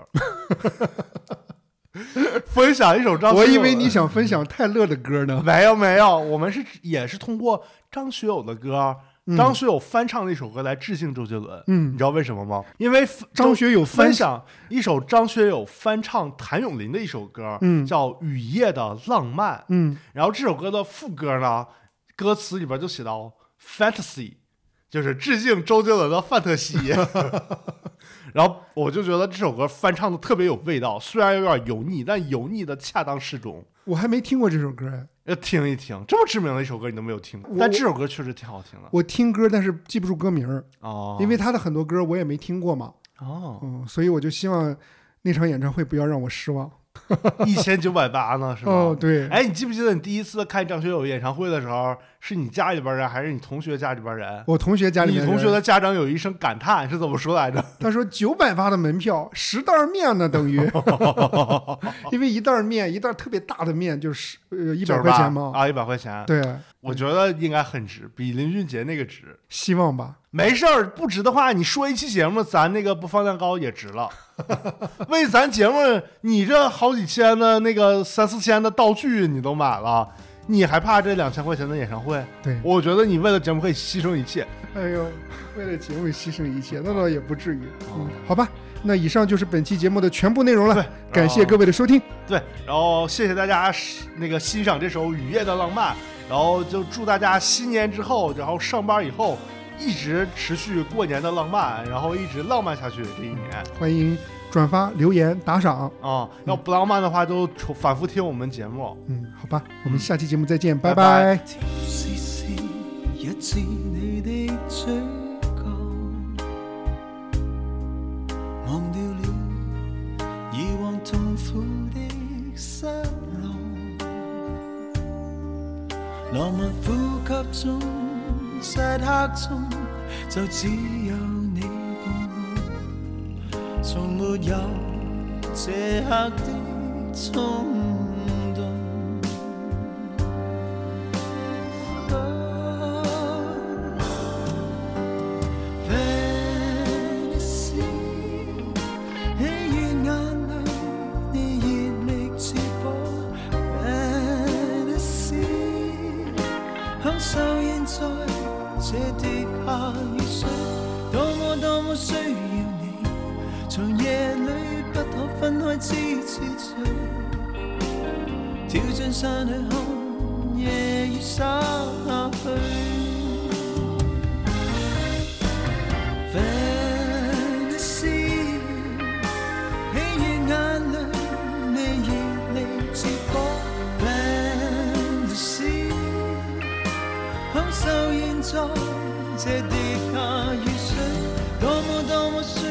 [SPEAKER 2] 分享一首张学
[SPEAKER 1] 我
[SPEAKER 2] 友的。
[SPEAKER 1] 以为你想分享泰勒的歌呢。
[SPEAKER 2] 没有没有，我们是也是通过张学友的歌，
[SPEAKER 1] 嗯
[SPEAKER 2] 张学友翻唱那首歌来致敬周杰伦。你
[SPEAKER 1] 嗯，
[SPEAKER 2] 知道为什么吗？因为分
[SPEAKER 1] 张学友
[SPEAKER 2] 分
[SPEAKER 1] 分
[SPEAKER 2] 享一首张学友翻唱谭咏麟的一首歌，
[SPEAKER 1] 嗯
[SPEAKER 2] 叫《雨夜的浪漫》。
[SPEAKER 1] 嗯
[SPEAKER 2] 然后这首歌的副歌呢，歌词里边就写到 “fantasy”，就是致敬周杰伦的《范特 西》。 然后我就觉得这首歌翻唱的特别有味道，虽然有点油腻，但油腻的恰当适中。
[SPEAKER 1] 我还没听过这首歌哎，
[SPEAKER 2] 要听一听，这么知名的一首歌你都没有听过，
[SPEAKER 1] 我
[SPEAKER 2] 但这首歌确实挺好听的
[SPEAKER 1] 我听歌但是记不住歌名儿，
[SPEAKER 2] 哦，
[SPEAKER 1] 因为他的很多歌我也没听过嘛。
[SPEAKER 2] 哦
[SPEAKER 1] 嗯，所以我就希望那场演唱会不要让我失望。
[SPEAKER 2] 一千九百八呢是吧？
[SPEAKER 1] 哦，对，
[SPEAKER 2] 哎，你记不记得你第一次看张学友演唱会的时候，是你家里边人还是你同学家里边人？
[SPEAKER 1] 我同学家里
[SPEAKER 2] 你
[SPEAKER 1] 面
[SPEAKER 2] 同学
[SPEAKER 1] 人
[SPEAKER 2] 的家长有一声感叹是怎么说来着？
[SPEAKER 1] 他说九百八的门票，十袋面呢， 等于，因为一袋面，一袋特别大的面就是呃一
[SPEAKER 2] 一
[SPEAKER 1] 百块钱嘛。
[SPEAKER 2] 啊，一百块钱，
[SPEAKER 1] 对，
[SPEAKER 2] 我觉得应该很值，比林俊杰那个值。
[SPEAKER 1] 希望吧。
[SPEAKER 2] 没事儿，不值的话，你说一期节目，咱那个播放量高也值 了。为咱节目，你这好几千的那个三四千的道具你都买了，你还怕这两千块钱的演唱会？
[SPEAKER 1] 对，
[SPEAKER 2] 我觉得你为了节目可以牺牲一切。
[SPEAKER 1] 哎呦，为了节目牺牲一切，那倒也不至于。
[SPEAKER 2] 哦
[SPEAKER 1] 嗯，好吧，那以上就是本期节目的全部内容了
[SPEAKER 2] 对，，哦
[SPEAKER 1] 感谢各
[SPEAKER 2] 位。
[SPEAKER 1] 位的收听。
[SPEAKER 2] 对，然后谢谢大家是那个欣赏这首《雨夜的浪漫》，然后就祝大家新年之后，然后上班以后一直持续过年的浪漫，然后一直浪漫下去这一年
[SPEAKER 1] 欢迎转发、留言、打赏。
[SPEAKER 2] 啊、要不浪漫的话，就重反复听我们节目。
[SPEAKER 1] 嗯，好吧，我们下期节目再见，
[SPEAKER 2] 拜拜
[SPEAKER 1] 拜拜
[SPEAKER 3] 是是日至你的嘴角，苦的失落，浪漫呼吸中，漆黑中，就只有你伴我，從沒有這刻的衝動。Fantasy，喜與眼淚，你熱力似火。Fantasy，享受現在這滴下雨水，多麼多麼需要你，從夜裏不可分開，痴痴醉。跳進山去看夜雨灑下去。Fantasy，喜悅眼淚，你熱力似火。Fantasy，享受現在這滴下雨水，多麼多麼需要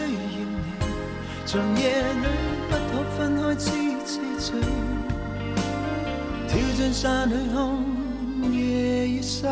[SPEAKER 3] 你，長夜裏不可分開，痴痴醉。跳進山裏看夜雨灑。